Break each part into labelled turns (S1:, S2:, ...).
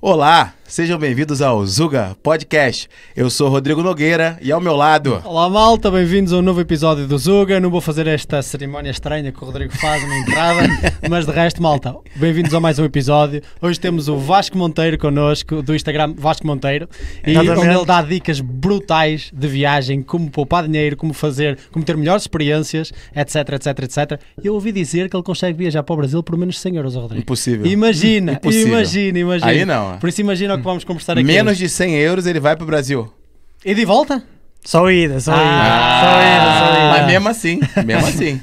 S1: Olá, sejam bem-vindos ao Zuga Podcast. Eu sou Rodrigo Nogueira e ao meu lado.
S2: Olá malta, bem-vindos a um novo episódio do Zuga. Não vou fazer esta cerimónia estranha que o Rodrigo faz na entrada, mas de resto, malta, bem-vindos a mais um episódio. Hoje temos o Vasco Monteiro connosco, do Instagram Vasco Monteiro, e
S1: Exatamente.
S2: onde ele dá dicas brutais de viagem, como poupar dinheiro, como fazer, como ter melhores experiências, etc, etc, etc. E Eu ouvi dizer que ele consegue viajar para o Brasil por menos 100 euros, ó, Rodrigo.
S1: Impossível.
S2: Imagina,
S1: Impossível.
S2: imagina, imagina.
S1: Aí não.
S2: Por isso imagina o que vamos conversar aqui.
S1: Menos de 100 euros ele vai pro Brasil.
S2: E de volta?
S3: Só ida, só ida.
S1: Ah.
S3: Ah, só ida, só ida.
S1: Mas mesmo assim, mesmo assim.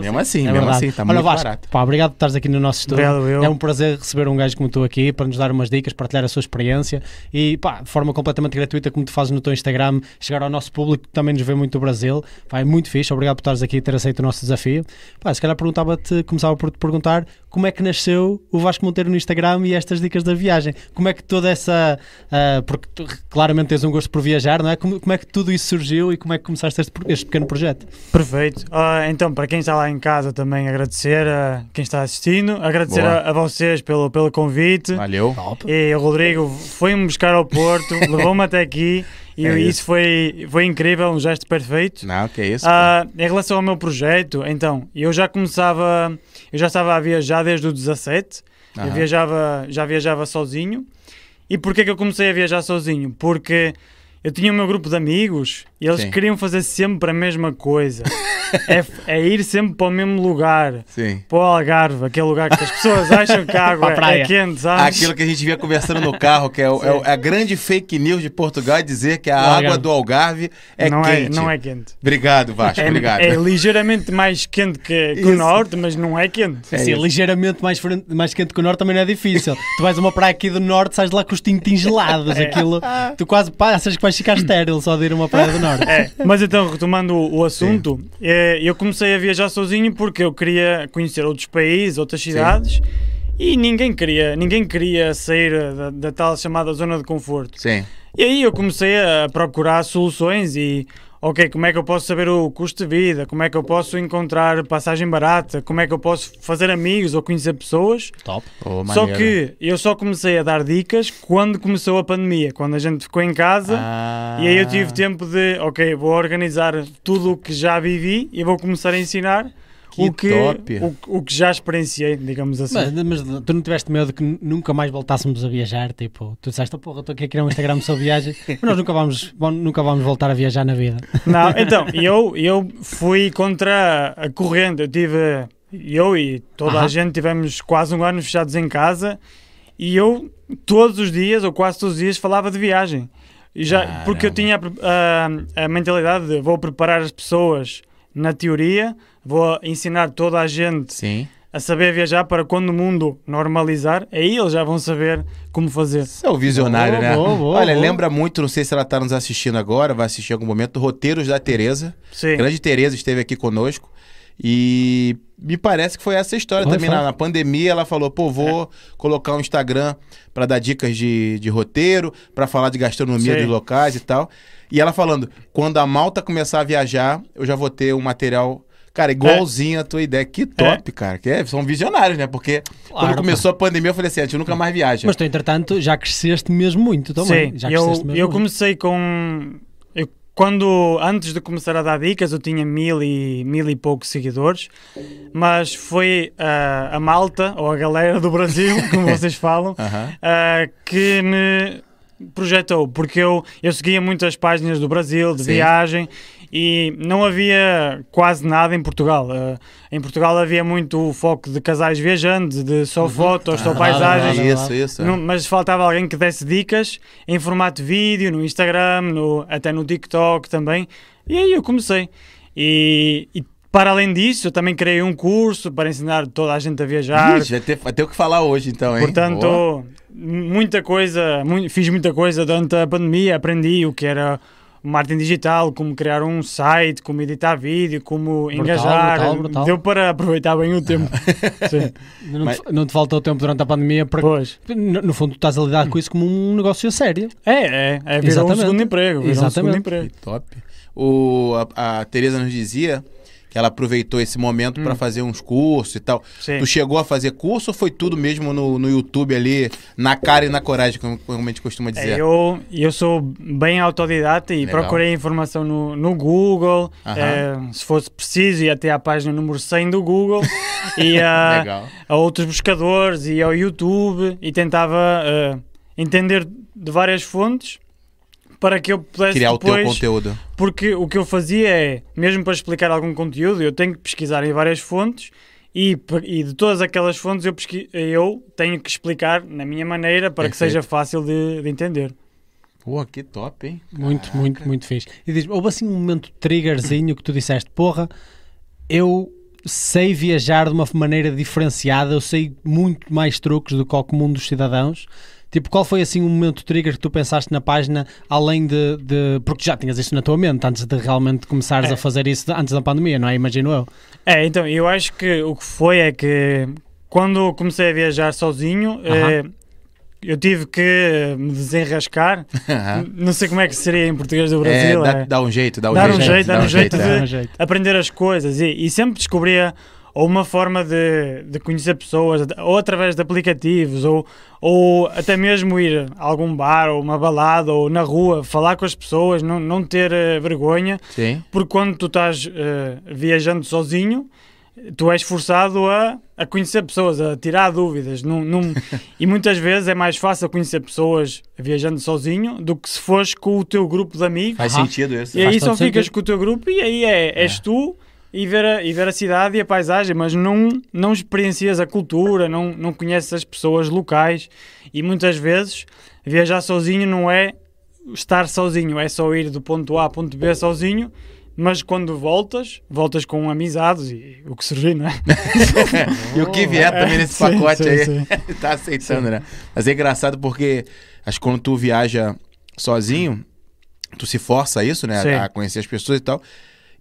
S1: mesmo assim,
S2: É
S1: mesmo
S2: verdade.
S1: assim, tá
S2: Olha,
S1: muito
S2: Vasco,
S1: barato.
S2: Pá, obrigado por estares aqui no nosso estúdio.
S3: Obrigado, eu.
S2: É um prazer receber um gajo como tu aqui para nos dar umas dicas, partilhar a sua experiência e, pá, de forma completamente gratuita, como tu fazes no teu Instagram, chegar ao nosso público que também nos vê muito do Brasil. Pá, é muito fixe. Obrigado por estares aqui e ter aceito o nosso desafio. Pá, se calhar perguntava-te, começava por te perguntar como é que nasceu o Vasco Monteiro no Instagram e estas dicas da viagem. Como é que toda essa. ah, porque tu claramente tens um gosto por viajar, não é? Como, como é que tudo isso surgiu e como é que começaste este, este pequeno projeto?
S3: Perfeito. Ah, então, para quem está lá em casa, também agradecer a quem está assistindo, agradecer
S1: Boa.
S3: a, a vocês pelo, pelo convite.
S1: Valeu.
S3: E o Rodrigo foi-me buscar ao Porto, levou-me até aqui e
S1: É
S3: isso,
S1: isso.
S3: foi, foi incrível, um gesto perfeito.
S1: Não, que isso.
S3: Ah, em relação ao meu projeto, então, eu já começava, eu já estava a viajar desde o 17,
S1: pô.
S3: Eu
S1: Aham.
S3: viajava, já viajava sozinho. E porquê que eu comecei a viajar sozinho? Porque eu tinha o meu grupo de amigos e eles
S1: Sim.
S3: queriam fazer sempre a mesma coisa. é, f- é ir sempre para o mesmo lugar.
S1: Sim.
S3: Para o Algarve, aquele lugar que as pessoas acham que a água
S2: Para a praia.
S3: é quente, sabes?
S1: Aquilo que a gente via conversando no carro, que é, o- é o- a grande fake news de Portugal, é dizer que a
S2: Algarve.
S1: água do Algarve é
S3: não,
S1: quente.
S3: É, não é quente.
S1: Obrigado, Vasco,
S3: É,
S1: obrigado.
S3: é ligeiramente mais quente que, que
S1: Isso.
S3: o norte, mas não é quente.
S1: É
S2: Sim,
S1: isso.
S2: Assim, ligeiramente mais, fren- mais quente que o norte também não é difícil. tu vais a uma praia aqui do norte, sais de lá com os tintins
S3: É.
S2: gelados. Aquilo, tu quase passas que vais ficar estéril só de ir a uma praia do norte.
S3: Ah. É, mas então, retomando o, o assunto, eh, eu comecei a viajar sozinho porque eu queria conhecer outros países, outras cidades e ninguém queria, ninguém queria sair eh, da, da tal chamada zona de conforto.
S1: Sim.
S3: E aí eu comecei a procurar soluções e, ok, como é que eu posso saber o custo de vida, como é que eu posso encontrar passagem barata, como é que eu posso fazer amigos ou conhecer pessoas.
S2: Top.
S1: Pô,
S3: Só
S1: maneiro.
S3: que eu só comecei a dar dicas quando começou a pandemia, quando a gente ficou em casa.
S1: Ah.
S3: E aí eu tive tempo de, ok, vou organizar tudo o que já vivi e vou começar a ensinar
S1: Que
S3: o, que,
S1: top.
S3: o, o que já experienciei, digamos assim.
S2: Mas, mas tu não tiveste medo que nu- nunca mais voltássemos a viajar? Tipo, tu disseste, "Oh, porra, estou aqui a criar um Instagram sobre viagem, mas nós nunca vamos, bom, nunca vamos voltar a viajar na vida.
S3: Não, então, eu, eu fui contra a corrente. Eu tive, eu e toda
S2: Aham.
S3: a gente tivemos quase um ano fechados em casa e eu todos os dias, ou quase todos os dias, falava de viagem. E já, porque eu
S1: Caramba.
S3: tinha a, pre- a- a mentalidade de vou preparar as pessoas na teoria, vou ensinar toda a gente
S1: Sim.
S3: a saber viajar para quando o mundo normalizar, aí eles já vão saber como fazer.
S1: Você é o visionário,
S2: Boa,
S1: né?
S2: boa, boa,
S1: Olha,
S2: boa.
S1: lembra muito, não sei se ela tá nos assistindo agora, vai assistir em algum momento, Roteiros da Tereza.
S3: Sim.
S1: Grande Tereza esteve aqui conosco. E me parece que foi essa história
S2: Foi,
S1: também.
S2: foi. É.
S1: Na, na pandemia, ela falou: pô, vou colocar um Instagram pra dar dicas de, de roteiro, pra falar de gastronomia
S3: Sim.
S1: dos locais e tal. E ela falando: quando a malta começar a viajar, eu já vou ter um material.
S2: É.
S1: Cara, igualzinho a tua ideia. Que top, cara. Que é- são visionários, né? Porque
S2: Claro,
S1: quando começou a pandemia, eu falei assim: a gente nunca mais viaja.
S2: Mas tu, entretanto, já cresceste mesmo muito também.
S3: Sim,
S2: já
S3: eu,
S2: cresceste mesmo
S3: eu
S2: muito.
S3: comecei com. Eu, quando, antes de começar a dar dicas, eu tinha mil e, mil e poucos seguidores, mas foi ah, a malta, ou a galera do Brasil, como vocês falam,
S1: Aham.
S3: ah, que me projetou, porque eu, eu seguia muitas páginas do Brasil, de
S1: Sim.
S3: viagem, e não havia quase nada em Portugal. Ah, em Portugal havia muito o foco de casais viajantes, de só fotos, só
S2: Ah,
S3: paisagens,
S2: nada,
S1: Isso,
S2: nada.
S1: isso. é.
S3: não, mas faltava alguém que desse dicas em formato vídeo, no Instagram, no- até no TikTok também. E aí eu comecei. E, e para além disso, eu também criei um curso para ensinar toda a gente a viajar.
S1: Ih, vai, ter, vai ter o que falar hoje, então, hein? Boa.
S3: Portanto, m- muita coisa, mu- fiz muita coisa durante a pandemia, aprendi o que era marketing digital, como criar um site, como editar vídeo, como engajar.
S2: brutal, brutal.
S3: Deu para aproveitar bem o tempo. Sim,
S2: Não,
S1: mas-
S2: te, não te faltou tempo durante a pandemia para.
S3: pois.
S2: No, no fundo, tu estás a lidar com isso como um negócio a sério.
S3: É, é, é virou um
S2: Exatamente.
S3: segundo emprego. Virou um segundo
S2: Exatamente.
S3: emprego.
S1: Que top. O, a, a Tereza nos dizia que ela aproveitou esse momento pra para fazer uns cursos e tal.
S3: Hum. Sim.
S1: Tu chegou a fazer curso ou foi tudo mesmo no, no YouTube ali, na cara e na coragem, como, como a gente costuma
S3: É,
S1: dizer?
S3: Eu, eu sou bem autodidata e
S1: Legal.
S3: procurei informação no, no Google,
S1: Aham.
S3: eh, se fosse preciso, e até à página número 100 do Google, e ah, a,
S1: Legal.
S3: a outros buscadores, e ao YouTube, e tentava eh, entender de várias fontes para que eu pudesse
S1: Criar o
S3: depois...
S1: teu conteúdo.
S3: Porque o que eu fazia é, mesmo para explicar algum conteúdo, eu tenho que pesquisar em várias fontes e, pe- e de todas aquelas fontes eu, pesqui- eu tenho que explicar na minha maneira para que
S1: Perfeito.
S3: seja fácil de, de entender.
S1: Pô, que top, hein?
S2: Muito,
S3: Ah,
S2: muito, muito fixe. E diz houve assim um momento triggerzinho que tu disseste, porra, eu sei viajar de uma maneira diferenciada, eu sei muito mais truques do que o comum dos cidadãos. Tipo, qual foi assim um momento trigger que tu pensaste na página, além de, de- Porque já tinhas isso na tua mente antes de realmente começares
S3: É.
S2: a fazer isso de- antes da pandemia, não é? Imagino eu.
S3: É, então, eu acho que o que foi é que quando eu comecei a viajar sozinho, eh, eu tive que eh, me desenrascar. N- Não sei como é que seria em português do
S1: É,
S3: Brasil.
S1: dá,
S3: é.
S1: dá um jeito, dá um
S3: Dar
S1: jeito.
S3: um jeito,
S1: dá
S3: dar um jeito
S1: é.
S3: de-
S2: Dá um jeito.
S3: aprender as coisas e, e sempre descobria ou uma forma de, de conhecer pessoas, ou através de aplicativos, ou, ou até mesmo ir a algum bar, ou uma balada, ou na rua, falar com as pessoas, não, não ter eh, vergonha,
S1: Sim.
S3: porque quando tu estás eh, viajando sozinho, tu és forçado a, a conhecer pessoas, a tirar dúvidas. Não, não- e muitas vezes é mais fácil conhecer pessoas viajando sozinho do que se fores com o teu grupo de amigos.
S1: Faz
S2: Aham.
S1: sentido isso.
S3: E aí
S2: Faz todo
S3: só ficas
S2: sentido.
S3: com o teu grupo e aí é, és tu e ver, a, e ver a cidade e a paisagem, mas não, não experiencias a cultura, não, não conheces as pessoas locais e muitas vezes viajar sozinho não é estar sozinho, é só ir do ponto A ao ponto B sozinho, mas quando voltas, voltas com amizades e o que surgir, não é?
S1: E o que vier também nesse
S3: Sim,
S1: pacote
S3: sim,
S1: aí,
S3: sim.
S1: tá aceitando, né? Mas é engraçado porque acho que quando tu viaja sozinho, tu se força a isso, né?
S3: Sim.
S1: A, a conhecer as pessoas e tal.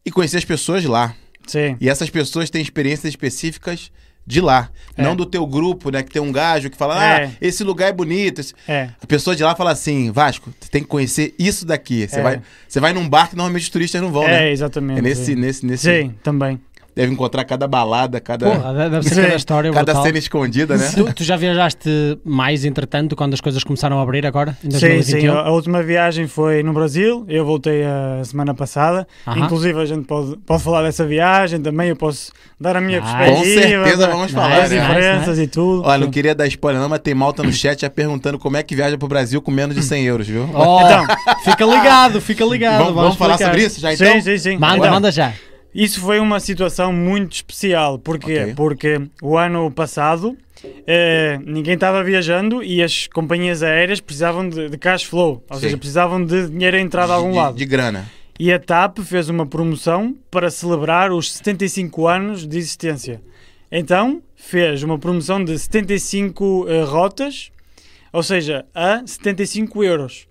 S1: E conhecer as pessoas lá.
S3: Sim,
S1: E essas pessoas têm experiências específicas de lá.
S3: É.
S1: Não do teu grupo, né? Que tem um gajo que fala,
S3: É.
S1: ah, esse lugar é bonito. esse-
S3: é.
S1: A pessoa de lá fala assim, Vasco, tu tem que conhecer isso daqui. Você
S3: É.
S1: vai, você vai num bar que normalmente os turistas não vão,
S3: É,
S1: né?
S3: exatamente.
S1: É nesse,
S3: sim.
S1: nesse, nesse.
S3: Sim, também.
S1: Deve encontrar cada balada, cada,
S2: Porra, deve ser
S3: Sim.
S2: cada história
S1: cada
S2: brutal.
S1: cena escondida, né?
S2: Tu, tu já viajaste mais, entretanto, quando as coisas começaram a abrir agora, em
S3: Sim, sim.
S2: 2021?
S3: A a última viagem foi no Brasil. Eu voltei a semana passada.
S2: Aham.
S3: Inclusive, a gente pode, pode falar dessa viagem também. Eu posso dar a minha
S2: Nice.
S1: Com
S3: perspectiva.
S1: certeza
S3: da-
S1: vamos
S2: Nice,
S1: falar,
S3: As
S1: né?
S2: nice.
S3: diferenças e tudo.
S1: Olha, não queria dar spoiler não, mas tem malta no chat já perguntando como é que viaja pro Brasil com menos de 100 euros, viu?
S2: Oh,
S3: Então.
S2: fica ligado, fica ligado.
S1: vamos, vamos falar
S2: explicar.
S1: sobre isso já
S3: sim,
S1: então?
S3: sim, sim.
S2: Manda,
S3: Então,
S2: manda já.
S3: Isso foi uma situação muito especial. Porquê?
S1: Ok.
S3: Porque o ano passado eh, ninguém estava viajando e as companhias aéreas precisavam de, de cash flow. Ou
S1: Sim.
S3: seja, precisavam de dinheiro a entrar de algum
S1: de,
S3: lado.
S1: De grana.
S3: E a TAP fez uma promoção para celebrar os 75 anos de existência. Então, fez uma promoção de 75 eh, rotas, ou seja, a 75 euros.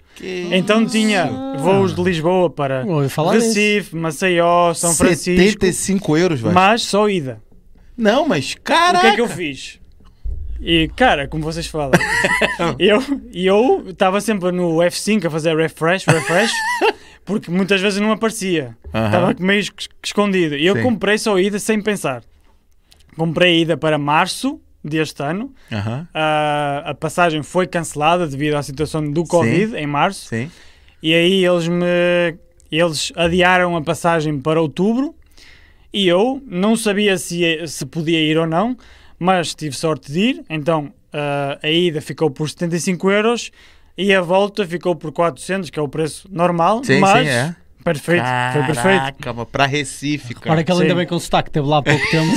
S3: Então tinha voos de Lisboa para
S2: Ouvi Ah. falar nisso.
S3: Recife, Maceió, São Francisco,
S1: 75 euros, velho.
S3: mas só ida.
S1: Não, mas
S3: O que
S1: caraca.
S3: é que eu fiz? E, cara, como vocês falam, eu eu estava sempre no F5 a fazer refresh, refresh, porque muitas vezes não aparecia.
S1: Aham.
S3: Estava meio es- escondido. E eu
S1: Sim.
S3: comprei só a ida sem pensar. Comprei a ida para março deste ano.
S1: Aham,
S3: A, a passagem foi cancelada devido à situação do Covid em março.
S1: sim.
S3: E aí eles me eles adiaram a passagem para outubro e eu não sabia se, se podia ir ou não, mas tive sorte de ir. Então ah, a ida ficou por 75 euros e a volta ficou por 400, que é o preço normal.
S1: Sim,
S3: mas
S1: sim, é.
S3: perfeito, foi perfeito.
S1: Caraca, mas pra Recife, cara.
S2: Ora, que ele ainda
S3: Sim.
S2: bem com o sotaque, teve lá há pouco tempo.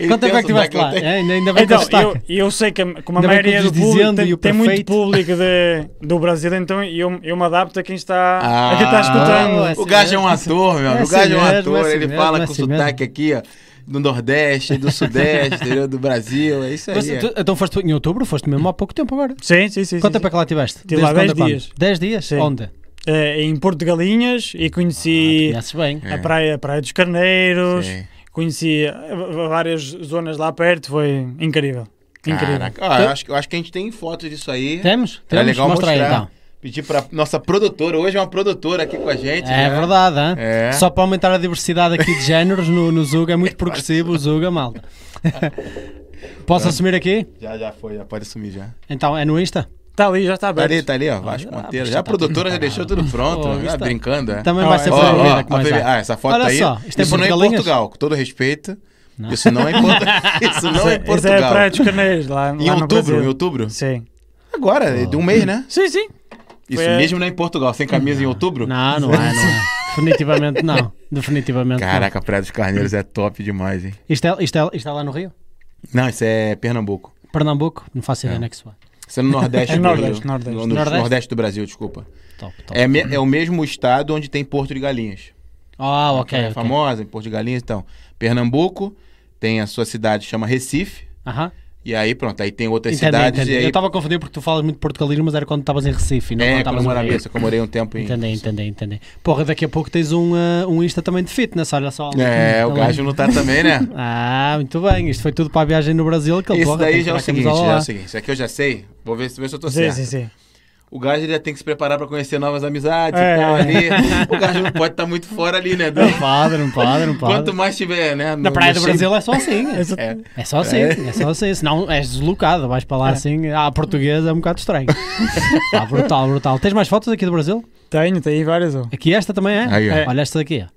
S1: Ele
S2: Quanto tempo é
S1: pensa
S2: que estiveste
S1: onde é
S2: lá?
S1: que eu
S2: É, ainda, ainda bem
S3: Então,
S2: com o sotaque.
S3: eu, eu sei que a- como a
S2: Ainda bem que
S3: maioria
S2: o
S3: do público
S2: desdizendo e
S3: tem,
S2: o
S3: tem muito
S2: perfeito.
S3: público de- do Brasil, então eu, eu me adapto a quem está, a quem
S1: Ah,
S3: está escutando.
S2: é
S1: O
S2: assim
S1: gajo é um
S2: mesmo.
S1: ator, meu.
S2: É
S1: amigo. o
S2: assim
S1: gajo é um
S2: mesmo,
S1: ator.
S2: é assim
S1: ele
S2: mesmo,
S1: fala
S2: é
S1: com
S2: assim
S1: sotaque aqui, ó. Do Nordeste, do Sudeste, entendeu? do Brasil. É isso aí.
S2: Você-
S1: é.
S2: tu- então foste em outubro, foste mesmo há pouco tempo agora.
S3: Sim, sim, sim.
S2: Quanto
S3: sim,
S2: tempo é que lá estiveste?
S3: Tive lá
S2: Desde quando a
S3: 10
S2: quando?
S3: dias.
S2: 10 dias?
S3: Sim.
S2: Onde?
S3: eh, em Porto de Galinhas e conheci
S2: Conheces bem.
S1: É.
S3: a praia, a praia dos Carneiros,
S1: Sim.
S3: conheci eh, v- várias zonas lá perto, foi incrível. Incrível.
S1: Caraca. Ah, eu, acho, que- eu acho que a gente tem fotos disso aí.
S2: Então- Temos? Temos?
S3: É
S1: legal
S2: Mostra aí
S1: mostrar.
S2: então.
S1: Pedir pra nossa produtora, hoje é uma produtora aqui com a gente. né?
S2: É verdade, hein?
S1: É.
S2: Só para aumentar a diversidade aqui de géneros no, no Zuga, é muito progressivo o Zuga, malta. Posso
S3: É.
S2: assumir aqui?
S1: Já, já foi, já pode sumir já.
S2: Então, é no Insta?
S3: Está ali, já está
S1: Tá ali,
S3: aberto.
S1: tá ali, ó, Vasco
S2: Ah,
S1: Monteiro.
S2: já
S1: Já a
S2: tá
S1: produtora já
S2: tudo
S1: deixou tudo pronto,
S2: Oh,
S1: já
S2: está-
S1: brincando, é.
S2: Também
S3: Não,
S2: vai
S3: é
S2: ser
S1: Ó,
S3: pra
S1: ó,
S3: mim,
S2: proibida
S1: a
S2: que mais
S1: primeira-
S2: há.
S1: ah, essa foto
S2: Olha
S1: aí.
S2: só, isto é
S1: isso não é em
S2: Portugalinhas?
S1: Portugal, com todo respeito. Isso não é em Portugal. Isso não é em
S3: Isso é a
S1: Portugal.
S3: Praia dos Carneiros, lá,
S1: Em
S3: lá no
S1: outubro,
S3: Brasil.
S1: em outubro?
S3: Sim.
S1: Agora, é de um mês, né?
S3: Sim, sim.
S1: Isso
S3: Foi-
S1: mesmo não é em Portugal, sem camisa em outubro?
S2: Não, não é, não é. Definitivamente não. Definitivamente
S1: Caraca, a Praia dos Carneiros é top demais, hein?
S2: não. Isto é, isto, é, isto é lá no Rio?
S1: Não, isso é Pernambuco.
S2: Pernambuco? Não faço
S1: É.
S2: ideia, onde é que se vai.
S1: Isso é no Nordeste
S3: É
S1: do
S3: Nordeste,
S1: Rio.
S3: Nordeste.
S1: No, no
S2: Nordeste?
S1: nordeste? do Brasil, desculpa.
S2: Top, top.
S1: É, me- é o mesmo estado onde tem Porto de Galinhas.
S2: Ah, ok.
S1: é
S2: ok.
S1: famosa, em Porto de Galinhas, então. Pernambuco tem a sua cidade, chama Recife.
S2: Aham.
S1: E aí, pronto, aí tem outras
S2: Entendi,
S1: cidades.
S2: entendi.
S1: E aí,
S2: Eu estava a confundir porque tu falas muito português, mas era quando estavas em Recife, não
S1: é,
S2: quando
S1: quando
S2: estavas
S1: eu
S2: no
S1: morava
S2: Rio.
S1: isso, eu morei um tempo em...
S2: Entendi, entendi, entendi. Porra, daqui a pouco tens um, ah, um Insta também de fitness, olha só.
S1: É, o
S2: Tá
S1: gajo
S2: lá.
S1: não tá também, né?
S2: Ah, muito bem, isto foi tudo para a viagem no Brasil. Que
S1: Esse
S2: Então, porra, tem
S1: daí
S2: que
S1: já é o
S2: tirar a
S1: seguinte,
S2: camisola
S1: já é
S2: lá.
S1: o seguinte. Isso aqui eu já sei. Vou ver se, ver se eu tô
S3: Sim,
S1: certo.
S3: sim, sim.
S1: O gajo ele já tem que se preparar pra conhecer novas amizades
S3: É.
S1: e tal ali. O gajo não pode estar muito fora ali, né? Do-
S2: Não pode, não pode, não pode.
S1: Quanto mais tiver, né? no-
S2: Na Praia
S1: no
S2: do
S1: shape-
S2: Brasil é só assim. É só,
S1: É.
S2: é só assim, é só assim. Senão és deslocado, vais para lá
S3: É.
S2: assim. Ah, português é um bocado estranho. Pá, brutal, brutal. Tens mais fotos aqui do Brasil?
S3: Tenho, tenho várias. ó.
S2: Aqui esta também é?
S1: Aí, ó.
S2: É. Olha esta daqui. ó.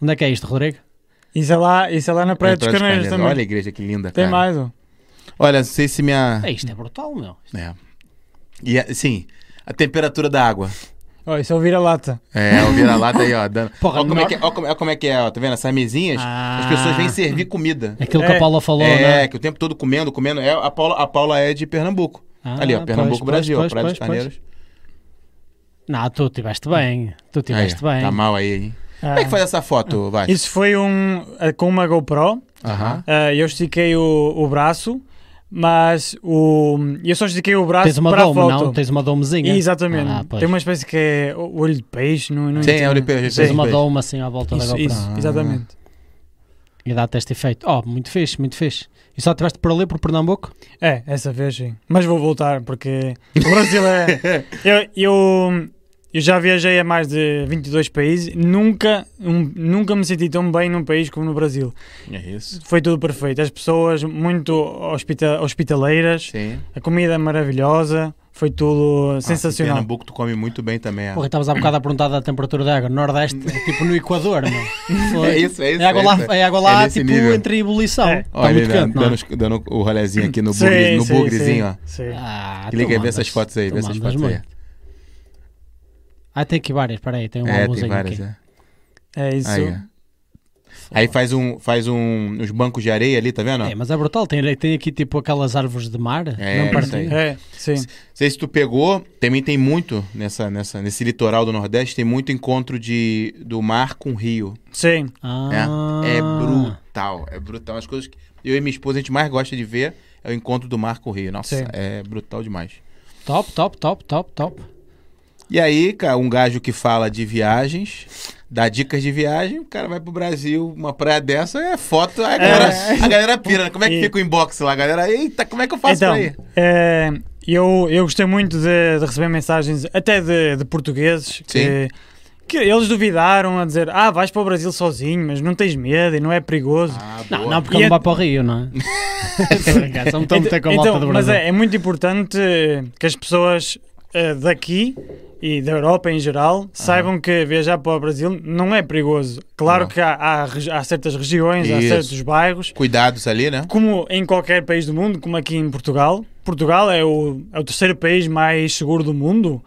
S2: Onde é que é isto, Rodrigo?
S3: Isso é lá, isso é lá na Praia
S1: É,
S3: dos
S1: Praia dos
S3: Carneiros
S1: Carneiros.
S3: também.
S1: Olha a igreja que linda,
S3: Tem
S1: cara.
S3: mais, um. ó.
S1: Olha, não sei se minha...
S2: É, isto é brutal, meu.
S1: É. E, assim, a temperatura da água.
S3: Ó, isso é o vira-lata.
S1: É, o vira-lata aí, ó. Dando...
S2: Porra,
S1: ó, como é
S2: no-
S1: que, é- ó, como, ó como é que é, ó. Tá vendo? Essas mesinhas,
S2: Ah.
S1: as pessoas vêm servir comida.
S2: Aquilo que a
S3: É.
S2: Paula falou,
S1: é,
S2: né?
S1: que o tempo todo comendo, comendo. É, a, Paula, a Paula é de Pernambuco.
S2: Ah,
S1: Ali, ó,
S2: pois,
S1: Pernambuco,
S2: pois,
S1: Brasil,
S2: pois,
S1: ó, Praia dos
S2: pois, pois.
S1: Carneiros.
S2: Não, tu estiveste bem. Tu estiveste
S1: Aí, ó,
S2: bem.
S1: Tá mal aí, hein? Como é que faz essa foto, Vasco?
S3: Ah. Isso foi um, eh, com uma GoPro.
S1: Aham.
S3: Ah, eu estiquei o, o braço, mas o, eu só estiquei o braço
S2: Tens uma
S3: para
S2: dome,
S3: a foto.
S2: não? Tens uma domezinha.
S3: Exatamente.
S2: Ah, pois.
S3: Tem uma espécie que é o olho de peixe, não, não
S1: Sim,
S3: entendo.
S1: é olho de peixe, Ah.
S3: Sim.
S2: Tens
S1: Sim,
S2: uma
S1: pois.
S2: doma assim à volta da
S3: Isso,
S2: GoPro.
S3: isso, exatamente.
S2: E dá-te este efeito. Oh, muito fixe, muito fixe. E só estiveste por ali, por Pernambuco?
S3: É, essa vez sim. Mas vou voltar porque o Brasil é. eu, eu, eu já viajei a mais de 22 países, nunca, um- nunca me senti tão bem num país como no Brasil.
S1: É isso.
S3: Foi tudo perfeito. As pessoas muito hospita- hospitaleiras,
S1: Sim.
S3: a comida maravilhosa, foi tudo
S1: Ah, em
S3: sensacional.
S1: Pernambuco tu come muito bem também. É,
S2: Porra, estavas há bocado a perguntar da temperatura da água. No Nordeste, é tipo no Equador, meu. Foi.
S1: É isso, é isso.
S2: É água lá,
S1: isso.
S2: é água lá
S1: É nesse
S2: tipo,
S1: nível.
S2: entre ebulição.
S3: É.
S2: Está
S1: Olha,
S2: muito
S1: ele dando,
S2: quente, não é?
S1: dando- dando o rolezinho aqui no,
S3: Sim,
S1: bugre, no
S3: sim,
S1: bugrezinho,
S3: sim, sim.
S2: Ah, Então
S1: ó.
S2: tu
S1: Clica aí, vê
S2: mandas,
S1: essas fotos aí,
S2: tu
S1: vê essas
S2: mandas
S1: fotos aí.
S2: muito. Ah, tem aqui várias, peraí, tem um
S1: É,
S2: álbumzinho
S1: tem várias,
S2: aqui.
S1: é.
S3: É isso.
S1: Aí, ó. Aí faz um, faz um, uns bancos de areia ali, tá vendo? ó?
S2: É, mas é brutal, tem, tem aqui tipo aquelas árvores de mar.
S1: É,
S2: não
S1: isso aí.
S2: partilha.
S3: É, sim.
S1: Não sei se tu pegou, também tem muito nessa, nessa, nesse litoral do Nordeste, tem muito encontro de, do mar com rio.
S3: Sim.
S1: né?
S2: Ah,
S1: É brutal, é brutal. As coisas que eu e minha esposa a gente mais gosta de ver é o encontro do mar com o rio. Nossa,
S3: Sim.
S1: é brutal demais.
S2: Top, top, top, top, top.
S1: E aí, cara, um gajo que fala de viagens, dá dicas de viagem, o cara vai pro Brasil, uma praia dessa, é foto, a galera, a galera pira. né? Como é que
S3: E-
S1: fica o inbox lá, a galera? Eita, como é que eu faço
S3: Então,
S1: pra ir?
S3: eh, eu, eu gostei muito de, de receber mensagens, até de, de portugueses, que, que eles duvidaram a dizer: Ah, vais para o Brasil sozinho, mas não tens medo e não é perigoso.
S1: Ah,
S2: Não,
S1: boa.
S2: não, porque
S3: E
S2: ele não vai
S3: é-
S2: para o Rio, não é? Estou a brincar, Só me estou a meter com a
S3: Então-
S2: malta
S3: então,
S2: do
S3: mas
S2: Brasil.
S3: é, é muito importante eh, que as pessoas eh, daqui e da Europa em geral saibam que viajar para o Brasil não é perigoso. Claro
S1: Não.
S3: que há, há regi- há certas regiões, há
S1: Isso.
S3: certos bairros
S1: Cuidados ali, né?
S3: como em qualquer país do mundo, como aqui em Portugal, Portugal é o, é o terceiro país mais seguro do mundo,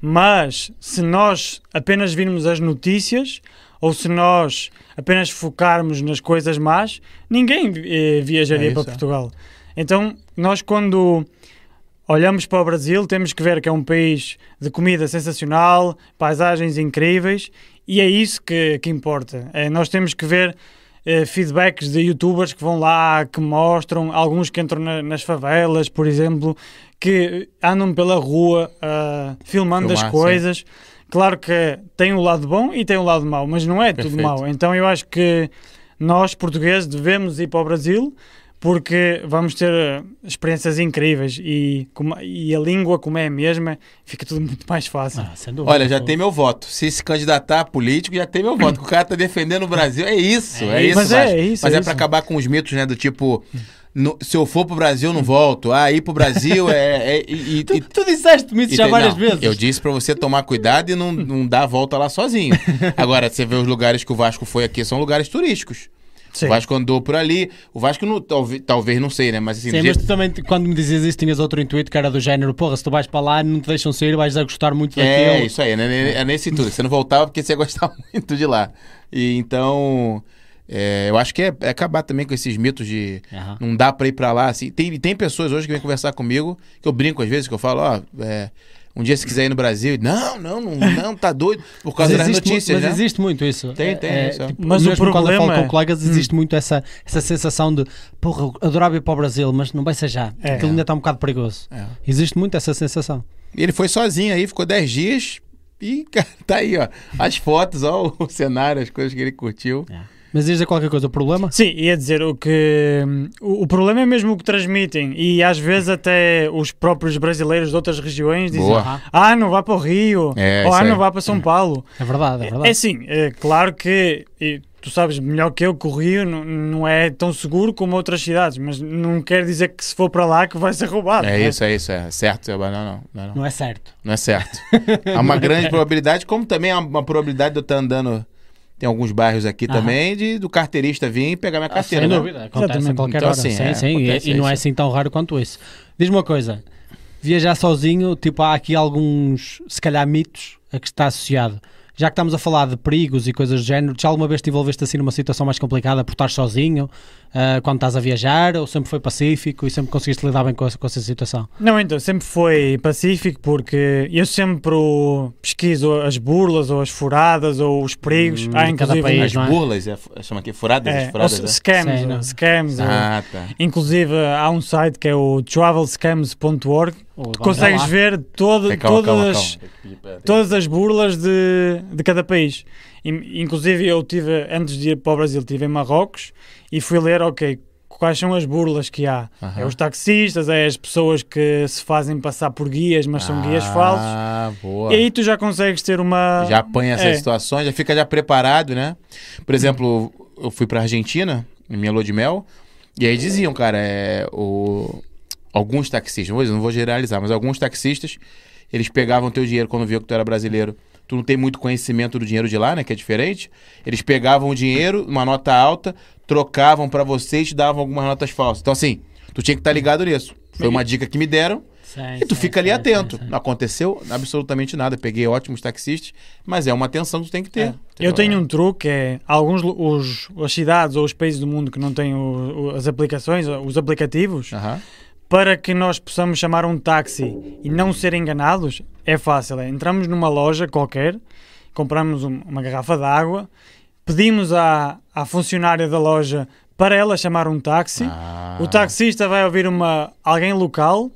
S3: mas se nós apenas virmos as notícias ou se nós apenas focarmos nas coisas más, ninguém eh, viajaria
S1: É isso,
S3: para
S1: é.
S3: Portugal. Então, nós quando olhamos para o Brasil, temos que ver que é um país de comida sensacional, paisagens incríveis, e é isso que, que importa. Eh, nós temos que ver eh, feedbacks de youtubers que vão lá, que mostram, alguns que entram na- nas favelas, por exemplo, que andam pela rua ah, filmando
S1: Filmar,
S3: as coisas. Claro que tem um lado bom e tem um lado mau, mas não é
S1: Perfeito.
S3: tudo mau. Então eu acho que nós, portugueses, devemos ir para o Brasil porque vamos ter eh, experiências incríveis e, como- e a língua, como é a mesma, fica tudo muito mais fácil.
S2: Ah, sem dúvida.
S1: Olha, já tem meu voto. Se se candidatar a político, já tem meu voto. que O cara tá defendendo o Brasil. É isso, é,
S2: É
S1: isso.
S2: isso.
S1: Mas
S3: Mas é isso,
S1: Mas
S3: é
S1: é,
S3: isso.
S1: pra acabar com os mitos, né? Do tipo, no- se eu for pro Brasil, não volto. Ah, ir pro Brasil é. é- e- e-
S2: Tu,
S1: e-
S2: tu disseste-me isso
S1: e
S2: já
S1: tem-
S2: várias
S1: não,
S2: vezes.
S1: Eu disse pra você tomar cuidado e não, não dar a volta lá sozinho. Agora, você vê os lugares que o Vasco foi aqui, são lugares turísticos.
S3: Sim.
S1: O Vasco andou por ali. O Vasco, não, talvez, talvez, não sei, né? Mas assim, do
S2: Sim, mas
S1: jeito-
S2: tu também, quando me dizias isso, tinhas outro intuito que era do género: porra, se tu vais para lá, não te deixam sair, vais a gostar muito
S1: É,
S2: daquilo.
S1: isso aí, né? é nesse tudo. Você não voltava porque você gostava muito de lá. E então, é, eu acho que é, é acabar também com esses mitos de
S2: Aham.
S1: não dá pra ir pra lá. Assim. Tem, tem pessoas hoje que vêm conversar comigo, que eu brinco às vezes, que eu falo, ó, é, um dia se quiser ir no Brasil, não, não, não, não, tá doido, por causa
S2: Mas
S1: das
S2: existe
S1: notícias,
S2: muito,
S1: né?
S2: Mas existe muito isso.
S1: Tem, tem,
S2: É,
S1: isso é.
S2: tipo,
S3: Mas o
S2: mesmo quando eu falo
S3: problema
S2: com
S3: é-
S2: colegas, existe muito essa, essa sensação de porra, eu adorava ir para o Brasil, mas não vai ser já.
S3: É.
S2: Aquilo ainda está um bocado perigoso.
S1: É.
S2: Existe muito essa sensação.
S1: E Ele foi sozinho aí, ficou 10 dias e, cara, tá aí, ó, as fotos, ó, o cenário, as coisas que ele curtiu.
S3: É.
S2: Mas diz qualquer coisa, o problema?
S3: Sim, ia dizer o que o, o problema é mesmo o que transmitem e às vezes até os próprios brasileiros de outras regiões dizem
S1: Boa.
S2: Aham.
S3: ah não vá para o Rio
S1: É,
S3: ou
S1: isso
S3: ah
S1: aí.
S3: não vá para São Paulo
S2: É verdade, é
S3: é,
S2: verdade.
S3: sim é claro que e tu sabes melhor que eu que o Rio não, não é tão seguro como outras cidades mas não quer dizer que se for para lá que vai ser roubado
S1: É
S3: né?
S1: isso, é isso, é certo, Seba? não, não, não, não.
S2: Não é certo.
S1: Não é certo. Há uma grande probabilidade, como também há uma probabilidade de eu estar andando em alguns bairros aqui
S2: Aham.
S1: também, de, do carteirista vir e pegar minha
S3: Ah,
S1: carteira.
S2: Sem
S1: né?
S2: dúvida, acontece a
S3: Exatamente.
S2: qualquer
S1: Então,
S2: hora.
S1: assim,
S2: sim,
S1: é,
S2: sim, e-
S1: acontece
S2: e, não é
S1: isso.
S2: assim tão raro quanto isso. Diz-me uma coisa: viajar sozinho, tipo, há aqui alguns, se calhar, mitos a que está associado. Já que estamos a falar de perigos e coisas do género, já alguma vez te envolveste assim numa situação mais complicada por estar sozinho, ah, quando estás a viajar, ou sempre foi pacífico e sempre conseguiste lidar bem com essa, com essa situação?
S3: Não, então, sempre foi pacífico porque eu sempre o- pesquiso as burlas ou as furadas ou os perigos.
S2: Hum,
S3: Há
S2: de cada
S3: inclusive
S2: país,
S1: As
S2: não é?
S1: burlas, é, f- chama aqui furadas,
S3: é, né?
S1: as furadas.
S3: ou
S1: né?
S3: s- scams,
S2: Sei, não.
S3: scams ou-
S1: Ah, tá.
S3: Inclusive há um site que é o travelscams.org
S2: Ou vamos
S3: consegues
S2: lá.
S3: ver todo,
S1: É, calma, calma,
S3: todas,
S1: calma.
S3: todas as burlas de, de cada país. In- Inclusive eu tive, antes de ir para o Brasil, estive em Marrocos e fui ler, ok, quais são as burlas que há.
S1: Aham.
S3: É os taxistas, é as pessoas que se fazem passar por guias, mas são guias falsos.
S1: Ah, boa.
S3: E aí tu já consegues ter uma.
S1: Já apanha essas
S3: É.
S1: situações, já fica já preparado, né? Por exemplo, eu fui pra Argentina, em minha lua de mel, e aí diziam, cara, é, o, alguns taxistas, não vou- não vou generalizar, mas alguns taxistas, eles pegavam teu dinheiro quando viam que tu era brasileiro. Tu não tem muito conhecimento do dinheiro de lá, né? Que é diferente. Eles pegavam o dinheiro, uma nota alta, trocavam pra você e te davam algumas notas falsas. Então, assim, tu tinha que estar ligado nisso. Foi uma dica que me deram.
S2: Sim,
S3: é,
S1: E tu
S2: sim,
S1: fica ali
S2: sim,
S1: atento.
S2: sim, sim.
S1: Não aconteceu absolutamente nada. Peguei ótimos taxistas, mas é uma atenção que tu tem que ter.
S3: Eu
S1: Entendeu?
S3: tenho um truque, é alguns lu- os, as cidades ou os países do mundo que não têm o- o- as aplicações, os aplicativos,
S1: Aham.
S3: para que nós possamos chamar um táxi e não ser enganados, é fácil. É, entramos numa loja qualquer, compramos um- uma garrafa de água, pedimos à, à funcionária da loja para ela chamar um táxi.
S1: Ah,
S3: O taxista vai ouvir uma, alguém local,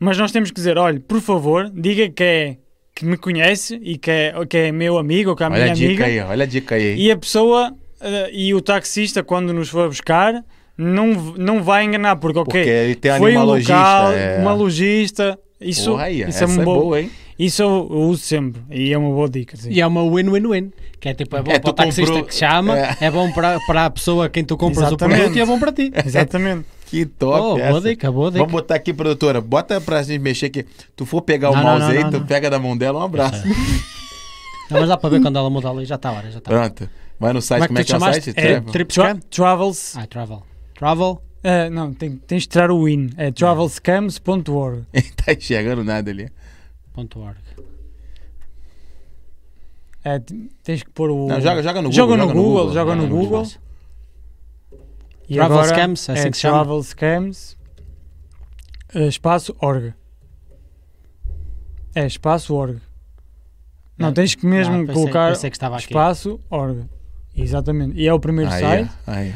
S3: mas nós temos que dizer: olha, por favor, diga que é que me conhece e que é, que é meu amigo ou que é a
S1: Olha
S3: minha
S1: a dica
S3: amiga.
S1: aí, olha a dica aí. hein?
S3: E a pessoa eh, e o taxista, quando nos for buscar, não, v- não vai enganar, porque, ok,
S1: Porque ele tem ali
S3: foi
S1: uma
S3: um
S1: logista,
S3: local,
S1: é.
S3: uma logista. Isso,
S1: Porra aí,
S3: isso
S1: essa
S3: é, um
S1: é
S3: bom-
S1: boa, hein?
S3: Isso eu uso sempre e é uma boa dica. sim.
S2: E é uma win-win-win, que é tipo, é bom
S1: É,
S2: para
S1: tu
S2: o taxista
S1: comprou-
S2: que chama,
S1: é.
S2: é, bom para, para a pessoa a quem tu compras o
S3: Exatamente.
S2: produto e é bom para ti.
S3: Exatamente.
S1: Que
S2: Oh,
S1: top
S2: boa
S1: essa.
S2: dica, boa dica.
S1: Vamos botar aqui, produtora. Bota pra gente mexer aqui. Tu for pegar o
S2: Não, não,
S1: mouse
S2: não,
S1: aí,
S2: não,
S1: tu
S2: não.
S1: pega da mão dela, um abraço.
S2: Não, mas dá para ver quando ela muda ali, já está a hora, já tá está.
S1: Pronto. Vai no site, como é que, é o site?
S2: É,
S1: Trevor?
S3: Tra-
S2: Tripscam?
S3: travels.
S2: Ah, travel. Travel?
S3: eh, não, tem, tens de tirar o win. É travelscams.org.
S1: tá enxergando nada ali.
S2: .org.
S3: É, t- tens que pôr o.
S1: Não, joga, joga no Google.
S3: Joga no Google, joga no Google. E
S2: Travel
S3: agora
S2: Scams, é assim que se chama?
S3: Travel Scams, eh, espaço org. É espaço org. Não,
S2: Não,
S3: tens que mesmo
S2: Ah, pensei-
S3: colocar
S2: pensei que estava aqui. Ah,
S3: espaço org. Exatamente. E é o primeiro
S1: Aí,
S3: site.
S1: aí.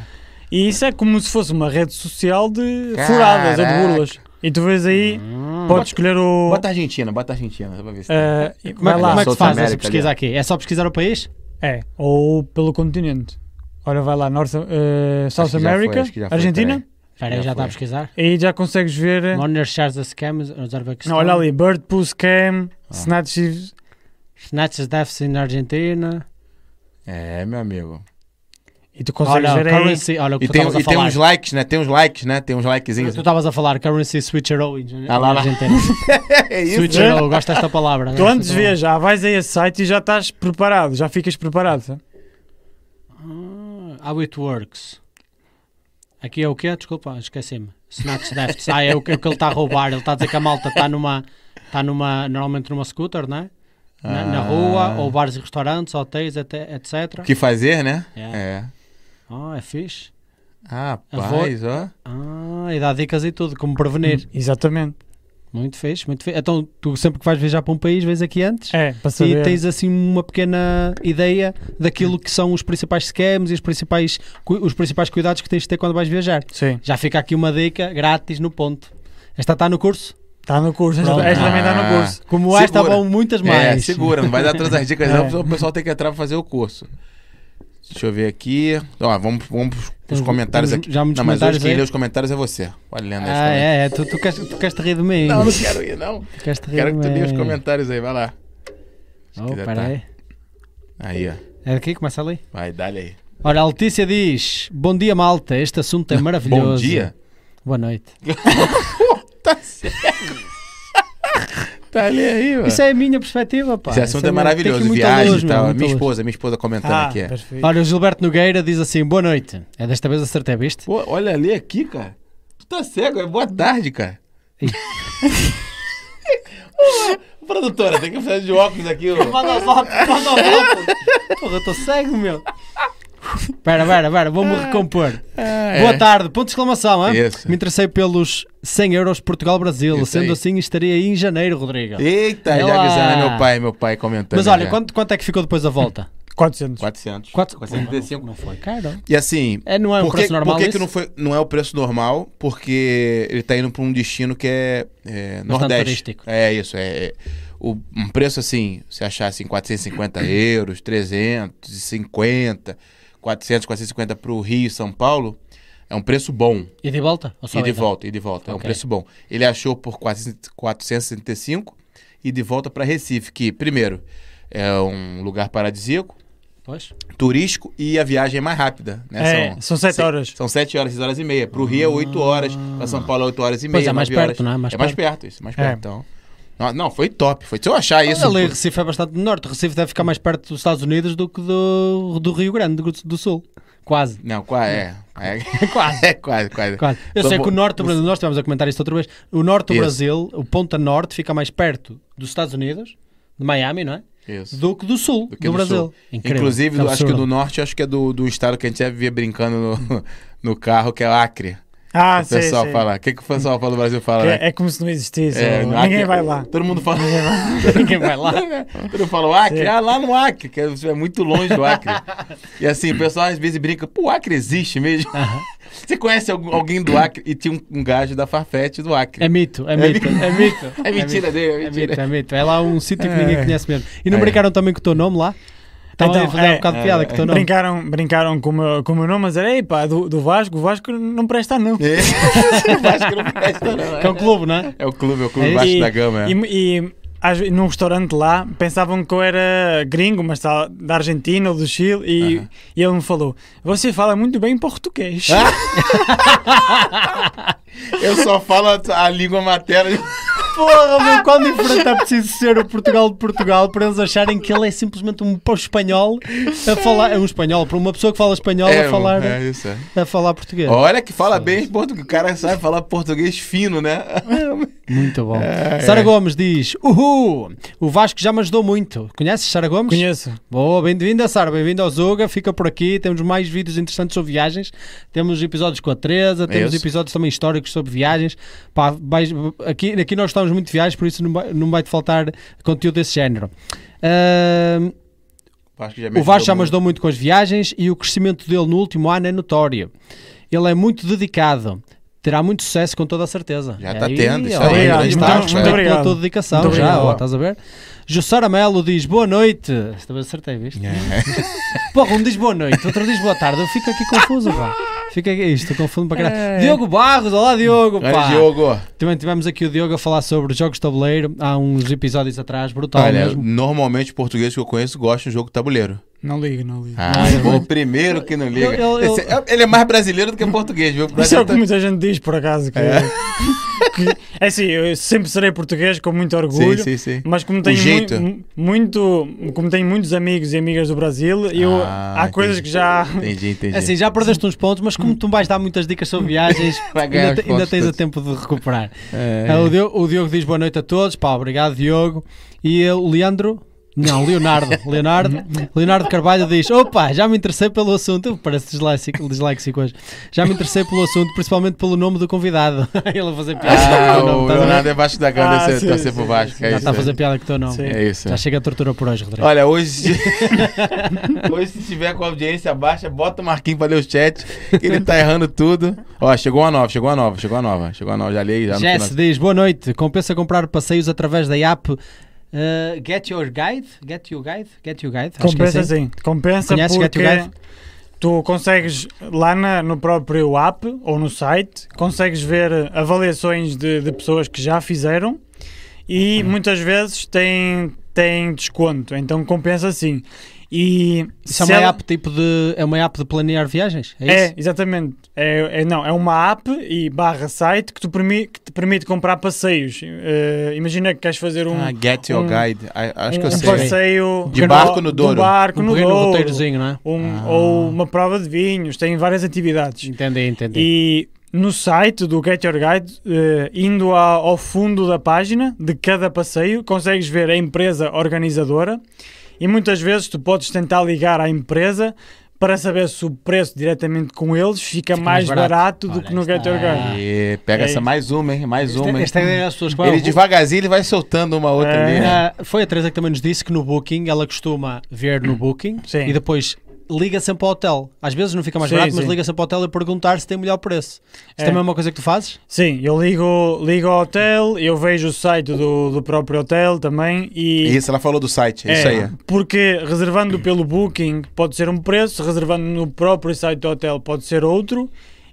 S3: E isso é como se fosse uma rede social de
S1: Caraca.
S3: furadas ou de burlas. E tu vês aí,
S2: Hum.
S3: podes escolher o.
S1: Bota a Argentina, bota a Argentina, só pra ver se. tá.
S3: eh,
S2: Como é,
S3: vai
S2: que-
S1: lá,
S2: como é que
S1: South
S2: se faz essa
S1: America,
S2: pesquisa aqui? É só pesquisar o país?
S3: É, ou pelo continente. Ora, vai lá, North, eh, South
S1: que já foi,
S3: América,
S1: acho que já foi,
S3: Argentina.
S2: Espera aí,
S1: Já
S2: já está a
S1: É, foi.
S2: pesquisar.
S3: Aí já consegues ver. eh,
S2: Monitors shares the scams in Uzbekistan.
S3: É. Não, olha ali, Bird Poo Scam,
S1: Ah.
S3: Snatches.
S2: Snatches deaths in Argentina.
S1: É, meu amigo.
S3: E tu consegues
S2: Olha,
S3: ver aí.
S2: currency, olha o que
S1: E
S2: tu
S1: tem,
S2: estavas a
S1: e tem
S2: falar.
S1: uns likes, né? Tem uns likes, né? Tem uns likezinhos.
S2: Tu estavas a falar currency switcheroo in
S1: Ah, lá, lá.
S2: Argentina.
S1: é
S2: Switcheroo, gosto desta palavra.
S3: Tu
S2: né?
S3: antes
S2: Esta palavra.
S3: vês, já vais a esse site e já estás preparado, já ficas preparado. sabe?
S2: Ah, How it works. Aqui é o quê? Desculpa, esqueci-me. Snatch thefts. Ah, é o que, o que ele está a roubar. Ele está a dizer que a malta está numa, está numa, normalmente numa scooter, não é? Na, na
S1: Ah.
S2: rua, ou bares e restaurantes, hotéis, até- etc.
S1: O que fazer, né?
S2: Yeah.
S1: É.
S2: Ah, é fixe.
S1: Ah,
S2: Avô-
S1: rapaz, ó.
S2: Ah, e dá dicas e tudo, como prevenir.
S3: Exatamente.
S2: Muito fixe, muito fixe. Então, tu sempre que vais viajar para um país, vês aqui antes
S3: É, para
S2: e
S3: saber.
S2: tens assim uma pequena ideia daquilo que são os principais scams e os principais, cu- os principais cuidados que tens de ter quando vais viajar.
S3: Sim.
S2: Já fica aqui uma dica grátis no ponto. Esta está no curso.
S3: Está no curso, esta,
S2: Pronto.
S3: esta também está no
S1: Ah.
S3: curso.
S2: Como
S1: Segura.
S2: esta, vão muitas mais.
S1: É, segura, não vai dar todas as dicas, não,
S3: É.
S1: senão o pessoal tem que entrar pra fazer o curso. Deixa eu ver aqui. Ó, vamos, vamos pros
S2: Temos-
S1: comentários
S2: temos
S1: aqui.
S2: Então, já muitos
S1: não, mas
S2: comentários
S1: hoje quem
S2: aí.
S1: lê os comentários é você. Olha, lendo
S2: Ah, é, é. Tu, tu queres, tu queres te rir de mim.
S1: Não, não quero ir, não.
S2: Queres te rir
S1: Quero
S2: de
S1: que tu
S2: mim.
S1: leia os comentários aí, vai lá.
S2: Oh,
S1: quiser,
S2: espera
S1: tá.
S2: aí.
S1: Aí, ó.
S2: É aqui, começa ali.
S1: Vai, dá-lhe aí.
S2: Ora, a Letícia diz: Bom dia, malta. Este assunto é maravilhoso.
S1: Bom dia.
S2: Boa noite.
S1: Tá certo. tá ali aí, ó.
S2: Isso é a minha perspectiva, pá.
S1: Esse
S2: Isso
S1: assunto
S2: a
S1: é
S2: minha- tem que ir
S1: maravilhoso,
S2: muito
S1: viagem
S2: longe,
S1: e
S2: meu,
S1: tal.
S2: muito
S1: Minha
S2: longe.
S1: esposa, minha esposa comentando então
S3: Ah,
S1: aqui. é. ó.
S3: perfeito.
S2: Olha, o Gilberto Nogueira diz assim: Boa noite. É desta vez acertei, viste?
S1: Pô, olha ali aqui, cara. Tu tá cego, é boa tarde, cara.
S2: Ih.
S1: Ô, Produtora, tem que precisar de óculos aqui, ó.
S2: Manda os óculos, manda os óculos. Porra, eu estou cego, meu. Pera, pera, pera, vou-me recompor.
S1: Ah,
S2: Boa
S1: é.
S2: tarde, ponto de exclamação, hein?
S1: Isso.
S2: Me interessei pelos 100 euros Portugal-Brasil.
S1: Isso
S2: Sendo
S1: aí.
S2: assim, estaria aí em janeiro, Rodrigo.
S1: Eita,
S2: Olha
S1: já
S2: lá.
S1: avisaram meu pai, meu pai comentando.
S2: Mas olha,
S1: já.
S2: quanto, quanto é que ficou depois da volta?
S3: 400.
S1: 400.
S2: Quatro-
S1: 435.
S2: Não foi caro.
S1: E assim,
S2: É, não é um
S1: por que,
S2: preço normal
S1: por que, que
S2: isso?
S1: não, foi, não é o preço normal? Porque ele tá indo pra um destino que é, é Nordeste.
S2: turístico.
S1: É isso, é. é. O, um preço assim, se achasse em 450 euros, 350, 400, 450 pro Rio e São Paulo, é um preço bom.
S2: E de volta? Ou É só
S1: E de
S2: ida?
S1: volta, e de volta. É um
S2: Ok.
S1: preço bom. Ele achou por 400 465 e de volta para Recife, que, primeiro, é um lugar paradisíaco,
S2: Pois.
S1: turístico e a viagem é mais rápida. Né?
S3: É, são sete
S1: se-
S3: horas.
S1: São 7 horas, 6 horas e meia. Para o Rio é 8 horas, para São Paulo é 8 horas e meia.
S2: Pois é, mais
S1: nove
S2: perto,
S1: horas.
S2: não é? Mais
S1: é mais
S2: perto.
S1: perto, isso, mais perto. Então, não, não, foi top. Foi, se eu achar
S2: Mas
S1: isso.
S2: ali Recife é bastante do norte. Recife deve ficar mais perto dos Estados Unidos do que do, do Rio Grande do, do Sul. Quase.
S1: Não, quase. É, é, quase. É, quase, quase.
S2: Quase. Eu sei que o norte do Brasil, nós estivemos a comentar isto outra vez. O norte do
S1: Isso.
S2: Brasil, o ponta norte, fica mais perto dos Estados Unidos, de Miami, não é?
S1: Isso.
S2: Do que do sul do,
S1: que sul.
S2: Brasil. Incrível.
S1: Inclusive, do- acho que
S2: absurdo.
S1: do norte, acho que é do, do estado que a gente já via brincando no, no carro, que é Acre.
S3: Ah,
S1: o
S3: sim,
S1: pessoal
S3: sim.
S1: fala. O que, que o pessoal fala do Brasil fala? né?
S3: É, é como se não existisse.
S1: É,
S3: ou-
S1: no
S3: Ninguém
S1: Acre-
S3: vai lá.
S1: Todo mundo fala.
S2: Ninguém vai lá.
S1: Então, Todo mundo fala o Acre? Ah, lá no Acre, que é muito longe do Acre. e assim, o pessoal às vezes brinca, pô, o Acre existe mesmo? Você conhece algum- alguém do Acre? E tinha um, um gajo da Farfetch do Acre.
S2: É mito, é mito, é mito.
S1: É mentira dele, é
S2: É mito,
S1: mentira.
S2: é mito. É lá um sítio que
S3: É.
S2: ninguém conhece mesmo. E não
S1: É.
S2: brincaram também com o teu nome lá? Estavam
S3: Então,
S2: a fazer um
S3: é,
S2: bocado de
S1: é,
S2: piada com o teu nome.
S3: Brincaram, brincaram com, o meu, com o meu nome, mas era, ei pá, do, do Vasco, o Vasco não presta não.
S1: É. o Acre não presta, não.
S2: Que é um clube, não é?
S1: É o clube, é o
S2: É
S1: clube
S2: isso.
S1: baixo
S3: E-
S1: da gama. é.
S3: E, e às ve- num restaurante lá, pensavam que eu era gringo, mas tá, da Argentina ou do Chile, e,
S1: Aham.
S3: e ele me falou: Você fala muito bem português.
S1: Ah! Eu só falo a, a língua materna.
S2: Porra, meu, quão diferente é preciso ser o Portugal de Portugal para eles acharem que ele é simplesmente um pô- espanhol a falar. É um espanhol, para uma pessoa que fala espanhol
S1: é,
S2: a, falar,
S1: é isso. é.
S2: a falar português.
S1: Olha que fala bem português. O cara sabe falar português fino, né?
S2: Muito bom.
S1: É,
S2: Sara
S1: é.
S2: Gomes diz: Uhul, o Vasco já me ajudou muito. Conheces Sara Gomes?
S3: Conheço.
S2: Boa, bem-vinda, Sara. Bem-vinda ao Zuga. Fica por aqui. Temos mais vídeos interessantes sobre viagens. Temos episódios com a Teresa, temos
S1: É Isso.
S2: episódios também históricos sobre viagens. Pá, vais- aqui, aqui nós estamos muito de viagens, por isso não vai, não vai te faltar conteúdo desse género. Ahm,
S1: Vasco já
S2: o Vasco já me ajudou muito com as viagens e o crescimento dele no último ano é notório. Ele é muito dedicado. Terá muito sucesso com toda a certeza.
S1: Já
S2: É
S1: tá
S2: aí,
S1: tendo, isso
S2: ó,
S1: aí,
S2: olha,
S1: grande
S2: muito-
S1: destaque,
S2: muito
S1: é.
S2: obrigado pela
S3: Obrigado.
S2: tua dedicação
S3: Muito
S2: já,
S3: obrigado.
S2: ó, estás a ver? Jussara Melo diz boa noite.
S1: É.
S2: Esta vez acertei, viste? Porra, um diz boa noite, outro diz boa tarde. Eu fico aqui confuso, pá. Fica aqui, isto confundo para caralho.
S4: É.
S2: Diogo Barros, olá Diogo, pá.
S1: Olha, Diogo.
S2: Também tivemos aqui o Diogo a falar sobre jogos de tabuleiro há uns episódios atrás, brutal
S3: Tá
S1: Olha,
S2: mesmo.
S1: normalmente os portugueses que eu conheço gostam de jogo tabuleiro.
S3: Não ligo, não ligo.
S1: Ah, o primeiro que não liga.
S2: Eu- eu- eu-
S1: Esse é- ele é mais brasileiro do que português, viu?
S3: Isso é o
S1: Brasileiro tá-
S3: que muita gente diz, por acaso. Que, é. que, é assim, eu sempre serei português com muito
S1: tá-
S3: orgulho.
S1: Sim, sim, sim.
S3: Mas como tenho,
S1: jeito.
S3: mui- mu- muito, como tenho muitos amigos e amigas do Brasil, eu,
S1: Ah,
S3: há coisas
S1: entendi.
S3: que já.
S1: Entendi, entendi.
S2: É Assim, já perdeste uns pontos, mas como tu vais dar muitas dicas sobre viagens,
S1: Vai ganhar
S2: ainda, te-
S1: os
S2: ainda
S1: pontos
S2: tens a
S1: todos.
S2: tempo de recuperar.
S1: É.
S2: Ah, O, Diogo, o Diogo diz boa noite a todos, pá, obrigado Diogo. E ah, o Leandro, não, Leonardo, Leonardo, Leonardo Carvalho diz, opa, já me interessei pelo assunto, Eu parece disléxico, disléxico hoje, já me interessei pelo assunto, principalmente pelo nome do convidado. Ele a fazer
S1: Ah,
S2: piada com o
S1: o
S2: teu nome, estás a ver?
S1: Leonardo é baixo da cama,
S3: tá Ah,
S1: deve ser-
S3: sim,
S1: deve ser por
S3: sim, tá
S1: baixo.
S3: sim.
S1: é
S2: Já
S1: isso
S2: está a
S1: aí.
S2: fazer piada com o teu nome.
S3: Sim.
S1: É isso.
S2: Já chega a tortura por hoje, Rodrigo.
S1: Olha, hoje. hoje, se tiver com a audiência baixa, bota o Marquinhos pra ler o chat, que ele tá errando tudo. Ó, chegou uma nova, chegou uma nova, chegou uma nova. Chegou uma nova, já li, já no
S2: Jess
S1: final.
S2: diz, boa noite, compensa comprar passeios através da app eh, Get Your Guide? Get Your Guide? Get Your Guide? Acho que é
S3: Compensa
S2: assim.
S3: sim, compensa
S2: Conheces Get Your
S3: porque tu consegues lá na- no próprio app ou no site, consegues ver avaliações de, de pessoas que já fizeram e
S2: Uhum.
S3: muitas vezes tem, tem desconto, então compensa sim. E
S2: Isso é
S3: se
S2: uma
S3: ela-
S2: app tipo de. É uma app de planear viagens? É,
S3: É,
S2: isso?
S3: exatamente. É, é- não, é uma app e barra site que, tu permi- que te permite comprar passeios. Eh, imagina que queres fazer um,
S1: Ah, Get Your
S3: um-
S1: Guide. Ah, Acho que
S3: um
S1: eu sei.
S3: passeio
S1: De barco no
S3: do
S1: Douro.
S3: barco
S2: Um
S3: no
S2: pequeno
S3: Douro.
S2: roteirozinho, não é?
S3: um-
S1: Ah.
S3: ou uma prova de vinhos, tem várias atividades.
S2: Entendi, entendi.
S3: E no site do Get Your Guide, eh, indo a- ao fundo da página de cada passeio, consegues ver a empresa organizadora e muitas vezes tu podes tentar ligar à empresa para saber se o preço diretamente com eles fica, mais,
S2: mais barato.
S3: barato, do
S2: Olha,
S3: que no Get Your
S2: está.
S3: Guide.
S1: E pega
S3: É
S1: essa
S3: isso.
S1: mais uma, hein? Mais uma. hein?
S2: Esta é as pessoas que vão
S1: Ele
S2: ao-
S1: devagarzinho ele vai soltando uma outra
S3: É.
S1: ali. né?
S2: Ah, Foi a Teresa que também nos disse que no Booking ela costuma ver no Booking
S3: Sim.
S2: e depois liga sempre ao hotel. Às vezes não fica mais
S3: Sim,
S2: barato, mas
S3: sim.
S2: liga sempre ao hotel e perguntar se tem melhor preço. Isso
S3: É.
S2: também é uma coisa que tu fazes?
S3: Sim, eu ligo, ligo ao hotel, eu vejo o site do, do próprio hotel também e É.
S1: Isso, ela falou do site. É Isso aí.
S3: Porque reservando pelo Booking pode ser um preço, reservando no próprio site do hotel pode ser outro.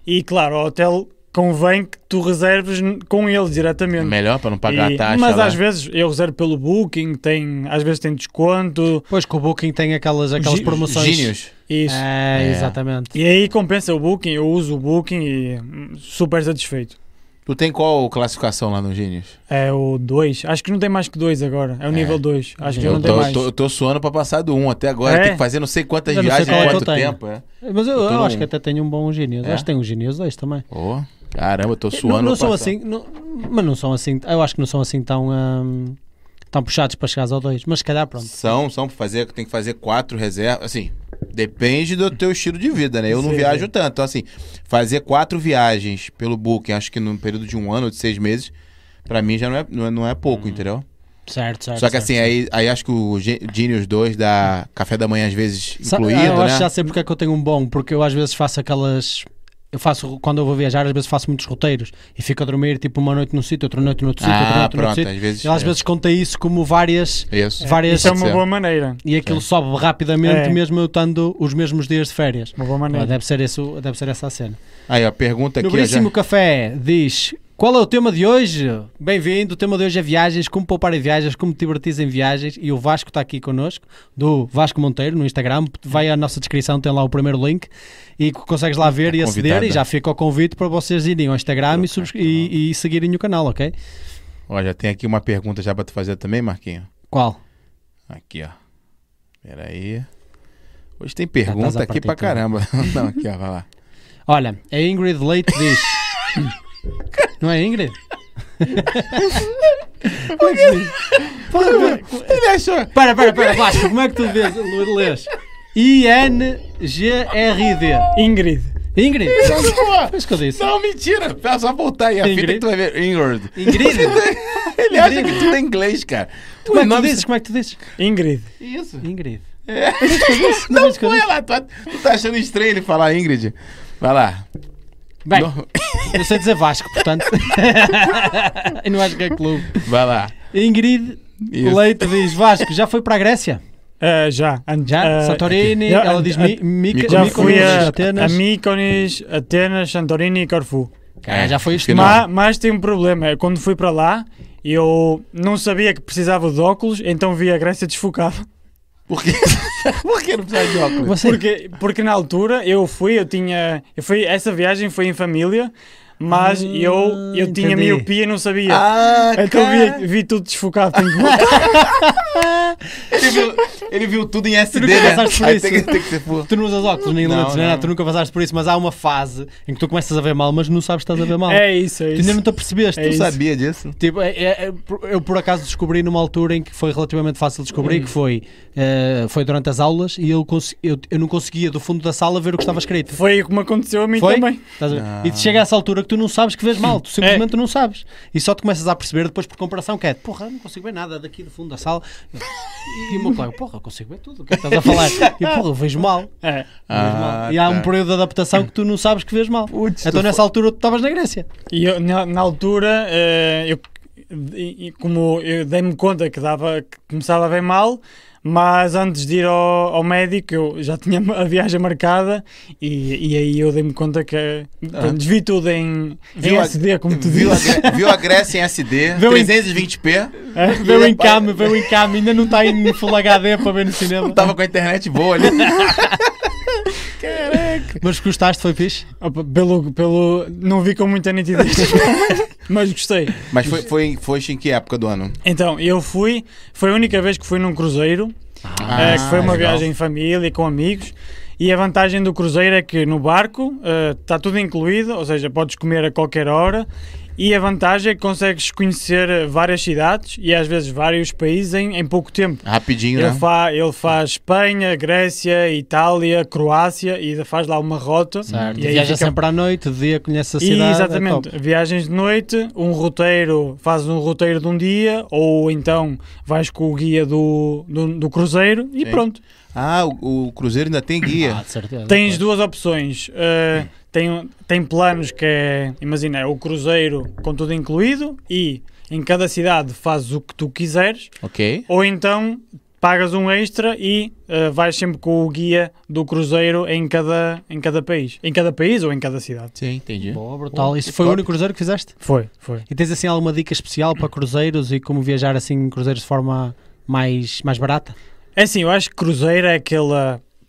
S3: E claro, o hotel convém que tu reserves n- com eles diretamente.
S1: Melhor pra não é pagar
S3: E-
S1: a taxa.
S3: mas
S1: lá.
S3: às vezes eu reservo pelo Booking, tem, às vezes tem desconto.
S2: Pois que o Booking tem aquelas, aquelas
S1: Gi-
S2: promoções.
S1: Gínios.
S3: Isso.
S2: É,
S1: É.
S2: exatamente.
S3: E aí compensa o Booking, eu uso o Booking e hum, super satisfeito.
S1: Tu tem qual classificação lá no Gínios?
S3: É o 2, acho que não tem mais que 2 agora, é o
S1: É.
S3: nível 2, acho que
S2: Eu
S3: não
S1: tô,
S3: tem mais.
S1: tô- eu tô suando pra passar do 1 até agora.
S3: É?
S1: Tem que fazer não sei quantas
S2: Eu não sei
S1: viagens,
S2: qual é que
S1: quanto
S2: eu tenho.
S1: tempo. É.
S2: Mas eu,
S1: Eu tô
S2: eu
S1: num-
S2: acho que até tenho um bom Genius.
S1: É?
S2: Acho que tenho um Genius 2 também.
S1: Ô, caramba, eu tô suando.
S2: não, não
S1: pra
S2: são
S1: passar.
S2: assim, não- mas não são assim, eu acho que não são assim tão, hum, tão puxados para chegar ao 2, mas se calhar pronto.
S1: São, são pra fazer, tem que fazer quatro reservas, assim, depende do teu estilo de vida, né? Eu não
S3: Sim,
S1: viajo
S3: sim.
S1: tanto, então assim, fazer quatro viagens pelo booking, acho que num período de um ano ou de seis meses, pra mim já não é, não é, não é pouco, entendeu?
S2: Certo, certo.
S1: Só que
S2: Hum, tá certo,
S1: assim,
S2: certo.
S1: aí, aí acho que o Gen- Genius 2 dá café da manhã às vezes
S2: Sa-
S1: incluído,
S2: ah, eu acho
S1: né?
S2: que já sei porque é que eu tenho um bom, porque eu às vezes faço aquelas. Eu faço, quando eu vou viajar, às vezes faço muitos roteiros e fico a dormir tipo uma noite num sítio, outra noite no outro sítio, outra
S1: ah,
S2: noite no
S1: pronto,
S2: outro sítio.
S1: às vezes...
S2: E ela às vezes conta isso como várias.
S1: Isso.
S2: várias
S3: Isso é uma
S1: Certo.
S3: boa maneira.
S2: e aquilo sobe rapidamente,
S3: É.
S2: mesmo eu estando os mesmos dias de férias.
S3: Uma boa maneira.
S2: Deve ser, esse, o- deve ser essa a cena.
S1: Aí, ó, pergunta aqui, ó, já-
S2: Nobríssimo Café diz: Qual é o tema de hoje? Bem-vindo, o tema de hoje é viagens, como poupar em viagens, como te divertir em viagens. E o Vasco está aqui connosco, do Vasco Monteiro, no Instagram. Vai à nossa descrição, tem lá o primeiro link e co- consegues lá ver e aceder.
S1: Tá convidada.
S2: E já fica o convite para vocês irem ao Instagram e, subs- e- e seguirem o canal, ok?
S1: ó, já tem aqui uma pergunta já pra tu fazer também, Marquinho.
S2: Qual?
S1: Aqui, ó. Peraí. Hoje tem
S2: Tá, tá
S1: pergunta
S2: a
S1: aqui pra
S2: partitura.
S1: caramba. Não, aqui, ó, vai lá.
S2: Olha, a Ingrid Leite diz. Não é Ingrid? Como é que se diz? Fala, fala.
S1: Ele achou.
S2: Pera, pera, pera, Vasco, como é que tu vês, Lu- lês? I-N-G-R-D.
S3: Ingrid,
S2: Ingrid?
S1: Pô,
S2: Foi isso que eu disse.
S1: Não, mentira. Pera, Só voltar aí. A fita
S2: Ingrid?
S1: que tu vai ver. Ingrid.
S2: Ingrid?
S3: é
S1: Ele acha que tudo é inglês, cara.
S2: Como é que tu
S1: nome-
S2: dizes? Como é que tu dizes?
S3: Ingrid.
S1: Isso.
S2: Ingrid.
S1: É.
S2: Não,
S1: Não foi é lá. Tu tu tá achando estranho ele falar Ingrid? Vai lá.
S2: Bem,
S1: No-
S2: eu sei dizer Vasco, portanto. E não acho que é clube.
S1: Vai lá.
S2: Ingrid
S1: Isso.
S2: Leite diz: Vasco, já foi para a Grécia?
S3: Ah, já. An-
S2: Já?
S3: ah,
S2: Santorini,
S3: já,
S2: ela
S3: an-
S2: diz
S3: an-
S2: mi, Mica,
S3: já
S2: Mykonos,
S3: fui a, a
S2: Atenas.
S3: Mykonos, Atenas, Santorini e Corfu.
S2: Cara, Ah, já foi isto.
S1: Final.
S2: Mas,
S1: Não.
S3: Ma- Mas tem um problema, é quando fui para lá, eu não sabia que precisava de óculos, então vi a Grécia desfocada.
S1: Por quê? Por que não precisar de óculos?
S2: você,
S3: Porque, porque na altura eu fui, eu tinha. Eu fui, essa viagem foi em família, mas
S2: Ah,
S3: eu, eu tinha
S2: entendi.
S3: miopia e não sabia.
S1: Ah,
S2: É,
S3: então
S1: cara.
S3: vi, vi tudo desfocado. tenho que voltar.
S1: Ele viu, ele viu tudo em SD,
S2: nunca
S1: né?
S2: passaste por
S1: Aí
S2: isso.
S1: tem, que- tem que ser full.
S2: tu não usas óculos nem
S1: Não,
S2: lentes, nem
S1: não.
S2: nada, tu nunca passaste por isso, mas há uma fase em que tu começas a ver mal, mas não sabes que estás a ver mal.
S3: é isso, é
S2: tu ainda não
S3: isso.
S2: te apercebeste.
S3: É
S1: Tu
S3: isso.
S1: sabia disso?
S2: Tipo, é- é- é- por- eu por acaso descobri numa altura em que foi relativamente fácil descobrir, que foi, eh, foi durante as aulas e eu, conse- eu, eu não conseguia do fundo da sala ver o que estava escrito.
S3: Foi como aconteceu a mim
S2: Foi?
S3: também.
S2: Estás a ver?
S1: Ah.
S2: E te chega a essa altura que tu não sabes que vês mal, tu simplesmente não sabes. E só te começas a perceber depois por comparação que é, porra, eu não consigo ver nada daqui do fundo da sala. E, e o meu colega, porra, eu consigo ver tudo, o que é que estás a falar? E porra, eu vejo mal.
S3: É.
S2: vejo mal. E há um período de adaptação que tu não sabes que vês mal.
S1: Ah, tá. Putz,
S2: então
S1: tu
S2: nessa altura tu estavas na Grécia.
S3: E eu, na, na altura, eh, eu, e- e como eu dei-me conta que, dava, que começava a ver mal, mas antes de ir ao, ao médico eu já tinha a viagem marcada e, e aí eu dei-me conta que pronto, vi tudo em,
S1: Ah.
S3: em
S1: Viu a-
S3: SD, como tu
S1: Viu a,
S3: dizes.
S1: Gré- viu a Grécia em SD,
S2: Viu em-
S1: 320p,
S3: É,
S2: Veio em cam, veio em cam, ainda não está em Full HD para ver no cinema.
S1: não tava com a internet boa ali.
S2: Mas gostaste, foi fixe?
S3: opa, pelo, pelo, não vi com muita nitidez, mas gostei.
S1: Mas foi, foi, foi em que época do ano?
S3: Então, eu fui, foi a única vez que fui num cruzeiro
S1: Ah,
S3: Eh, que foi uma
S1: legal.
S3: viagem em família, com amigos. E a vantagem do cruzeiro é que no barco eh, está tudo incluído, ou seja, podes comer a qualquer hora. E a vantagem é que consegues conhecer eh, várias cidades e às vezes vários países em, em pouco
S2: Ah,
S3: tempo.
S1: Rapidinho,
S3: Ele,
S1: né?
S3: fa- ele faz Espanha, Grécia, Itália, Croácia e faz lá uma rota.
S2: Certo.
S3: E aí
S2: Viaja
S3: fica-
S2: sempre à noite, de dia conhece a
S3: e,
S2: cidade. é
S3: exatamente,
S2: top.
S3: viagens de noite, um roteiro, fazes um roteiro de um dia, ou então vais com o guia do, do, do cruzeiro e
S1: Sim.
S3: pronto.
S1: Ah, o, o Cruzeiro ainda tem
S2: Ah,
S1: guia.
S2: de certeza.
S3: Tens duas opções. Uh, tem, tem planos que é, imagina, é o cruzeiro com tudo incluído e em cada cidade fazes o que tu quiseres,
S1: Ok.
S3: ou então pagas um extra e uh, vais sempre com o guia do cruzeiro em cada, em cada país. Em cada país ou em cada cidade.
S1: Sim, entendi.
S2: Boa, brutal. Isso foi o
S1: Top.
S2: único cruzeiro que fizeste?
S3: Foi, foi.
S2: E tens assim alguma dica especial para cruzeiros e como viajar assim em cruzeiros de forma mais, mais barata?
S3: É assim, eu acho que cruzeiro é aquele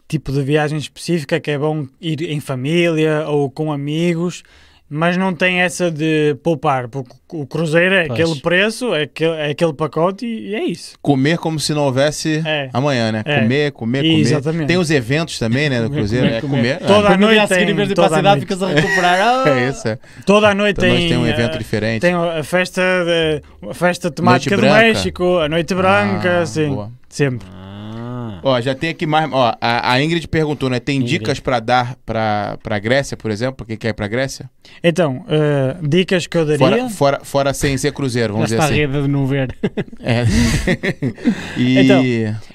S3: tipo de viagem específica que é bom ir em família ou com amigos, mas não tem essa de poupar, porque o cruzeiro é
S2: Pois.
S3: aquele preço, é aquele, é aquele pacote e e é isso.
S1: Comer como se não houvesse
S3: É.
S1: amanhã, né?
S3: É.
S1: Comer, comer, comer.
S3: Exatamente.
S1: Tem os eventos também, né, do
S3: Comer,
S1: Cruzeiro.
S3: comer,
S1: é
S3: comer.
S1: comer.
S3: Toda a
S2: Depois no um dia
S3: noite
S2: a seguir, em
S3: tem-
S2: vez de ir para a
S3: toda a
S2: cidade,
S3: noite.
S2: ficas a recuperar. Ah,
S1: É isso, é.
S3: Toda a noite
S1: Então nós tem um
S3: eh,
S1: evento diferente.
S3: Tem a festa, de, a festa temática do
S1: branca.
S3: México, a Noite Branca,
S1: Ah,
S3: sim,
S1: boa.
S3: sempre.
S2: Ah.
S1: Ó, já tem aqui mais. Ó, a, a Ingrid perguntou, né? Tem
S2: Ingrid.
S1: dicas pra dar pra, pra Grécia, por exemplo? Pra quem quer ir pra Grécia?
S3: Então, eh, dicas que eu daria...
S1: Fora, fora, fora sem ser Cruzeiro,
S2: Já
S1: vamos
S3: tá
S2: está a
S1: dizer assim.
S2: rede de não ver.
S1: É. e.
S3: Então,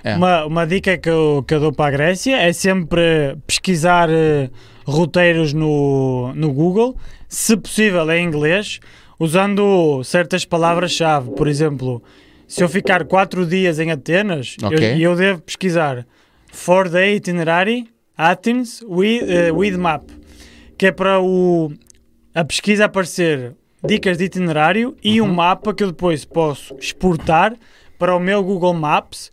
S1: é.
S3: Uma, uma dica que eu, que eu dou para a Grécia é sempre pesquisar eh, roteiros no, no Google, se possível em inglês, usando certas palavras-chave. Por exemplo, se eu ficar 4 dias em Atenas, eu-
S1: Ok.
S3: eu, devo pesquisar 4-day itinerary Athens with, eh, with map, que é para o, a pesquisa aparecer dicas de itinerário e
S2: Uhum.
S3: um mapa que eu depois posso exportar para o meu Google Maps,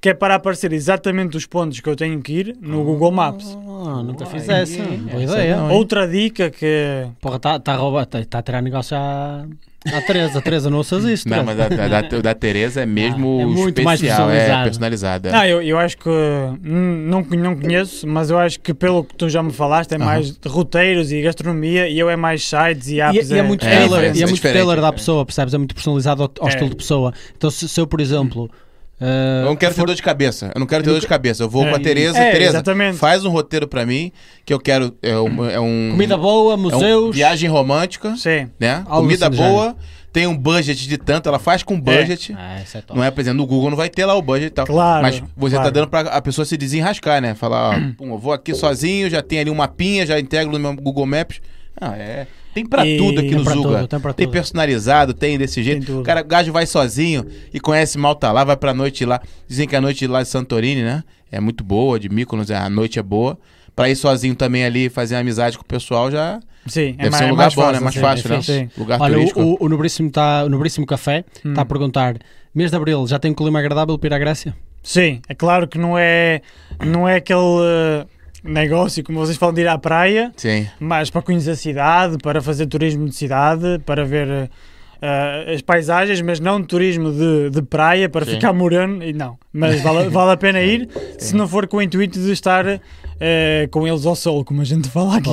S3: que é para aparecer exatamente os pontos que eu tenho que ir no Google Maps.
S2: Ah, nunca fiz
S1: Ai,
S2: essa. Boa
S1: essa
S2: ideia.
S1: não.
S3: Outra dica que
S2: Porra, está tá a roubar, está a tirar negócio à, à Teresa. Teresa, não usas isto.
S1: Não,
S2: Teresa.
S1: mas a da, da, da Tereza é mesmo
S2: Ah, é muito mais
S1: especial, é
S2: personalizado.
S1: personalizada.
S3: não, é, eu, eu acho que hum, não, con- não conheço, mas eu acho que pelo que tu já me falaste é mais de roteiros e gastronomia e eu é mais sites e apps.
S2: E, e é muito
S1: é
S2: tailor,
S1: diferente,
S2: e é
S1: é
S2: muito
S1: diferente.
S2: tailor da pessoa, percebes? É muito personalizado ao, ao
S3: É.
S2: estilo de pessoa. Então, se, se eu, por exemplo. ah,
S1: Eu não quero ter
S2: for-
S1: dor de cabeça. Eu não quero ter dor de cabeça. Eu vou
S3: É,
S1: com a
S3: e-
S1: Tereza.
S3: é,
S1: Tereza,
S3: exatamente.
S1: faz um roteiro pra mim que eu quero. É um. É um
S2: Comida boa,
S1: é um-
S2: museus.
S1: viagem romântica,
S3: Sim.
S1: né?
S2: Algo
S1: Comida
S2: assim do
S1: boa, tem um budget de tanto. Ela faz com budget.
S2: Ah, isso é top.
S1: Não é, por exemplo, no Google não vai ter lá o budget e tal.
S3: Claro,
S1: Mas você tá
S3: claro.
S1: dando pra a pessoa se desenrascar, né? Falar, ó, pum, eu vou aqui sozinho, já tem ali um mapinha, já integro no meu Google Maps. Ah, é. Tem pra
S3: E-
S1: tudo aqui
S3: tem
S1: no
S2: pra
S1: Zuga.
S2: tudo, tem pra tudo.
S1: personalizado, tem desse jeito.
S3: tudo.
S1: O cara, o gajo vai sozinho e conhece malta lá, vai pra noite lá. Dizem que a noite lá de Santorini, né? É muito boa, de Mykonos, a noite é boa. Pra ir sozinho também ali, fazer amizade com o pessoal já...
S3: Sim,
S1: Deve
S3: ma-
S1: ser um lugar
S3: É mais
S1: bom,
S3: fácil,
S1: né? Mais
S3: sim,
S1: fácil, né?
S3: sim.
S1: Lugar
S2: Olha,
S1: turístico.
S2: o, o, o Nobríssimo, tá, o Nobríssimo Café está
S1: Hum.
S2: a perguntar: mês de abril já tem um clima agradável para ir à Grécia?
S3: Sim, é claro que não é, não é aquele eh, negócio, como vocês falam, de ir à praia,
S1: Sim.
S3: mas para conhecer a cidade, para fazer turismo de cidade, para ver eh, eh, as paisagens, mas não turismo de, de praia, para
S1: Sim.
S3: ficar morando, e não. Mas vale, vale a pena ir, se não for com o intuito de estar eh, com eles ao sol, como a gente fala aqui.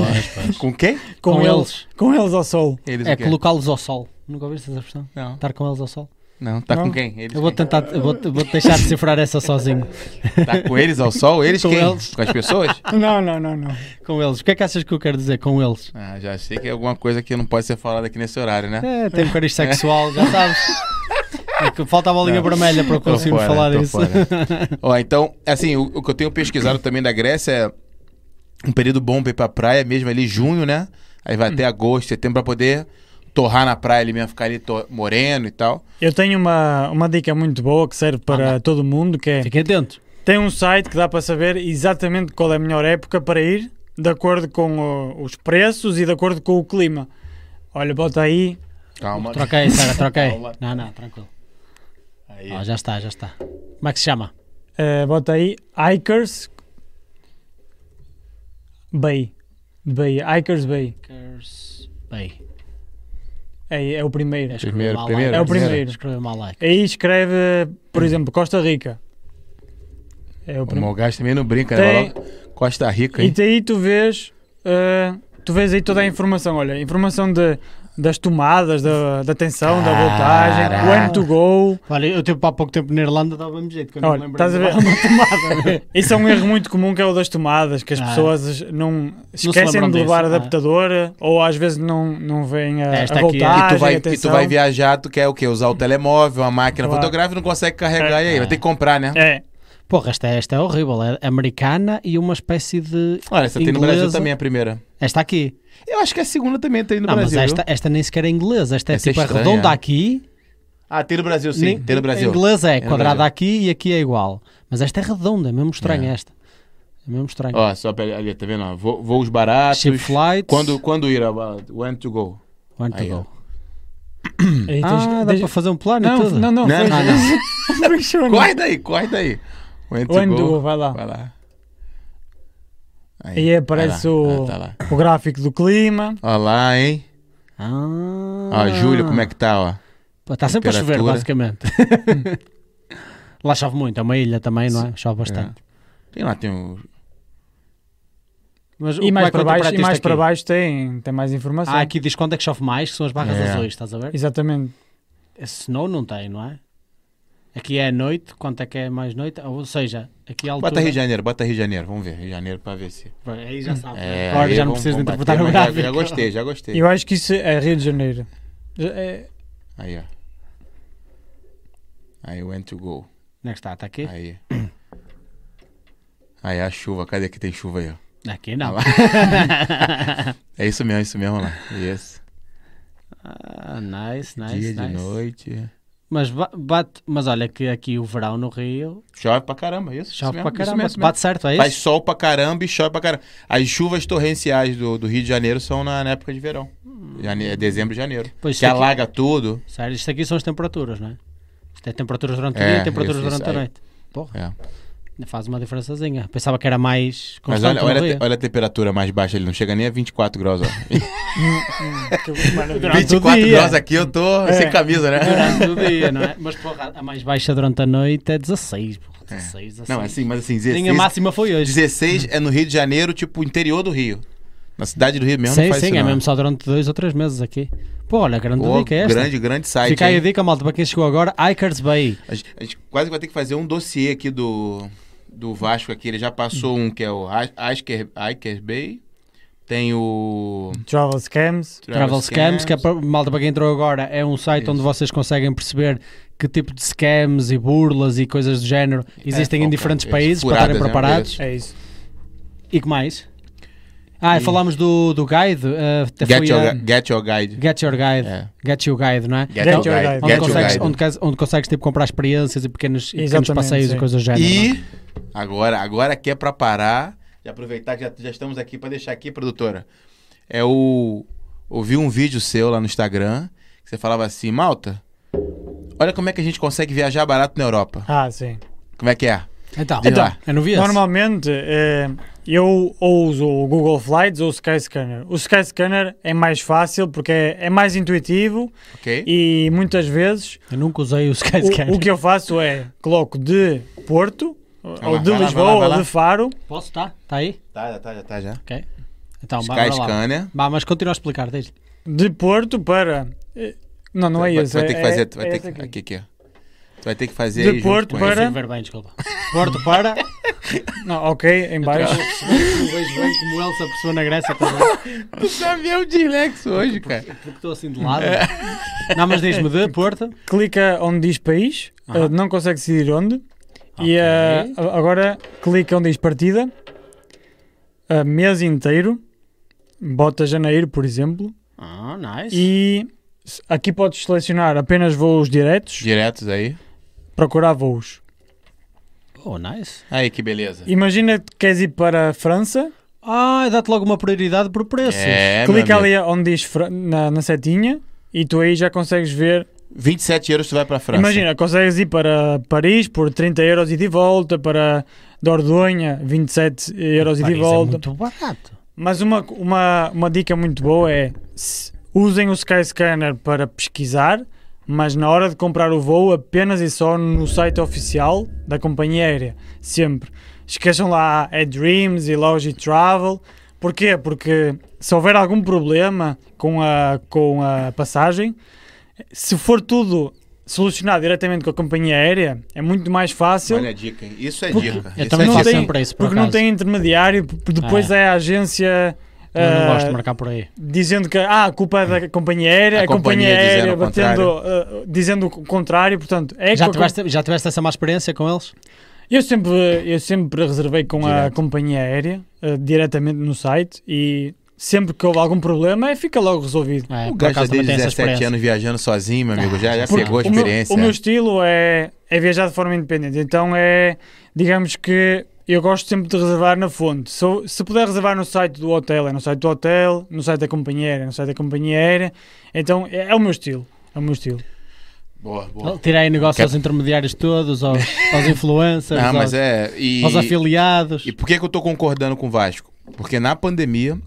S1: Com quem?
S2: Com
S3: ele-
S2: eles.
S3: Com eles ao sol.
S1: Eles
S2: É
S1: o quê?
S2: colocá-los ao sol. Nunca ouviste essa expressão?
S1: Não,
S2: Estar com eles ao sol?
S1: não. Tá
S3: Não.
S1: com quem? Eles
S2: Eu vou
S1: quem?
S2: tentar, eu vou, eu vou deixar de cifrar essa sozinho.
S1: Tá com eles ao sol? Eles
S2: Com
S1: quem?
S2: eles.
S1: Com as pessoas?
S3: Não, não, não, não.
S2: Com eles. O que é que achas que eu quero dizer com eles?
S1: Ah, já sei que é alguma coisa que não pode ser falada aqui nesse horário, né?
S2: É, tem um cariz sexual, já sabes. É que falta a bolinha
S1: Não.
S2: vermelha para eu
S1: Tô
S2: conseguir
S1: fora,
S2: falar
S1: tô
S2: disso.
S1: fora. Ó, então, assim, o, o que eu tenho pesquisado também da Grécia é um período bom pra ir pra praia mesmo ali, junho, né? Aí vai
S2: Hum.
S1: até agosto, setembro, pra poder torrar na praia ali mesmo, ficar ali to- moreno e tal.
S3: Eu tenho uma, uma dica muito boa que serve para todo mundo, que é...
S2: Fiquem atentos.
S3: Tem um site que dá para saber exatamente qual é a melhor época para ir, de acordo com uh, os preços e de acordo com o clima. Olha, bota aí.
S1: Calma.
S2: Troca aí, Sara, troca aí.
S1: Calma.
S2: Não, não, tranquilo.
S1: Aí.
S2: Ó, Ah, já está, já está. Como é que se chama?
S3: eh, bota aí Hikers Bay. De Bahia. Hikers Bay.
S2: Bem,
S3: É, é o primeiro.
S2: escrevi
S1: Primeiro,
S2: mal
S1: primeiro,
S2: like.
S3: É o primeiro.
S2: Escrevi mal like.
S3: Aí escreve, por exemplo, Costa Rica. É o
S1: O
S3: primeiro.
S1: Mogás também não brinca,
S3: Tem-
S1: né? Vai logo Costa Rica,
S3: E
S1: hein?
S3: daí tu vês, eh, tu vês aí toda a informação, olha, informação de, das tomadas, da, da tensão, da voltagem,
S1: Caraca.
S3: when to go.
S2: Olha, eu tive há pouco tempo na Irlanda, dava-me jeito. que eu não
S3: Olha,
S2: me lembro
S3: estás a ver?
S2: ainda. né?
S3: Isso é um erro muito comum que é o das tomadas, que as
S2: Ah.
S3: pessoas não esquecem
S2: lembram
S3: de levar
S2: disso,
S3: adaptador ou às vezes não, não veem a,
S2: É,
S3: a
S2: esta aqui é-
S3: voltagem,
S1: E tu, vai,
S3: a
S1: e tu
S3: tensão.
S1: vai viajar, tu quer o quê? Usar o telemóvel, a máquina
S3: Claro.
S1: fotográfica e não consegue carregar. E
S3: É.
S1: aí, vai ter que comprar, né?
S3: É,
S2: Porra, esta, esta é horrível. É americana e uma espécie de.
S1: Olha, essa tem no
S2: Inglesa.
S1: Brasil também, a primeira.
S2: Esta aqui.
S1: Eu acho que a segunda também tem no
S2: não,
S1: Brasil.
S2: mas
S1: viu?
S2: esta, esta nem sequer é inglesa. Esta é
S1: Essa é
S2: tipo é
S1: estranha.
S2: redonda aqui.
S1: Ah, tem no Brasil, sim.
S2: nem-
S1: tem no Brasil.
S2: A inglesa é
S1: Tem no
S2: quadrada
S1: Brasil.
S2: aqui e aqui é igual. Mas esta é redonda, é mesmo estranha esta. É mesmo estranha.
S1: Ó, só pega ali, tá vendo? ó? Vo- Voos baratos.
S2: Cheap flights.
S1: Quando, quando ir? ó, When to go?
S2: One to
S1: Aí,
S2: go.
S1: ó.
S3: Aí tens-
S2: Ah, dá
S3: tens-
S2: para fazer um plano e
S3: não,
S2: tudo.
S3: não, não,
S1: Não,
S3: foi-
S1: não,
S3: foi show, não.
S1: Corre daí, corre daí. When to
S3: When
S1: go.
S3: to go, vai lá.
S1: é? Vai lá. Aí,
S3: Aí aparece
S1: vai lá.
S3: o-
S1: Ah, tá lá.
S3: O gráfico do clima.
S1: Ó lá, hein? Ó,
S2: Ah,
S1: Júlio, como é que tá, ó?
S2: Está sempre a chover,
S1: Temperatura.
S2: basicamente. Lá chove muito, é uma ilha também, não é? Chove bastante.
S1: Tem lá, tem um- o...
S2: Mas
S3: E
S2: o-
S3: mais
S2: como é que eu
S3: para baixo,
S2: interpreto
S3: e mais
S2: isto
S3: para
S2: aqui?
S3: baixo tem, tem mais informação.
S2: Ah, aqui diz quando é que chove mais, que são as barras
S1: É.
S2: azuis, estás a ver? É
S3: Exatamente.
S2: Snow não tem, não é? Aqui é noite, quanto é que é mais noite? Ou seja, aqui a altura...
S1: Bota Rio de Janeiro, bota Rio de Janeiro. Vamos ver, Rio de Janeiro pra ver se...
S2: Aí já sabes.
S1: É,
S2: Agora
S1: aí
S2: já não
S1: vamos-
S2: precisas de
S1: vamos
S2: interpretar
S1: bater,
S2: o
S1: mas já-
S2: gráfico.
S1: Já gostei, já gostei.
S3: Eu acho que isso é Rio de Janeiro. Já- é-
S1: Aí, ó. Aí, when to go.
S2: Onde é que está? Está aqui?
S1: Aí. Aí a chuva, cadê que tem chuva aí, ó?
S2: Aqui não.
S1: Ah, lá. É isso mesmo, é isso mesmo lá. Isso.
S2: Ah, nice, nice,
S1: Dia
S2: nice.
S1: de noite.
S2: Mas, ba- bate, mas olha que aqui o verão no Rio
S1: Chove pra caramba, isso. isso
S2: chove
S1: mesmo,
S2: para
S1: isso
S2: caramba.
S1: mesmo, isso
S2: bate certo, é
S1: mesmo. Faz
S2: isso?
S1: sol pra caramba e chove pra caramba. As chuvas torrenciais do, do Rio de Janeiro são na, na época de verão. Jane- é dezembro e janeiro.
S2: Pois
S1: que
S2: Hum. isso aqui-
S1: alaga tudo.
S2: Sério, isto aqui são as temperaturas, não é? Isto é temperaturas durante o
S1: É,
S2: dia e temperaturas
S1: isso, isso,
S2: durante a
S1: aí.
S2: noite. Porra.
S1: É.
S2: Faz uma diferençazinha. Pensava que era mais
S1: Mas
S2: constante
S1: olha,
S2: no
S1: olha,
S2: Rio.
S1: a te- olha a temperatura mais baixa ali, não chega nem a 24 graus. Ó.
S3: hum,
S2: Durante o
S1: 24
S2: dia. É.
S1: graus aqui eu tô sem camisa, né?
S2: Durante o dia, não é? Mas porra, a mais baixa durante a noite é 16, porra. 16, 16.
S1: Não, assim, mas assim,
S2: Nem a
S1: 16,
S2: máxima foi hoje.
S1: 16 é no Rio de Janeiro, tipo, interior do Rio. Na cidade do Rio mesmo não
S2: Sim,
S1: faz
S2: sim,
S1: isso,
S2: é
S1: não.
S2: mesmo só durante dois ou três meses aqui. Pô, olha, grande
S1: Pô,
S2: dica é esta.
S1: grande, grande site.
S2: Fica aí a
S1: hein?
S2: dica, malta, para quem chegou agora, Ikers Bay.
S1: A gente, a gente quase vai ter que fazer um dossiê aqui do, do Vasco aqui. Ele já passou um que é o Iker Bay. Tem o.
S3: Travel Scams.
S2: Travel Scams, que é
S1: Scams.
S2: para, malta para quem entrou agora, é um site
S1: Isso.
S2: onde vocês conseguem perceber que tipo de scams e burlas e coisas do género existem
S1: É,
S2: em
S1: ok,
S2: diferentes
S1: isso,
S2: países para
S1: furadas,
S2: estarem
S1: né,
S2: preparados.
S3: É isso.
S2: E que mais? Ah,
S1: E-
S2: falámos do, do guide. eh, até
S1: Get
S2: foi
S1: your,
S2: a-
S1: gu- get your guide.
S2: Get Your Guide.
S1: É.
S2: Get Your Guide, não é?
S1: Get,
S3: Get
S1: your
S3: your
S1: guide.
S3: guide.
S2: Onde,
S1: Get your
S2: consegues,
S1: guide.
S2: onde, cas- onde consegues tipo, comprar experiências e pequenos, e pequenos
S3: Exatamente,
S2: passeios
S3: sim.
S2: e coisas do género. não é?
S1: E agora, agora que é pra parar, e aproveitar que já, já estamos aqui pra deixar aqui, produtora. É o. Ouvi um vídeo seu lá no Instagram que você falava assim, Malta, olha como é que a gente consegue viajar barato na Europa.
S3: Ah, sim.
S1: Como é que é?
S2: Então,
S1: Diz
S2: então
S1: lá.
S2: eu não vi esse.
S3: Normalmente eh, eu ou uso o Google Flights ou o Skyscanner. O Skyscanner é mais fácil porque é, é mais intuitivo
S1: Ok?
S3: e muitas vezes
S2: Eu nunca usei o Skyscanner.
S3: o, o que eu faço é coloco de Porto ou
S1: lá,
S3: de
S1: vai lá,
S3: Lisboa
S1: vai lá, vai lá.
S3: ou de Faro.
S2: Posso? Tá? Tá aí?
S1: Tá, já tá, já tá já.
S2: Ok. Então, vá, vai lá.
S1: Skyscanner.
S2: Vá, mas continua a explicar, diz.
S3: De Porto para. eh, Não, não é
S1: vai,
S3: isso.
S1: vai ter
S3: é-
S1: que fazer.
S3: é-
S1: tu vai
S3: é
S1: ter
S3: esse
S1: que,
S3: aqui.
S1: aqui, aqui, ó. Tu vai ter que fazer
S3: De
S1: aí junto
S3: Porto
S1: com
S3: para-
S1: ele.
S2: Consigo ver bem, desculpa. Porto para.
S3: Não, ok,
S1: Então,
S3: em baixo.
S2: Não vejo bem como ele se apercebeu na Grécia também.
S1: Tu sabe é o Dilex hoje, cara.
S2: Porque estou assim de lado. Não, mas diz-me de Porto.
S3: Clica onde diz país, eh, não consegue decidir onde.
S2: Ok.
S3: E eh, a- agora clica onde diz partida, eh, mês inteiro, bota janeiro, por exemplo.
S2: Ah, nice.
S3: E s- aqui podes selecionar apenas voos diretos,
S1: Diretos aí.
S3: procurar voos.
S2: Oh, nice.
S1: Aí, que beleza.
S3: Imagina que queres ir para a França,
S2: Ah, dá-te logo uma prioridade por preços.
S1: É, meu
S3: clica
S1: amigo.
S3: ali onde diz Fra- na, na setinha e tu aí já consegues ver
S1: 27 euros tu vai pra França.
S3: Imagina, consegues ir para Paris por 30 euros e de volta, para Dordogne 27 euros e de
S2: Paris É
S3: volta.
S2: muito barato.
S3: Mas uma, uma, uma dica muito boa é se- usem o Skyscanner para pesquisar, mas na hora de comprar o voo apenas e só no site oficial da companhia aérea, sempre. Esqueçam lá a Dreams e Logi Travel. Porquê? Porque se houver algum problema com a, com a passagem, se for tudo solucionado diretamente com a companhia aérea, é muito mais fácil.
S1: Olha a dica, hein? Isso é
S3: Porque-
S1: dica.
S2: Eu
S1: Isso
S2: também
S1: é
S3: não
S1: dica.
S2: faço
S3: tem-
S2: sempre isso, por
S3: porque
S2: acaso.
S3: não tem intermediário, p- depois
S2: Ah,
S3: é a agência.
S2: Eu não
S3: ah,
S2: gosto de marcar por aí.
S3: dizendo que ah, a culpa é da companhia aérea,
S1: A
S3: a, companhia,
S1: companhia dizendo
S3: aérea
S1: o
S3: batendo, ah, dizendo o contrário, portanto, é
S2: Já
S3: com a com-
S2: tiveste, já tiveste essa má experiência com eles?
S3: eu sempre eu sempre reservei com a
S1: Direto.
S3: companhia aérea ah, diretamente no site e sempre que houve algum problema é, fica logo resolvido.
S2: É,
S1: O
S2: por
S1: gajo já
S2: acaso também
S1: desde
S2: tem essa
S1: 17
S2: experiência.
S1: anos viajando sozinho, meu amigo. Já, já
S2: Porque
S1: pegou a
S3: o meu-
S1: experiência.
S3: O meu, estilo é, é viajar de forma independente, então é, digamos que eu gosto sempre de reservar na fonte. Se, eu- se puder reservar no site do hotel, é no site do hotel, no site da companhia aérea, é no site da companhia aérea, então é, é o meu estilo. É o meu estilo.
S1: Boa, boa.
S2: Tirei negócio
S1: Quer-
S2: aos intermediários todos, aos, aos influencers,
S1: Não,
S2: aos,
S1: mas é. E,
S2: aos afiliados.
S1: e por que, que eu tô concordando com o Vasco? Porque na pandemia,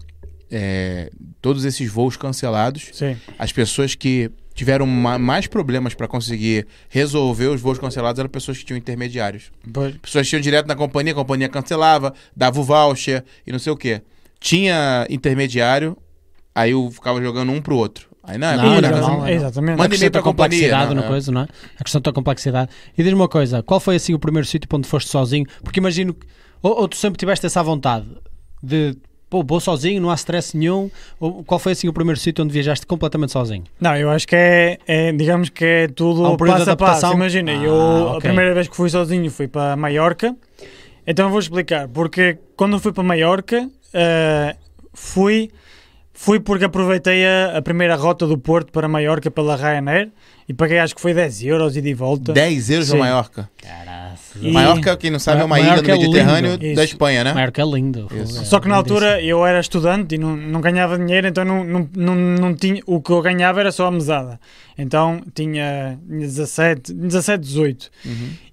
S1: é, todos esses voos cancelados,
S3: Sim.
S1: as pessoas que tiveram ma- mais problemas pra conseguir resolver os voos cancelados eram pessoas que tinham intermediários.
S3: Pois.
S1: pessoas tinham direto na companhia, a companhia cancelava, dava o voucher e não sei o quê. Tinha intermediário, aí eu ficava jogando um pro outro. Aí não, é
S2: Não,
S1: bom,
S2: não,
S1: né?
S2: não,
S3: Exatamente. Exatamente.
S1: Manda
S2: A questão
S1: e-mail
S2: da
S1: pra companhia,
S2: complexidade
S1: não, é.
S2: na coisa, não é? A questão da complexidade. E diz-me uma coisa, qual foi assim o primeiro sítio para onde foste sozinho? Porque imagino que. Ou, ou tu sempre tiveste essa vontade de. Pô, vou sozinho, não há stress nenhum. Ou qual foi assim o primeiro sítio onde viajaste completamente sozinho?
S3: Não, eu acho que é, é, digamos que é
S2: Há
S3: tudo
S2: um período de
S3: passo a passo.
S2: adaptação?
S3: Imagina,
S2: Ah,
S3: eu a
S2: ok.
S3: primeira vez que fui sozinho fui para Maiorca. Então eu vou explicar, porque quando eu fui para Maiorca, eh, fui fui porque aproveitei a, a primeira rota do Porto para Maiorca pela Ryanair e paguei acho que foi 10 euros e de volta.
S1: 10 euros na
S3: Sim.
S1: Maiorca.
S2: Caraca.
S3: E-
S1: Maiorca, quem não sabe, é uma ilha
S2: Maiorca
S1: no
S2: é lindo.
S1: Mediterrâneo
S3: Isso.
S1: da Espanha, né?
S2: Maior que é lindo.
S1: Isso.
S2: fogo, é
S3: Só que na
S2: lindíssimo.
S3: altura eu era estudante e não, não ganhava dinheiro, então não, não, não, não tinha, o que eu ganhava era só a mesada. Então tinha 17, 17 18.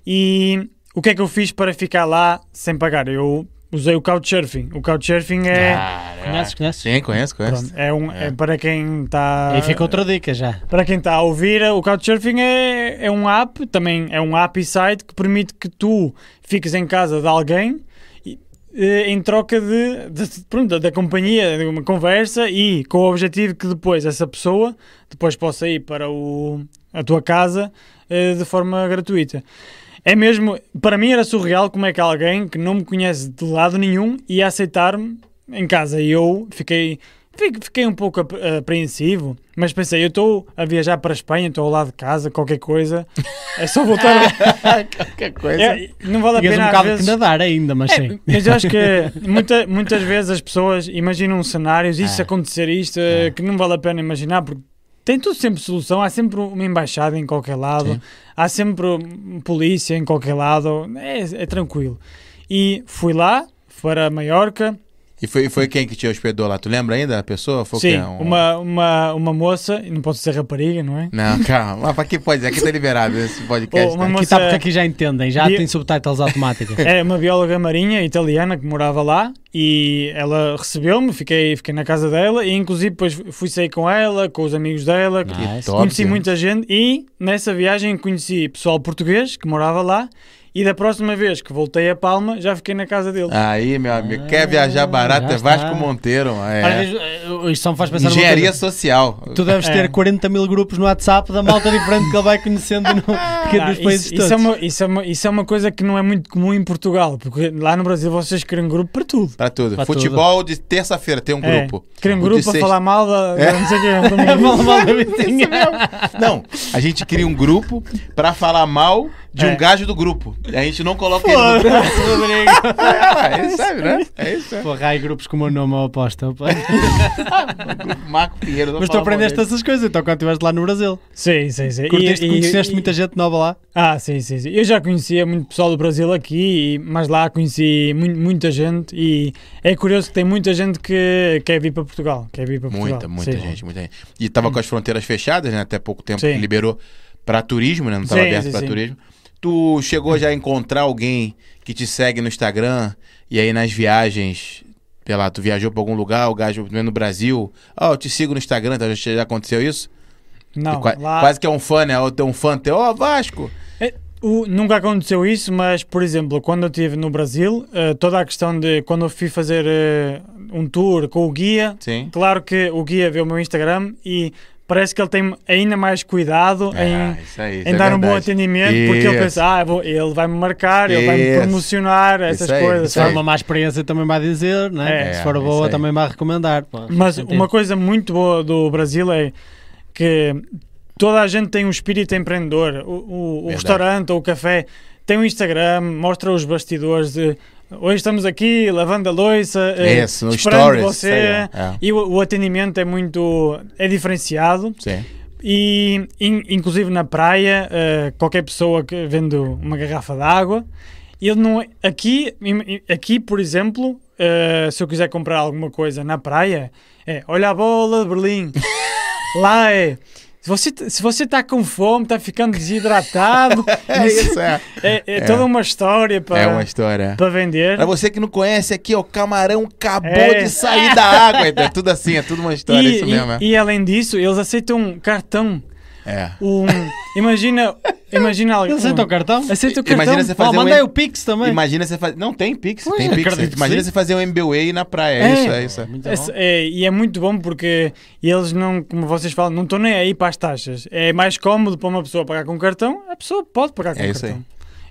S3: E o que é que eu fiz para ficar lá sem pagar? Eu usei o Couchsurfing. O Couchsurfing é,
S2: Ah. Conheces, conheces?
S1: Sim, conheço, conheço.
S3: pronto, é, um, é. para quem tá está.
S2: Aí fica outra dica já.
S3: Para quem está a ouvir, o Couchsurfing é, é um app, também é um app e site que permite que tu fiques em casa de alguém e, eh, em troca de, de- pronto, da- da companhia, de uma conversa e com o objetivo que depois essa pessoa depois possa ir para o, a tua casa eh, de forma gratuita. É mesmo, para mim era surreal como é que alguém que não me conhece de lado nenhum ia aceitar-me em casa e eu fiquei Fique- Fiquei um pouco ap- apreensivo, mas pensei, eu estou a viajar para a Espanha, estou ao lado de casa, qualquer coisa, é só voltar.
S1: Qualquer coisa.
S3: É, não vale a
S2: Tinhas um
S3: pena às
S2: bocado
S3: vezes...
S2: que nadar ainda, mas
S3: É,
S2: sim.
S3: mas eu acho que muita- muitas vezes as pessoas imaginam cenários,
S1: É.
S3: isso acontecer, isto eh, que não vale a pena imaginar, porque tem tudo sempre solução. Há sempre uma embaixada em qualquer lado,
S1: Sim.
S3: há sempre um- polícia em qualquer lado, é, é tranquilo. E fui lá para Maiorca,
S1: E foi, foi quem que te hospedou lá? Tu lembra ainda a pessoa? Foi
S3: sim,
S1: quem? Um-
S3: uma, uma, uma moça, não posso ser rapariga, não é?
S1: Não, calma. Mas pra que pode? Aqui tá liberado esse podcast.
S3: Ou uma
S1: né?
S2: Aqui
S3: moça-
S2: está porque é aqui já entendem, já
S3: Dia-
S2: tem subtitles automáticos.
S3: É uma bióloga marinha italiana que morava lá e ela recebeu-me, fiquei, fiquei na casa dela e inclusive depois fui sair com ela, com os amigos dela,
S1: Que
S2: Nice.
S1: top,
S3: conheci
S1: né?
S3: muita gente e nessa viagem conheci pessoal português que morava lá e da próxima vez que voltei a Palma já fiquei na casa dele.
S1: Aí, meu amigo, quer
S2: Ah,
S1: viajar barato
S2: já
S1: é Vasco
S2: está.
S1: Monteiro. é.
S2: Ora, diz- eh, Isto só me faz pensar numa
S1: Engenharia
S2: coisa.
S1: social.
S2: Tu deves
S3: É.
S2: ter 40 mil grupos no WhatsApp da malta diferente que ele vai conhecendo no, que é
S3: Ah,
S2: dos países
S3: isso, isso é
S2: todos.
S3: uma, isso, é uma, isso é uma coisa que não é muito comum em Portugal, porque lá no Brasil vocês criam grupo para tudo.
S1: Pra tudo.
S2: Pra
S1: Futebol de terça-feira tem um
S3: É,
S1: grupo.
S3: criam
S1: O
S3: grupo
S1: de
S3: para
S1: sexta-
S3: falar mal da,
S1: É.
S3: da não sei o quê, um do
S2: É uma
S3: mundo.
S2: malta vizinha.
S1: Não, a gente cria um grupo pra falar mal de um
S3: É.
S1: gajo do grupo. E a gente não coloca ele no grupo. É, ué, ele sabe, né? É isso, é.
S2: Porra, há aí grupos com o meu nome à oposta. opa.
S1: Marco Pinheiro. não
S2: Mas tu
S1: fala mal
S2: aprendeste
S1: dele.
S2: essas coisas, então quando estiveste lá no Brasil.
S3: Sim, sim, sim. E-
S2: Curtiste,
S3: e-
S2: conheceste
S3: e-
S2: muita gente nova lá.
S3: Ah, sim, sim, sim. Eu já conhecia muito pessoal do Brasil aqui, e- mas lá conheci mu- muita gente e é curioso que tem muita gente que quer vir para Portugal. Quer vir para Portugal.
S1: Muita, muita
S3: Sim.
S1: gente, muita gente. E tava com as fronteiras fechadas, né? Até pouco tempo
S3: Sim.
S1: que liberou pra turismo, né? Não tava
S3: Sim,
S1: aberto
S3: sim,
S1: pra
S3: sim.
S1: turismo. Tu chegou já a encontrar alguém que te segue no Instagram e aí nas viagens, sei lá, tu viajou pra algum lugar, o gajo no Brasil, ó, eu te sigo no Instagram, tá? já já aconteceu isso?
S3: Não,
S1: E qua-
S3: lá, é,
S1: Quase que é um fã, né? Ou tem um fã teu, ó, Vasco!
S3: o- nunca aconteceu isso, mas por exemplo, quando eu estive no Brasil, eh, toda a questão de quando eu fui fazer eh, um tour com o guia,
S1: Sim.
S3: claro que o guia vê o meu Instagram e parece que ele tem ainda mais cuidado em.
S1: Ah, isso aí, isso
S3: em
S1: é
S3: dar um bom
S1: verdade.
S3: atendimento, porque ele
S1: Isso.
S3: pensa, ah, eu vou- ele vai me marcar, ele vai me
S1: Isso.
S3: promocionar, essas
S1: Isso aí,
S3: coisas.
S1: isso
S2: Se for
S1: aí.
S3: sabe?
S2: uma má experiência também vai dizer, né?
S3: É,
S2: Se for
S1: é, isso
S2: boa
S1: aí.
S2: também vai recomendar. pô, faz
S3: Mas
S2: sentido.
S3: uma coisa muito boa do Brasil é que toda a gente tem um espírito empreendedor. O, o- o
S1: Verdade.
S3: restaurante ou o café tem um Instagram, mostra os bastidores de hoje estamos aqui lavando a louça, eh,
S1: Isso, no
S3: esperando
S1: stories.
S3: você.
S1: isso aí, é.
S3: E o, o atendimento é muito é diferenciado
S1: É. Sim.
S3: e in- inclusive na praia eh, qualquer pessoa que vende uma garrafa de água ele não é- aqui im- i- aqui por exemplo eh, se eu quiser comprar alguma coisa na praia é olha a bola de Berlim lá é se você t- se você está com fome está ficando desidratado
S1: É isso, é.
S3: é, é
S1: É.
S3: toda uma história para
S1: É uma É história.
S3: para vender
S1: Pra você que não conhece aqui, ó, o camarão acabou
S3: É.
S1: de sair da água. É tudo assim, é tudo uma história,
S3: e,
S1: isso
S3: e-
S1: mesmo. é.
S3: e além disso eles aceitam um cartão
S1: É.
S3: um imagina imagina alguém
S2: Eles aceitam o cartão?
S3: aceita o cartão
S1: Imagina você fazer
S2: oh,
S1: um
S2: mandei
S1: em-
S2: o Pix também.
S1: Imagina você fazer. Não, tem Pix,
S2: Pois,
S1: tem Pix.
S2: acredito que
S1: Imagina
S2: sim.
S1: você fazer um MBA na praia. É
S3: É.
S1: isso, é isso. é.
S2: Muito
S3: É,
S2: bom.
S3: é, e é muito bom porque eles não, como vocês falam, não estão nem aí para as taxas. É mais cómodo para uma pessoa pagar com cartão, a pessoa pode pagar com
S1: É isso
S3: cartão.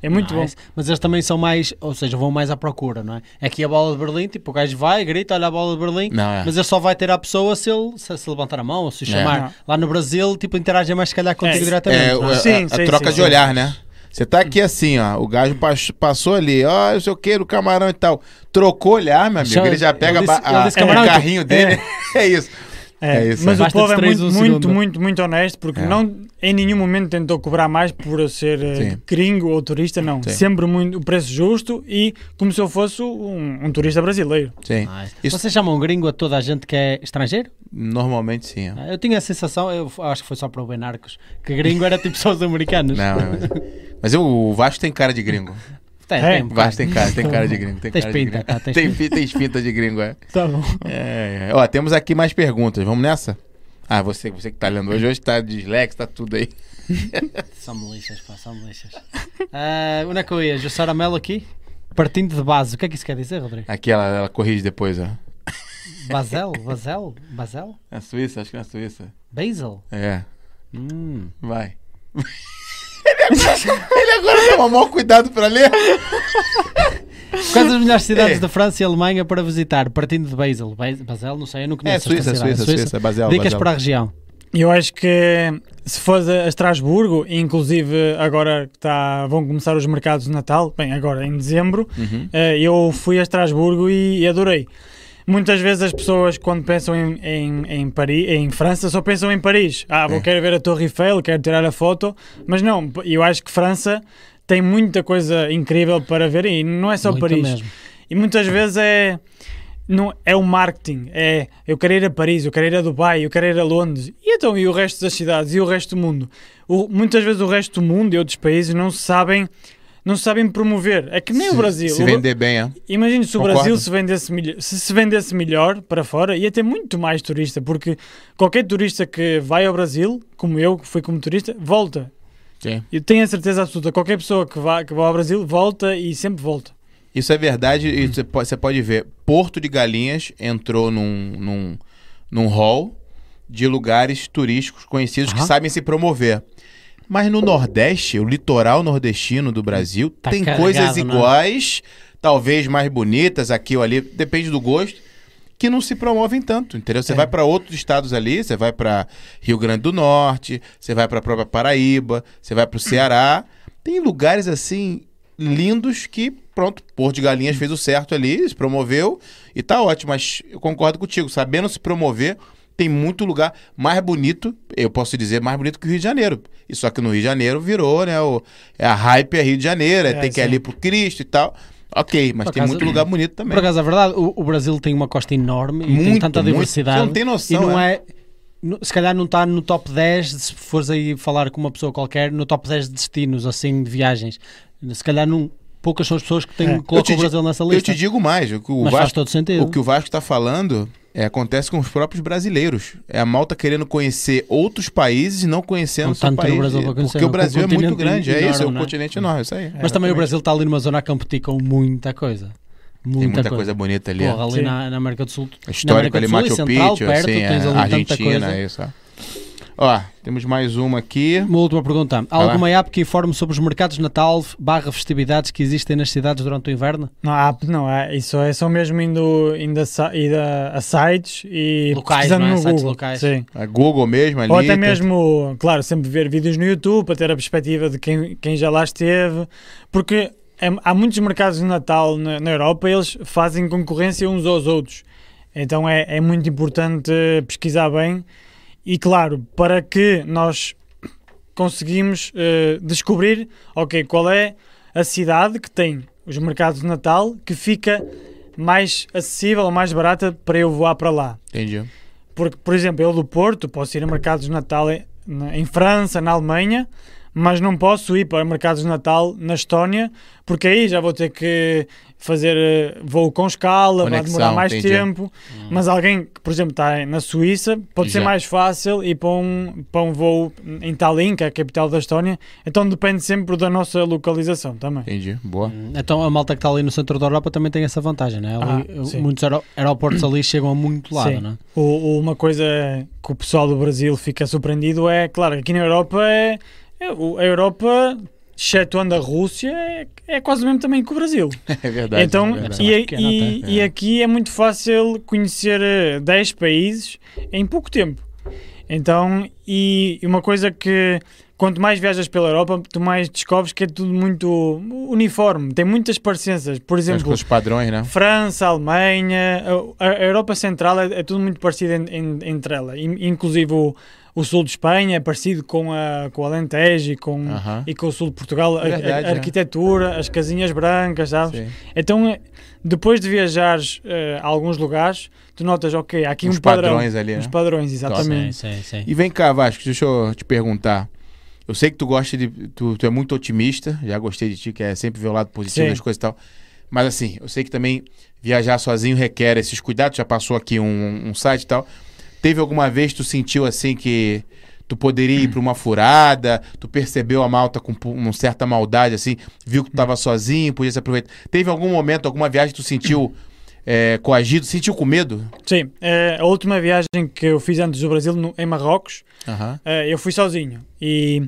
S3: É muito
S2: Nice. Mas eles também são mais, ou seja, vão mais à procura, não é? Aqui a bola de Berlim, tipo, o gajo vai, grita, olha a bola de Berlim,
S1: Não, é.
S2: mas ele só vai ter à pessoa se ele se, se levantar a mão ou se
S1: É.
S2: o chamar.
S3: Não.
S2: Lá no Brasil, tipo, interagem mais se calhar contigo
S3: É.
S2: diretamente.
S1: É, o-
S2: não
S1: a,
S2: é?
S3: Sim,
S1: a- a
S3: sim,
S1: troca
S3: sim, Hum.
S1: de
S3: sim.
S1: olhar, né? Você tá aqui assim, ó. O gajo pas- passou ali, ó, eu sei o que, o camarão e tal. Trocou olhar, meu amigo.
S2: Já-
S3: é
S1: Ele já
S3: um
S2: ele
S1: pega a
S2: disse-
S1: ba-
S2: ele
S1: a-
S2: disse
S1: o
S2: camarão e tal.
S1: carrinho dele. É isso.
S3: bom. É,
S1: É isso,
S3: mas
S1: é.
S3: o
S2: Basta
S3: povo é
S2: distrair
S3: muito,
S2: um
S3: muito,
S2: segundo.
S3: muito, muito honesto porque
S1: É.
S3: não, em nenhum momento tentou cobrar mais por eu ser eh,
S1: Sim.
S3: gringo ou turista, não.
S1: Sim.
S3: Sempre muito, o preço justo e como se eu fosse um, um turista brasileiro.
S1: Sim.
S2: Nice.
S1: Isso-
S2: é? Vocês chamam gringo a toda a gente que é estrangeiro?
S1: Normalmente sim. ó.
S2: Ah, Eu tinha a sensação, eu f- acho que foi só para o Benarcos, que gringo era tipo só os americanos.
S1: Não, é, mas, mas eu, o Vasco tem cara de gringo.
S2: Tem,
S3: É,
S2: tem um
S1: O
S2: bocado.
S1: Vasco tem cara, tem cara de gringo. Tem
S2: Tens
S1: cara
S2: pinta,
S1: de
S2: pá,
S1: gringo.
S2: tens
S1: tem, fi- tens pinta de gringo, é.
S3: Tá bom.
S1: É, é. Ó, temos aqui mais perguntas. Vamos nessa? Ah, você, você que tá lendo hoje, hoje tá dislexo, tá tudo aí.
S2: São lixas, pá, são lixas. Ah, onde é que eu ia? Jussara Melo aqui? Partindo de base, o que é que isso quer dizer, Rodrigo?
S1: Aqui ela, ela corrige depois, ó.
S2: Basel? Basel? Basel?
S1: Na É Suíça, acho que na Suíça.
S2: Basil?
S1: É,
S2: Hum.
S1: vai. é ele, agora, ele agora toma maior cuidado pra ler.
S2: Quais as melhores cidades
S1: É.
S2: da França e Alemanha para visitar? Partindo de Basel. Ba- Basel, não sei, eu não
S1: É,
S2: conheço
S1: Suíça,
S2: esta cidade.
S1: Suíça, Suíça, Basel,
S2: Dicas
S1: Basel.
S2: para a região.
S3: Eu acho que se fores a Estrasburgo, e inclusive agora que tá, vão começar os mercados de Natal, bem, agora em dezembro,
S1: Uhum.
S3: eh, eu fui a Estrasburgo e, e adorei. Muitas vezes as pessoas, quando pensam em, em, em, Paris, em França, só pensam em Paris. Ah, vou
S1: É.
S3: quero ver a Torre Eiffel, quero tirar a foto. Mas não, eu acho que França tem muita coisa incrível para ver e não é só
S2: Muito
S3: Paris.
S2: mesmo.
S3: E muitas vezes é. Não, é o marketing, é eu quero ir a Paris, eu quero ir a Dubai, eu quero ir a Londres, e então e o resto das cidades e o resto do mundo? O- muitas vezes o resto do mundo e outros países não sabem, não sabem promover. É que nem o Brasil.
S1: Se
S3: O-
S1: vender bem, é.
S3: Imagino se o
S1: Concordo.
S3: Brasil se vendesse, melho- se se vendesse melhor para fora, ia ter muito mais turista, porque qualquer turista que vai ao Brasil, como eu, que fui como turista, volta.
S1: Sim.
S3: Eu tenho a certeza absoluta, qualquer pessoa que vá, que vá ao Brasil, volta e sempre volta.
S1: Isso é verdade e você po- você pode ver. Porto de Galinhas entrou num, num, num hall de lugares turísticos conhecidos que
S2: Aham.
S1: sabem se promover. Mas no Nordeste, o litoral nordestino do Brasil,
S2: Tá
S1: tem
S2: carregado,
S1: coisas
S2: né?
S1: iguais, talvez mais bonitas aqui ou ali, depende do gosto, que não se promovem tanto, entendeu? Você vai para outros estados ali, você vai para Rio Grande do Norte, você vai para a própria Paraíba, você vai para o Ceará. Tem lugares assim lindos que, pronto, Porto de Galinhas fez o certo ali, se promoveu e tá ótimo, mas eu concordo contigo, sabendo se promover, tem muito lugar mais bonito, eu posso dizer mais bonito que o Rio de Janeiro. E só que no Rio de Janeiro virou, né? O, é a hype é Rio de Janeiro, é,
S3: É,
S1: tem que ir
S3: sim.
S1: ali pro Cristo e tal. Ok, mas
S2: Por
S1: tem
S2: acaso-
S1: muito lugar bonito
S2: Por
S1: também.
S2: acaso, a verdade, o, o Brasil tem uma costa enorme e tem
S1: Muito,
S2: tanta
S1: muito.
S2: diversidade.
S1: Você não tem noção,
S2: E não
S1: é.
S2: é. no- Se calhar não está no top 10, se fores aí falar com uma pessoa qualquer, no top 10 de destinos, assim, de viagens. Se calhar não, poucas são as pessoas que têm, um
S3: É.
S1: Eu te
S2: colocam o
S1: di-
S2: Brasil nessa
S1: Eu
S2: lista.
S1: te digo mais, o que o
S2: mas faz
S1: Vasco
S2: todo sentido.
S1: O que o Vasco está falando é, acontece com os próprios brasileiros. É a malta querendo conhecer outros países e não conhecendo
S2: Não
S1: o seu
S2: tanto no
S1: país.
S2: Brasil pra conhecer,
S1: porque o
S2: não,
S1: Brasil é
S2: porque o
S1: muito
S2: continente
S1: grande. é isso, é um
S2: enorme, né?
S1: continente enorme, isso aí. é.
S2: Mas também o Brasil está ali numa zona que competir com muita coisa. Muita,
S1: Tem muita coisa bonita ali.
S2: Porra, ali
S3: Sim.
S2: na, na América do Sul.
S1: é. Histórico
S2: na América
S1: ali,
S2: do Sul e
S1: Machu
S2: Central,
S1: Picchu,
S2: perto,
S1: assim,
S2: tens
S1: é,
S2: ali tanta coisa.
S1: Argentina, é isso. ó. Ó, temos mais uma aqui.
S2: Uma última pergunta. Há
S1: lá.
S2: alguma app que informe sobre os mercados de Natal barra festividades que existem nas cidades durante o inverno?
S3: Não há app, não há. Isso é só mesmo indo, indo a, sa- ir a- a sites e
S2: Locais,
S3: pesquisando
S2: não é?
S3: no
S2: Sites
S3: Google.
S2: locais.
S3: Sim.
S1: A Google mesmo ali.
S3: Ou até
S1: tem-
S3: mesmo, claro, sempre ver vídeos no YouTube para ter a perspectiva de quem, quem já lá esteve. Porque é- há muitos mercados de Natal na, na Europa eles fazem concorrência uns aos outros. Então é, é muito importante pesquisar bem. E claro, para que nós conseguimos eh, descobrir, ok, qual é a cidade que tem os mercados de Natal que fica mais acessível, mais barata para eu voar para lá.
S1: Entendi.
S3: Porque, por exemplo, eu do Porto posso ir a mercados de Natal em, na- em França, na Alemanha, mas não posso ir para mercados de Natal na Estónia, porque aí já vou ter que fazer eh, voo com escala, vai
S1: Conexão,
S3: demorar mais
S1: entendi. Hum.
S3: tempo. Mas alguém que, por exemplo, está na Suíça, pode ser
S1: Já.
S3: mais fácil ir para um, para um voo em Tallinn, que é a capital da Estónia. Então depende sempre da nossa localização também.
S1: Entendi. Boa.
S2: Então a malta que está ali no centro da Europa também tem essa vantagem, né? Ali,
S3: Ah, sim.
S2: muitos aero- aeroportos ali chegam a muito lado,
S3: Sim.
S2: né?
S3: O- o- uma coisa que o pessoal do Brasil fica surpreendido é, claro, aqui na Europa é, é o- a Europa, excetuando a Rússia, é, é quase o mesmo também que o Brasil.
S1: É verdade.
S3: então,
S1: é verdade.
S3: e,
S2: Mais pequena
S3: e-
S1: até.
S3: e
S1: É.
S3: aqui é muito fácil conhecer eh, 10 países em pouco tempo. Então, e e uma coisa que quanto mais viajas pela Europa, tu mais descobres que é tudo muito uniforme, tem muitas parecenças. Por
S1: Tem as
S3: exemplo,
S1: coisas padrões, né?
S3: França, Alemanha, a, a Europa Central é, é tudo muito parecido en- en- entre ela. In- inclusive o, o sul de Espanha é parecido com, a, com o Alentejo e com,
S1: Aham.
S3: e com o sul de Portugal. A, a-
S1: Verdade,
S3: a
S1: é.
S3: arquitetura, as casinhas brancas, sabes?
S1: Sim.
S3: Então, eh, depois de viajares eh, a alguns lugares, tu notas, ok, há aqui
S1: Uns
S3: um padrão.
S1: padrões ali, né?
S3: Uns padrões,
S2: Sim,
S3: exatamente.
S2: sim, sim.
S1: E vem cá, Vasco, deixa eu te perguntar. Eu sei que tu gosta de. Tu, tu é muito otimista, já gostei de ti, que é sempre ver o lado positivo
S3: Sim.
S1: das coisas e tal. Mas assim, eu sei que também viajar sozinho requer esses cuidados, já passou aqui um, um site e tal. Teve alguma vez que tu sentiu assim que tu poderia ir pra uma furada, tu percebeu a malta com pu- uma certa maldade, assim, viu que tu tava sozinho, podia se aproveitar. Teve algum momento, alguma viagem que tu sentiu é, coagido, sentiu com medo?
S3: Sim, eh, a última viagem que eu fiz antes do Brasil, no- em Marrocos,
S1: Aham.
S3: Eh, eu fui sozinho e,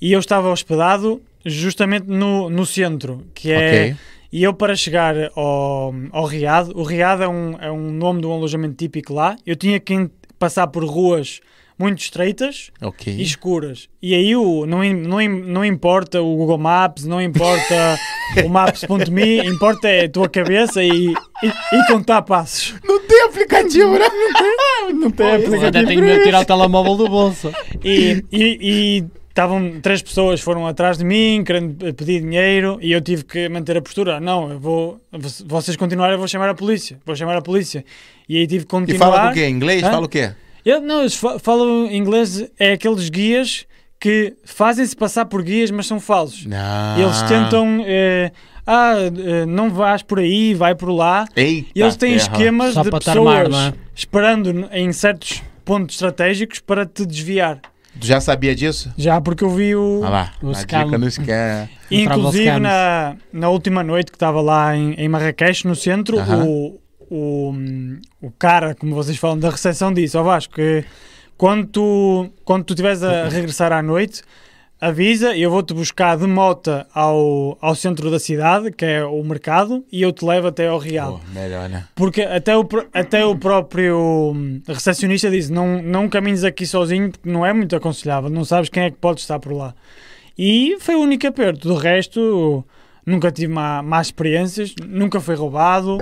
S3: e eu estava hospedado justamente no, no centro, que é
S1: Ok.
S3: E eu, para chegar ao, ao Riad, o Riad é um, é um nome de um alojamento típico lá, eu tinha que en- passar por ruas muito estreitas
S1: Ok.
S3: e escuras. E aí o, não, im- não, im- não importa o Google Maps, não importa o Maps.me, importa é a tua cabeça e, e, e contar passos.
S1: Não tem aplicativo, né? Não
S3: É,
S1: tem
S2: Eu até tenho medo de tirar o telemóvel do bolso.
S3: E e- e estavam três pessoas foram atrás de mim querendo eh, pedir dinheiro e eu tive que manter a postura. Não, eu vou. vo- Vocês continuarem, eu vou chamar a polícia. Vou chamar a polícia. E aí tive que continuar.
S1: E fala com o quê? Inglês?
S3: Hã?
S1: Fala o quê?
S3: Eu, não, eles fa- falam inglês, é aqueles guias que fazem-se passar por guias, mas são falsos.
S1: Não.
S3: E Eles tentam. eh, ah, eh, não vás por aí, vai por lá.
S1: Ah, Eita,
S3: E eles têm
S1: terra.
S3: esquemas
S2: Só
S3: de
S2: para te
S3: pessoas
S2: armar, não é?
S3: esperando n- em certos pontos estratégicos para te desviar.
S1: Tu já sabia disso?
S3: Já porque eu vi o.
S1: Olha Ah, lá.
S2: O
S1: a
S2: scam.
S1: dica não esquece.
S3: E,
S2: Travel
S3: Inclusive
S2: scams.
S3: na, na última noite que estava lá em, em Marrakech, no centro,
S1: Aham.
S3: o, o, o cara, como vocês falam, da recepção disse: Ó Vasco, que quando tu, quando tu estiveres a regressar à noite, avisa e eu vou-te buscar de mota ao, ao centro da cidade, que é o mercado, e eu te levo até ao Real.
S1: Pô, melhor, né?
S3: Porque até o, pr- até o próprio hum, recepcionista disse: não, não caminhes aqui sozinho porque não é muito aconselhável, não sabes quem é que pode estar por lá. E foi o único aperto. Do resto, nunca tive má, más experiências, nunca fui roubado.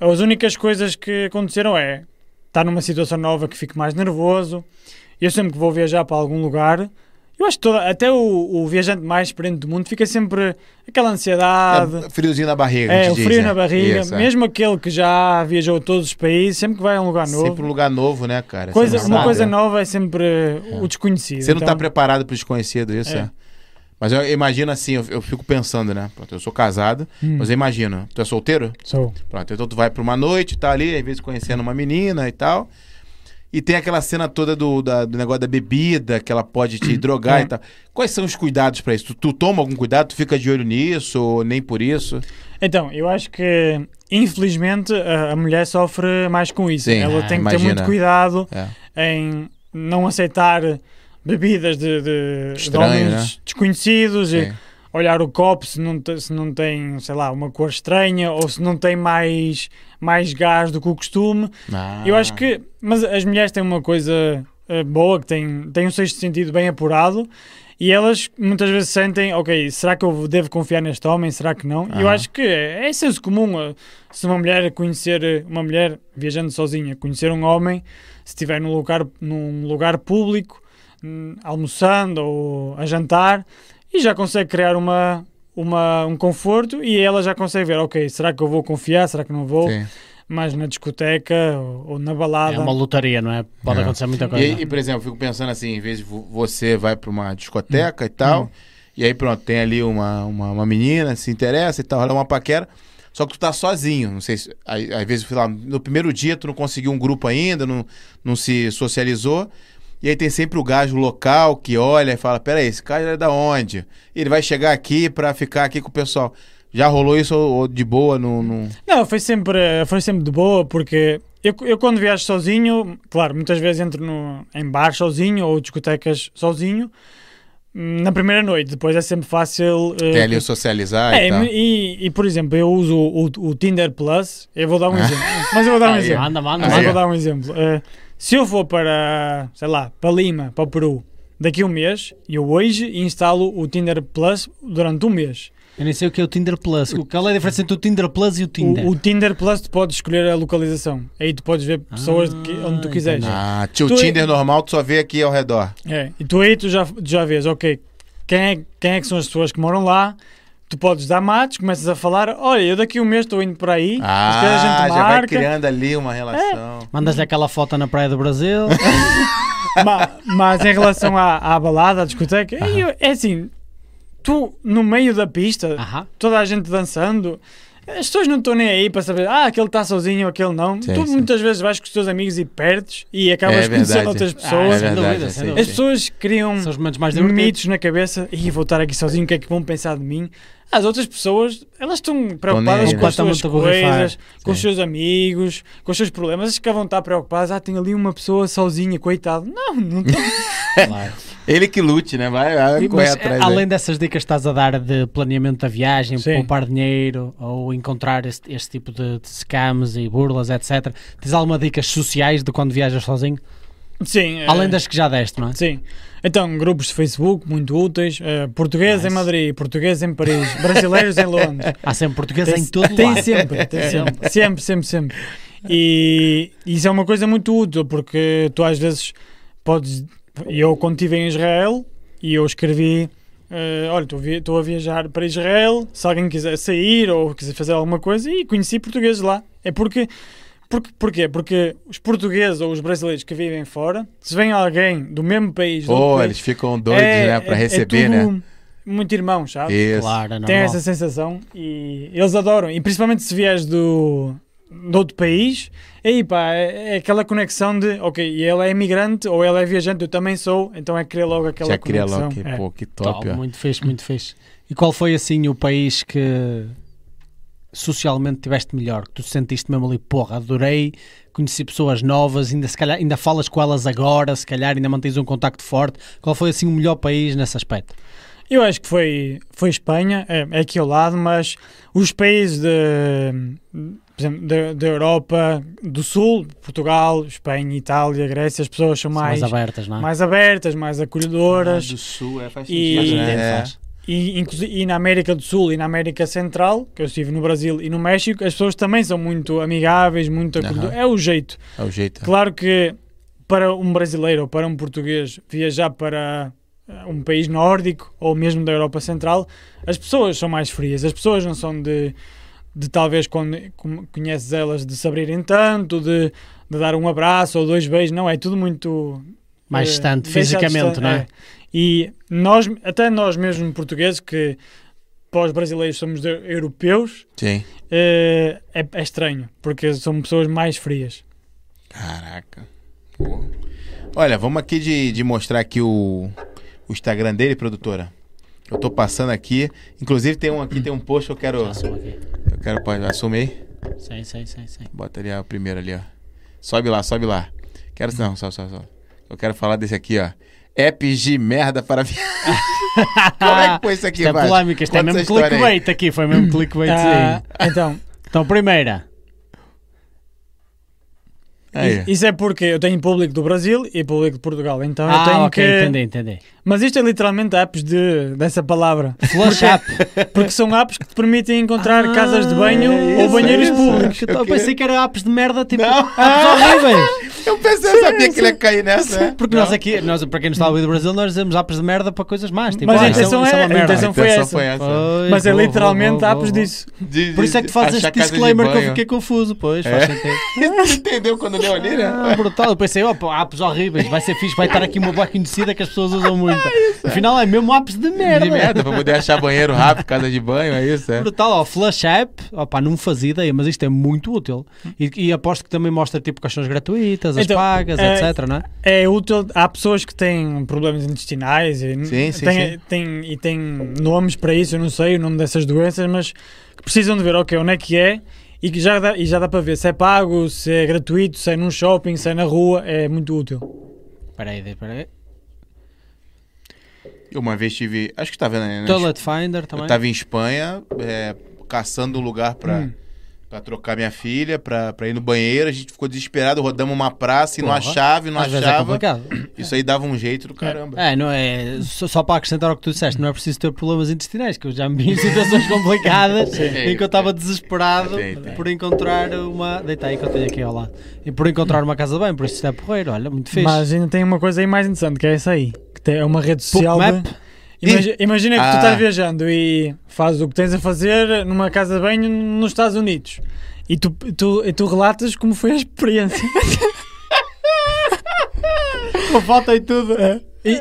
S3: As únicas coisas que aconteceram é estar numa situação nova que fico mais nervoso. Eu sempre que vou viajar para algum lugar. Eu acho que toda, até o, o viajante mais experiente do mundo fica sempre aquela ansiedade.
S1: É friozinho na barriga. a
S3: Ah, É,
S1: gente
S3: o
S1: diz,
S3: frio
S1: né?
S3: na barriga,
S1: Isso, é.
S3: mesmo aquele que já viajou a todos os países, sempre que vai a um lugar novo,
S1: Sempre um lugar novo, né, cara? Você
S3: coisa,
S1: não
S3: uma
S1: sabe.
S3: coisa nova é sempre o desconhecido.
S1: Você não tá
S3: então-
S1: preparado pro desconhecido, isso,
S3: É.
S1: é. Mas eu imagino assim, eu, eu fico pensando, né? Pronto, eu sou casado,
S3: Hum.
S1: mas eu imagino. Tu é solteiro?
S3: Sou.
S1: Pronto, então tu vai pra uma noite, tá ali, às vezes conhecendo uma menina e tal. E tem aquela cena toda do, da- do negócio da bebida, que ela pode te drogar
S3: É.
S1: e tal. Quais são os cuidados pra isso? Tu, tu toma algum cuidado? Tu fica de olho nisso? Ou nem por isso?
S3: Então, eu acho que, infelizmente, a, a mulher sofre mais com isso.
S1: Sim,
S3: Ela
S1: ah,
S3: tem que ter
S1: imagina.
S3: muito cuidado
S1: É.
S3: em não aceitar bebidas de, de- de
S1: Estranho, né?
S3: homens desconhecidos e
S1: Sim.
S3: olhar o copo se não, te- se não tem, sei lá, uma cor estranha ou se não tem mais, mais gás do que o costume.
S1: é.
S3: Eu acho
S1: Ah,
S3: que. Mas as mulheres têm uma coisa eh, boa, que têm, têm um sexto sentido bem apurado e elas muitas vezes sentem, ok, será que eu devo confiar neste homem? Será que não? E eu
S1: Aham.
S3: acho que é, é senso comum eh, se uma mulher conhecer, eh, uma mulher viajando sozinha, conhecer um homem, se estiver num lugar, num lugar público, hum, almoçando ou a jantar, e já consegue criar uma. Uma, um conforto e ela já consegue ver, ok, será que eu vou confiar, será que não vou?
S1: Sim.
S3: mas na discoteca ou, ou na balada.
S2: É uma lotaria, não é? Pode
S1: É.
S2: acontecer muita coisa.
S1: E, e, por exemplo, eu fico pensando assim, em vez de vo- você vai pra uma discoteca e
S3: Hum.
S1: tal, e aí pronto, tem ali uma, uma, uma menina, se interessa e tal, rola uma paquera, só que tu tá sozinho, não sei se, aí- às vezes, sei lá, no primeiro dia tu não conseguiu um grupo ainda, não, não se socializou, e aí tem sempre o gajo local que olha e fala, peraí, esse cara é da onde? Ele vai chegar aqui pra ficar aqui com o pessoal. Já rolou isso ou- ou de boa no... no-
S3: Não, foi sempre, foi sempre de boa, porque eu, eu quando viajo sozinho, claro, muitas vezes entro no, em bar sozinho ou discotecas sozinho, hum, na primeira noite, depois é sempre fácil... eh,
S1: Tem ali o tá. socializar
S3: é,
S1: e tal.
S3: e, e, por exemplo, eu uso o, o Tinder Plus, eu vou dar um exemplo, mas eu vou dar um
S1: Ah. Aí,
S3: exemplo.
S2: Manda, manda,
S1: Ah,
S3: Mas
S1: é.
S3: vou dar um exemplo. Eh, se eu for para, sei lá, para Lima, para o Peru, daqui a um mês, eu hoje instalo o Tinder Plus durante um mês.
S2: Eu nem sei o que é o Tinder Plus. O- Qual é a diferença entre o Tinder Plus e o Tinder?
S3: O, o Tinder Plus tu podes escolher a localização. Aí tu podes ver pessoas de que- onde tu quiseres.
S2: entendi.
S1: Ah, tio,
S3: Tu-
S1: o Tinder normal tu só vê aqui ao redor.
S3: É, E tu aí tu já, tu já vês, ok, quem é, quem é que são as pessoas que moram lá? Tu podes dar mates, começas a falar, olha, eu daqui a um mês estou indo para aí, se calhar a
S1: Ah, já
S3: gente
S1: vai
S3: marca,
S1: criando ali uma relação.
S2: Mandas-lhe aquela foto na praia do Brasil.
S3: ma- mas em relação à, à balada, à discoteca, aí eu- é assim, tu no meio da pista,
S1: Ah.
S2: Aham.
S3: toda a gente dançando. As pessoas não estão nem aí para saber, ah, aquele está sozinho, aquele não.
S1: Sim,
S3: tu
S1: sim.
S3: muitas vezes vais com os teus amigos e perdes e acabas
S1: É
S3: conhecendo
S1: verdade.
S3: outras
S1: Ah,
S3: pessoas.
S1: é
S2: sem dúvida,
S1: verdade,
S2: sem
S1: sim,
S2: dúvida.
S3: As pessoas criam
S2: São os momentos mais divertidos.
S3: mitos na cabeça e vou estar aqui sozinho, o que é que vão pensar de mim? As outras pessoas, elas estão preocupadas
S1: nem aí,
S3: com
S1: né?
S3: as suas
S2: Completamente a
S3: coisas, com os
S1: Sim.
S3: seus amigos, com os seus problemas. Eles que vão estar preocupadas. Ah, tem ali uma pessoa sozinha, coitado. Não, não tem.
S2: Claro.
S1: Ele que lute, né? Vai, vai
S2: E,
S1: correr
S2: mas, é,
S1: atrás.
S2: além
S1: dele.
S2: dessas dicas que estás a dar de planeamento da viagem,
S3: é. Sim.
S2: poupar dinheiro ou encontrar este, este tipo de, de scams e burlas, etc. Tens alguma dicas sociais de quando viajas sozinho?
S3: Sim. eh,
S2: Além das que já deste, não é?
S3: Sim. Então, grupos de Facebook muito úteis. eh, português em Madrid, português em Paris, brasileiros em Londres.
S2: Há sempre português
S3: Tem-
S2: em todo
S3: tem
S2: lado.
S3: sempre,
S1: É.
S3: tem sempre, sempre, sempre, sempre. E isso é uma coisa muito útil, porque tu às vezes podes. Eu, quando estive em Israel, e eu escrevi: eh, Olha, estou a vi- estou a viajar para Israel. Se alguém quiser sair ou quiser fazer alguma coisa, e conheci portugueses lá. É porque. Porque, porquê? Porque os portugueses ou os brasileiros que vivem fora, se vem alguém do mesmo país, do outro
S1: Pô,
S3: país,
S1: Oh, eles ficam doidos, né? Pra receber,
S3: é, tudo
S1: né?
S3: Muito irmão, sabe?
S1: Isso.
S2: Claro, é
S3: Tem
S2: normal.
S3: essa sensação e eles adoram. E principalmente se vieres do, de outro país, aí pá, é, é aquela conexão de, ok, ele é imigrante ou ele é viajante, eu também sou, então é criar logo aquela
S1: Já cria
S3: conexão.
S1: logo que,
S3: É.
S1: pô, que top,
S2: Top,
S1: ó.
S2: muito fixe, muito fixe. E qual foi assim o país que socialmente tiveste melhor? Que tu sentiste mesmo ali, porra, adorei, conheci pessoas novas, ainda, se calhar, ainda falas com elas agora, se calhar ainda mantens um contacto forte. Qual foi assim o melhor país nesse aspecto?
S3: Eu acho que foi, foi Espanha, é, é aqui ao lado, mas os países de, por exemplo, da- da Europa do Sul, Portugal, Espanha, Itália, Grécia, as pessoas são
S2: São
S3: mais, mais,
S2: abertas, não é?
S3: abertas, mais
S1: Ah,
S3: acolhedoras.
S4: sul, é, faz
S3: E-
S4: sentido.
S2: Faz,
S1: É.
S2: faz.
S3: E, inclusi- e na América do Sul e na América Central, que eu estive no Brasil e no México, as pessoas também são muito amigáveis, muito acolhedoras.
S1: Aham.
S3: É o jeito.
S1: É o jeito.
S3: Claro que para um brasileiro ou para um português viajar para eh, um país nórdico ou mesmo da Europa Central, as pessoas são mais frias, as pessoas não são de, de talvez quando com- conheces elas de se abrirem tanto, de, de dar um abraço ou dois beijos, não, é tudo muito
S2: Mais
S3: eh,
S2: distante,
S3: deixa
S2: fisicamente,
S3: distante,
S2: não é?
S3: E nós, até nós mesmos portugueses, que pós brasileiros somos de- europeus,
S1: Sim.
S3: eh, é, é estranho, porque são pessoas mais frias.
S1: Caraca. Pô. Olha, vamos aqui de, de mostrar aqui o, o Instagram dele, produtora. Eu tô passando aqui. Inclusive tem um aqui, tem um post que eu quero.
S2: Já sou aqui.
S1: Eu quero. pode- Assume aí.
S2: Sim, sim, sim, sim.
S1: Bota ali ó, o primeiro ali, ó. Sobe lá, sobe lá. Quero. Não, só, só, só. Eu quero falar desse aqui, ó. Apps de merda para viagem. Como é que foi isso aqui,
S2: Isto é
S1: Vasco?
S2: polémica, isto é
S1: Conta
S2: mesmo
S1: essa história aí.
S2: clickbait aqui, foi mesmo clickbait.
S3: Ah, então,
S2: Então, primeira,
S1: Aí.
S3: i- isso é porque eu tenho público do Brasil e público de Portugal, então eu tenho
S2: ah, ok,
S3: que...
S2: entendi, entendi.
S3: Mas isto é literalmente apps de, dessa palavra,
S2: Flush up.
S3: porque são apps que te permitem
S2: Ah,
S3: encontrar casas de banho
S1: é
S3: ou
S1: isso,
S3: banheiros
S1: é isso.
S3: públicos.
S2: Então, Eu,
S1: Eu
S2: pensei que era apps de merda, tipo,
S1: Não.
S2: apps horríveis.
S1: Eu pensei, eu sabia que ele ia cair nessa. né?
S2: Porque nós aqui, nós, para quem é. não está a ouvir do Brasil, nós dizemos apps de merda para coisas más. Tipo,
S3: Mas
S2: ah,
S3: a
S2: isso
S3: intenção
S2: isso
S3: é-
S2: uma
S3: a
S2: merda.
S1: A
S3: intenção- foi
S1: Ah, intenção
S3: essa.
S1: foi essa.
S2: Pois,
S3: Mas é
S2: boa,
S3: literalmente
S2: boa, boa,
S3: apps
S2: boa.
S3: disso.
S1: De-
S2: Por isso é
S1: de
S2: que tu fazes
S1: achar
S2: este
S1: casa de
S2: disclaimer que eu
S1: banho.
S2: fiquei confuso, pois,
S1: É.
S2: faz sentido.
S1: Entendeu quando leu ali, né?
S2: Ah, brutal, eu pensei, opa, apps horríveis, vai ser fixe, vai estar aqui uma boa conhecida que as pessoas usam muito. Afinal é mesmo apps de merda.
S1: Ah, De merda, pra poder achar banheiro rápido, casa de banho, é isso, é?
S2: Brutal, ó, Flash App, opá, não me fazia ideia, mas isto é muito útil. E, e aposto que também mostra tipo caixões gratuitas, as
S3: Então,
S2: pagas,
S3: é-
S2: etc, não é?
S3: É útil, há pessoas que têm problemas intestinais e
S1: Sim, sim,
S3: têm,
S1: sim.
S3: têm- e têm nomes para isso, eu não sei o nome dessas doenças, mas que precisam de ver, ok, onde é que é e, que já dá, e já dá para ver se é pago, se é gratuito, se é num shopping, se é na rua, é muito útil.
S2: Espera aí, espera aí.
S1: Eu uma vez tive. Acho que tá vendo aí, né?
S2: Toilet Finder
S3: Tá
S2: também.
S1: Eu tava em Espanha, é, caçando um lugar pra,
S3: Hum.
S1: pra trocar minha filha, pra, pra ir no banheiro. A gente ficou desesperado, rodamos uma praça e não
S2: Porra.
S1: achava, e não
S2: Às vezes é
S1: achava.
S2: complicado.
S1: isso aí dava um jeito do caramba.
S2: É, não é. Só, só para acrescentar ao que tu disseste, não é preciso ter problemas intestinais, que eu já me vi em situações complicadas em que eu estava desesperado
S1: Tem, tem.
S2: por encontrar uma. Deita aí que eu tenho aqui ao lado. E por encontrar uma casa de banho, por isso isto é porreiro, olha, muito fixe.
S3: Mas ainda tem uma coisa aí mais interessante, que é essa aí, que tem- é uma rede social. de-
S2: Bookmap,
S3: Imagi- imagina que tu
S1: Ah.
S3: estás viajando e fazes o que tens a fazer numa casa de banho nos Estados Unidos e tu, tu, e tu relatas como foi a experiência.
S2: com foto e tudo.
S3: É. E- e-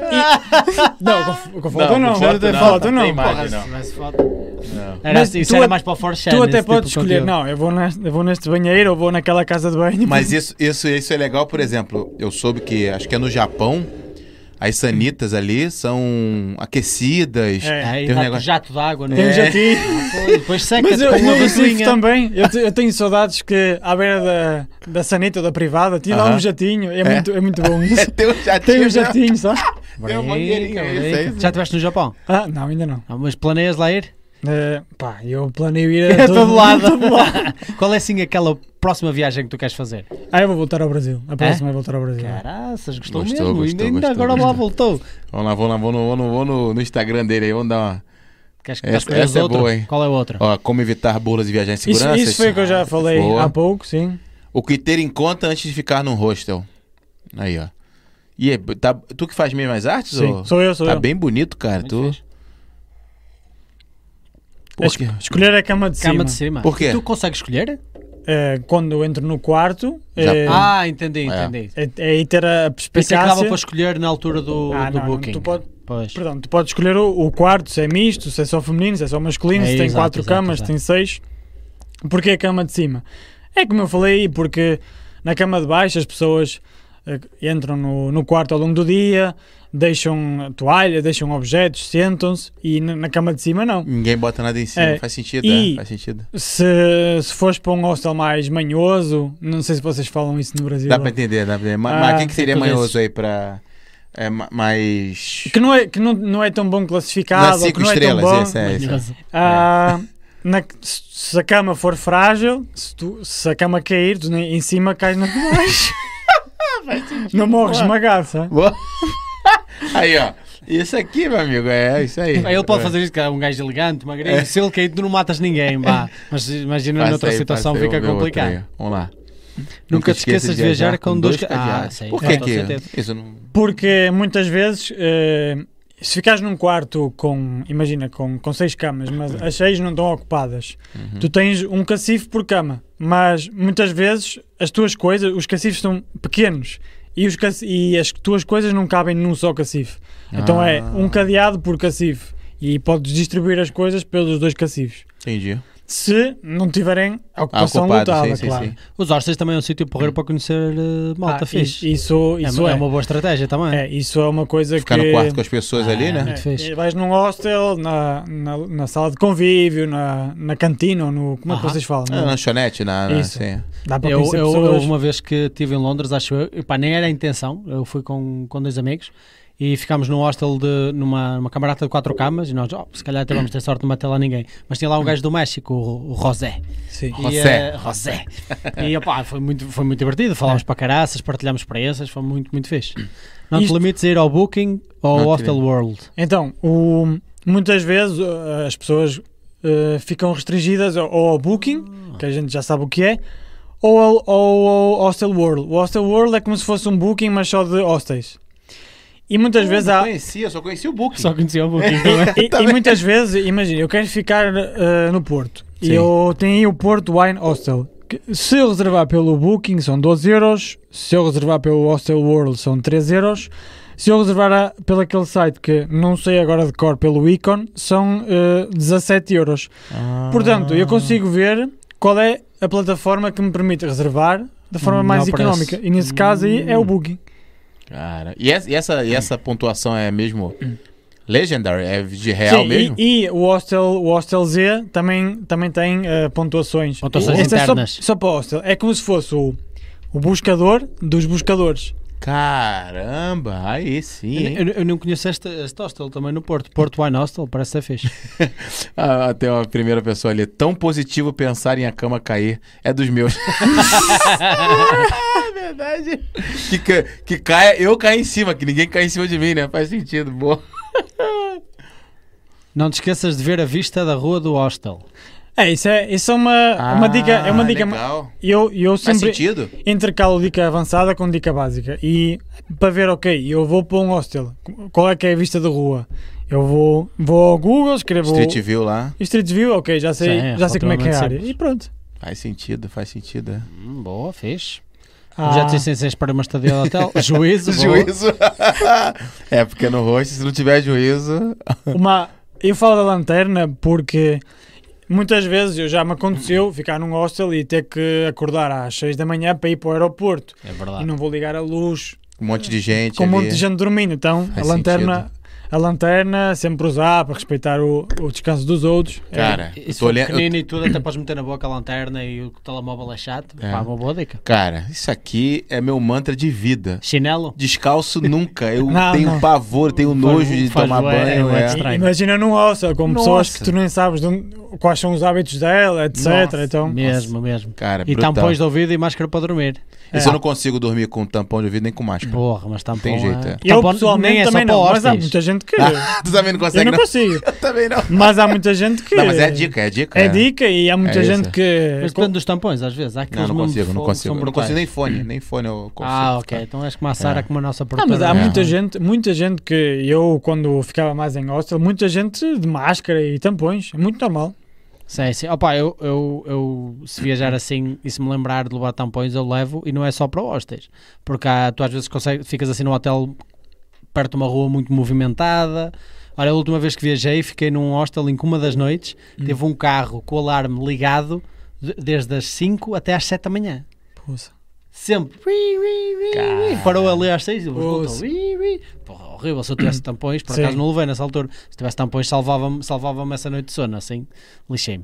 S3: não, com, com foto não,
S1: Não, com foto
S3: não tem
S1: não,
S3: foto
S1: não
S3: não.
S1: tem imagem.
S2: Porra,
S1: não.
S2: se tivesse foto.
S1: Não.
S2: Era, assim,
S3: Mas
S2: isso
S3: tu
S2: era
S3: a-
S2: mais para o 4chan.
S3: Tu
S2: esse
S3: até
S2: tipo
S3: podes
S2: de
S3: escolher,
S2: conteúdo.
S3: não, eu vou, neste, eu vou neste banheiro ou vou naquela casa de banho.
S1: Mas isso, isso, isso é legal, por exemplo, eu soube que acho que é no Japão. As sanitas ali são aquecidas.
S3: É.
S2: É,
S1: Tem
S2: e
S1: um
S2: dá-te
S1: negócio-
S2: jato de água, não
S3: Tem
S2: é?
S3: um jatinho.
S2: E depois seca
S3: Mas eu,
S2: com uma
S3: eu vivo
S2: vasilhinha.
S3: também. Eu, te- eu tenho saudades que à beira da, da sanita ou da privada, tinha lá
S1: Aham.
S3: um jatinho. É, Muito, é muito bom
S1: É,
S3: isso.
S1: tem um jatinho.
S3: Tem um
S1: né?
S3: jatinho, sabe?
S1: Tem uma mangueirinha,
S2: Brinca,
S1: isso é
S2: brinca.
S1: isso.
S2: Já estiveste no Japão?
S3: Ah, não, ainda não.
S2: Ah, mas planeias lá ir?
S3: Eh, pá, eu planeio ir a
S2: É todo lado. Qual é assim aquela próxima viagem que tu queres fazer?
S3: Ah, eu vou voltar ao Brasil. A próxima é, voltar ao Brasil.
S2: Caraças, gostou,
S1: Gostou,
S2: mesmo?
S1: gostou,
S2: ainda ainda
S1: gostou,
S2: agora lá
S1: gostou.
S2: voltou.
S1: Vamos lá, vamos lá, vamos no, vamos no, vamos no- no Instagram dele aí, vamos dar uma.
S2: Queres que
S1: Essa-
S2: escolhas
S1: essa é
S2: outra?
S1: boa, hein?
S2: Qual é a outra?
S1: Ó, como evitar burlas e viajar em
S3: Isso,
S1: segurança.
S3: isso foi o que eu
S2: é
S3: já falei
S1: Boa.
S3: há pouco, sim.
S1: O que ter em conta antes de ficar num hostel. Aí, ó. E é, tá- tu que faz meio mais artes?
S3: sim.
S1: ou-
S3: Sou eu, sou
S1: Tá
S3: eu.
S1: bem bonito, cara.
S2: Muito
S1: Tu...
S2: fixe.
S1: Por quê?
S3: Escolher a cama de
S2: Cama
S3: cima.
S2: de cima.
S1: Por quê?
S2: Tu consegues escolher?
S3: Eh, quando eu entro no quarto,
S1: Já-
S3: eh,
S2: Ah, entendi,
S1: É.
S2: entendi.
S3: é, é aí ter
S2: Pensei
S3: a
S2: que
S3: perspicácia.
S2: dava para escolher na altura do,
S3: Ah,
S2: do
S3: não, não,
S2: booking.
S3: tu pode-
S2: Pois.
S3: Perdão, tu podes escolher o, o quarto, se é misto, se é só feminino, se é só masculino,
S2: É,
S3: se tem
S2: exato,
S3: quatro
S2: exato,
S3: camas, se
S2: exato.
S3: tem seis. Porquê a cama de cima? É como eu falei, porque na cama de baixo as pessoas eh, entram no, no quarto ao longo do dia, deixam a toalha, deixam objetos, sentam-se e na, na cama de cima não.
S1: Ninguém bota nada em cima.
S3: É,
S1: Faz sentido,
S3: e-
S1: é, faz sentido.
S3: Se, se fores para um hostel mais manhoso, não sei se vocês falam isso no Brasil.
S1: Dá pra entender, dá pra entender. Mas
S3: Ah,
S1: mas o que, que seria
S2: tudo isso.
S1: manhoso aí pra. É, ma- mais.
S3: Que não é, que não, não é tão bom classificado,
S1: Nas
S3: ou que não é tão
S1: estrelas,
S3: bom.
S1: esse é, esse é.
S3: Ah, na- se se a cama for frágil, se, tu- se a cama cair, tu nem- em cima cais na de baixo. não morres é? esmagado, sabe?
S1: Boa. aí, ó. Isso aqui, meu amigo, é isso aí.
S2: Ele pode fazer isso, que é um gajo elegante, magrinho. Se ele cair, tu não matas ninguém,
S1: É.
S2: vá. Mas imagina
S1: Passa
S2: noutra
S1: aí,
S2: situação,
S1: passa aí,
S2: fica
S1: vamos ver
S2: complicado.
S1: outra aí. Vamos lá.
S2: Nunca te esqueças de viajar com dois ca- Ah,
S1: cadeados.
S2: sei,
S1: Por
S2: com
S1: que
S2: toda certeza.
S1: que isso não...
S3: Porque muitas vezes, eh, se ficares num quarto com, imagina, com, com seis camas, mas as seis não estão ocupadas,
S1: Uhum.
S3: tu tens um cacifo por cama, mas muitas vezes as tuas coisas, os cacifos são pequenos. E, os caci- e as tuas coisas não cabem num só cacifo. Então é
S1: Ah.
S3: um cadeado por cacifo. E podes distribuir as coisas pelos dois cacifos.
S1: Entendi.
S3: se não tiverem a
S1: Ah,
S3: ocupação
S1: ocupado,
S3: lotada,
S1: sim, sim,
S3: claro.
S1: sim.
S2: Os hostels também é um sítio porreiro para conhecer eh, malta
S3: Ah,
S2: fixe.
S3: i- Isso,
S2: É
S3: isso
S2: uma-
S3: é,
S2: é, uma boa estratégia também.
S3: é, isso é uma coisa
S1: Ficar
S3: que
S1: no quarto com as pessoas ali,
S2: Ah,
S1: né?
S2: Muito fixe.
S3: é, vais num hostel, na, na, na sala de convívio, na, na cantina, ou no, como é que
S2: Aham.
S3: vocês falam?
S1: Ah,
S3: não?
S1: lanchonete, na... na
S3: Isso.
S1: sim.
S3: Dá para
S2: Eu,
S3: conhecer
S2: eu- eu
S3: pessoas.
S2: uma vez que estive em Londres, acho eu, epá, nem era a intenção, eu fui com, com dois amigos e ficámos num hostel, de, numa, numa camarada de quatro camas e nós, oh, se calhar até vamos ter sorte de não matar lá ninguém. Mas tinha lá um gajo do México, o, o Rosé.
S3: Sim.
S2: E,
S1: José.
S2: eh, José. E opá, foi muito, foi muito divertido. Falámos para caraças, partilhámos experiências, foi muito, muito fixe. Não te
S3: Isto-
S2: limites a ir ao Booking ou ao
S1: Não te
S2: Hostel World.
S3: Então, o- muitas vezes uh, as pessoas uh, ficam restringidas ao, ou ao Booking, que a gente já sabe o que é, ou ao, ao- ao Hostel World. O Hostel World é como se fosse um Booking, mas só de hostels. E muitas vezes
S1: Eu
S3: há,
S1: não Tá. conhecia, só conhecia o Book.
S2: Só conhecia o Booking também.
S3: E- e, muitas vezes, imagina, eu quero ficar eh, no Porto.
S1: Sim.
S3: E eu tenho aí o Porto Wine Hostel. que se eu reservar pelo Booking são 12 euros. Se eu reservar pelo Hostel World são 3 euros. Se eu reservar a- pelo aquele site que não sei agora de cor, pelo Icon, são eh, 17 euros.
S1: Ah.
S3: Portanto, eu consigo ver qual é a plataforma que me permite reservar de forma
S2: Hum,
S3: mais
S2: ao preço.
S3: económica. E nesse caso aí é o Booking.
S1: Cara, e essa, e essa, e essa pontuação é mesmo legendary? É de real
S3: Sim,
S1: mesmo?
S3: E, e o, hostel, o Hostel Z também, também tem eh, pontuações.
S2: Pontuações
S3: Esta É
S2: internas.
S3: só, só para o hostel. É como se fosse o, o buscador dos buscadores.
S1: Caramba, aí sim, hein?
S2: eh, Eu, eu não conheço este, este hostel também no Porto. Porto Wine Hostel, parece ser fixe.
S1: Ah, ah, tem uma primeira pessoa ali. Tão positivo pensar em a cama cair. É dos meus. É Verdade. Que, ca- que caia, eu caio em cima, que ninguém cai em cima de mim, né? Faz sentido, boa.
S2: Não te esqueças de ver a vista da rua do hostel.
S3: É, isso é, isso é uma, uma dica. É uma dica.
S1: Ah, Legal.
S3: Eu, eu
S1: Faz
S3: sempre
S1: sentido?
S3: intercalo dica avançada com dica básica. E para ver, ok, eu vou para um hostel. Qual é que é a vista da rua? Eu vou, vou ao Google, escrevo
S1: Street View lá.
S3: Street View, ok, já sei,
S2: Sim, é
S3: já sei como é que é a área.
S2: relativamente
S3: E pronto.
S1: Faz sentido, faz sentido. é.
S2: Hum, boa, fixe. Já
S3: Ah,
S2: te licencias para uma estadia de hotel? Juízo, boa.
S1: Juízo. é, porque no rosto, se não tiver juízo.
S3: uma eu falo da lanterna porque muitas vezes eu já me aconteceu ficar num hostel e ter que acordar às 6 da manhã para ir para o aeroporto
S2: É
S3: e
S2: verdade.
S3: não vou ligar a luz
S1: Um monte de gente.
S3: com um monte
S1: ali.
S3: de gente dormindo. Então,
S1: Faz
S3: a lanterna,
S1: sentido.
S3: a lanterna sempre usar para respeitar o, o descanso dos outros. É,
S1: Cara,
S2: E
S1: eu
S2: se
S1: tô
S2: for
S1: olhando. eu-
S2: pequenino e tudo, até podes meter na boca a lanterna e o telemóvel é chato.
S1: É.
S2: Pá, uma boa dica.
S1: Cara, isso aqui é meu mantra de vida.
S2: Chinelo?
S1: Descalço nunca. Eu
S3: Não,
S1: tenho
S3: não. um-
S1: pavor, tenho nojo de
S2: faz
S1: tomar
S2: bué, é
S1: banho.
S2: bué
S1: é.
S2: estranho.
S3: Imagina num ossa, com pessoas
S1: Nossa.
S3: que tu nem sabes de onde- quais são os hábitos dela, etc.
S2: Nossa,
S3: então,
S2: Mesmo, mesmo.
S1: Cara,
S3: tá
S1: É
S2: E
S3: um
S1: brutal.
S2: tampões de ouvido e máscara para dormir.
S1: E
S3: é.
S1: se eu não consigo dormir com tampão de ouvido nem com máscara?
S2: Porra, mas tampão
S1: Tem jeito,
S2: é-
S1: é.
S3: eu
S2: Tampão
S3: pessoalmente
S2: nem é só
S3: também
S2: para
S3: não, mas há
S2: hóspedes.
S3: muita gente que.
S1: tu também não
S3: eu
S1: consegue,
S3: não
S1: é não?
S3: consigo.
S1: Também não.
S3: Mas há muita gente que.
S1: Não, mas é dica, é dica.
S3: É dica e há muita
S1: É
S3: gente
S1: isso.
S3: que.
S2: Mas depende dos tampões, às vezes. Há
S1: Não,
S2: aqueles
S1: não
S2: mesmo
S1: consigo, não
S2: fogo que são
S1: consigo. Não consigo
S2: brutais.
S1: nem fone, nem fone eu consigo.
S2: Ah, ok.
S1: cara.
S2: Então és como a Sara, como a nossa
S3: Ah, mas
S2: produtora.
S3: há
S1: É.
S3: muita gente, muita gente que eu, quando ficava mais em hostel, muita gente de máscara e tampões, é muito normal.
S2: Sim, sim. Opa, eu, eu, eu se viajar assim e se me lembrar de levar tampões, eu levo e não é só para hostes. Porque há, tu às vezes consegue, ficas assim num hotel perto de uma rua muito movimentada. Olha, a última vez que viajei, fiquei num hostel em que uma das noites teve um carro com o alarme ligado de- desde as 5 até às 7 da manhã.
S3: Poça.
S2: Sempre. Ui, ui, ui, ui. Parou ali às 6 e voltou.
S3: Poça.
S2: Ui, ui. Porra, horrível. Se eu tivesse tampões, por
S3: Hum. Sim.
S2: acaso não levei nessa altura. Se tivesse tampões, salvava-me salvava essa noite de sono. Assim, lixei-me.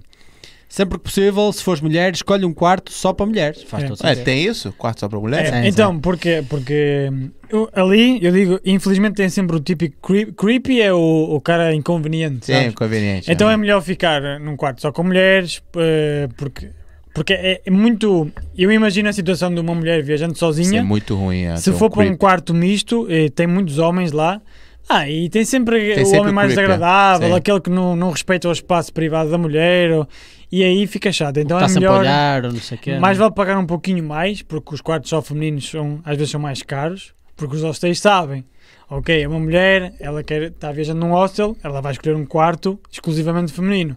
S2: Sempre que possível, se fores mulher, escolhe um quarto só para mulheres. Faz
S3: É.
S2: todo
S1: É,
S2: sentido.
S1: tem isso? Quarto só pra mulher?
S3: É,
S2: sim.
S3: então, porquê? Porque hum, eu- ali, eu digo, infelizmente tem sempre o típico creep, creepy, é o, o cara inconveniente.
S1: Sim,
S3: sabes?
S1: conveniente.
S3: Então
S1: né?
S3: é melhor ficar num quarto só com mulheres, eh, porque, porque é, é muito. Eu imagino a situação de uma mulher viajando
S1: Isso é
S3: sozinha.
S1: muito ruim. É.
S3: Se
S1: Tem um
S3: for para um
S1: creep.
S3: quarto misto, eh, tem muitos homens lá. Ah, e tem sempre
S1: Tem
S3: o
S1: sempre
S3: homem
S1: o
S3: mais
S1: creep, é.
S3: desagradável,
S1: Sim.
S3: aquele que não, não respeita o espaço privado da mulher, ou- e aí fica chato. Então
S1: Tá
S2: Está
S3: é
S2: sempre a
S3: melhor.
S2: olhar, ou não sei o quê.
S3: mais
S1: né?
S2: não é?
S3: vale pagar um pouquinho mais, porque os quartos só femininos são, às vezes são mais caros, porque os hostéis sabem. Ok, é uma mulher, ela quer está viajando num hostel, ela vai escolher um quarto exclusivamente feminino.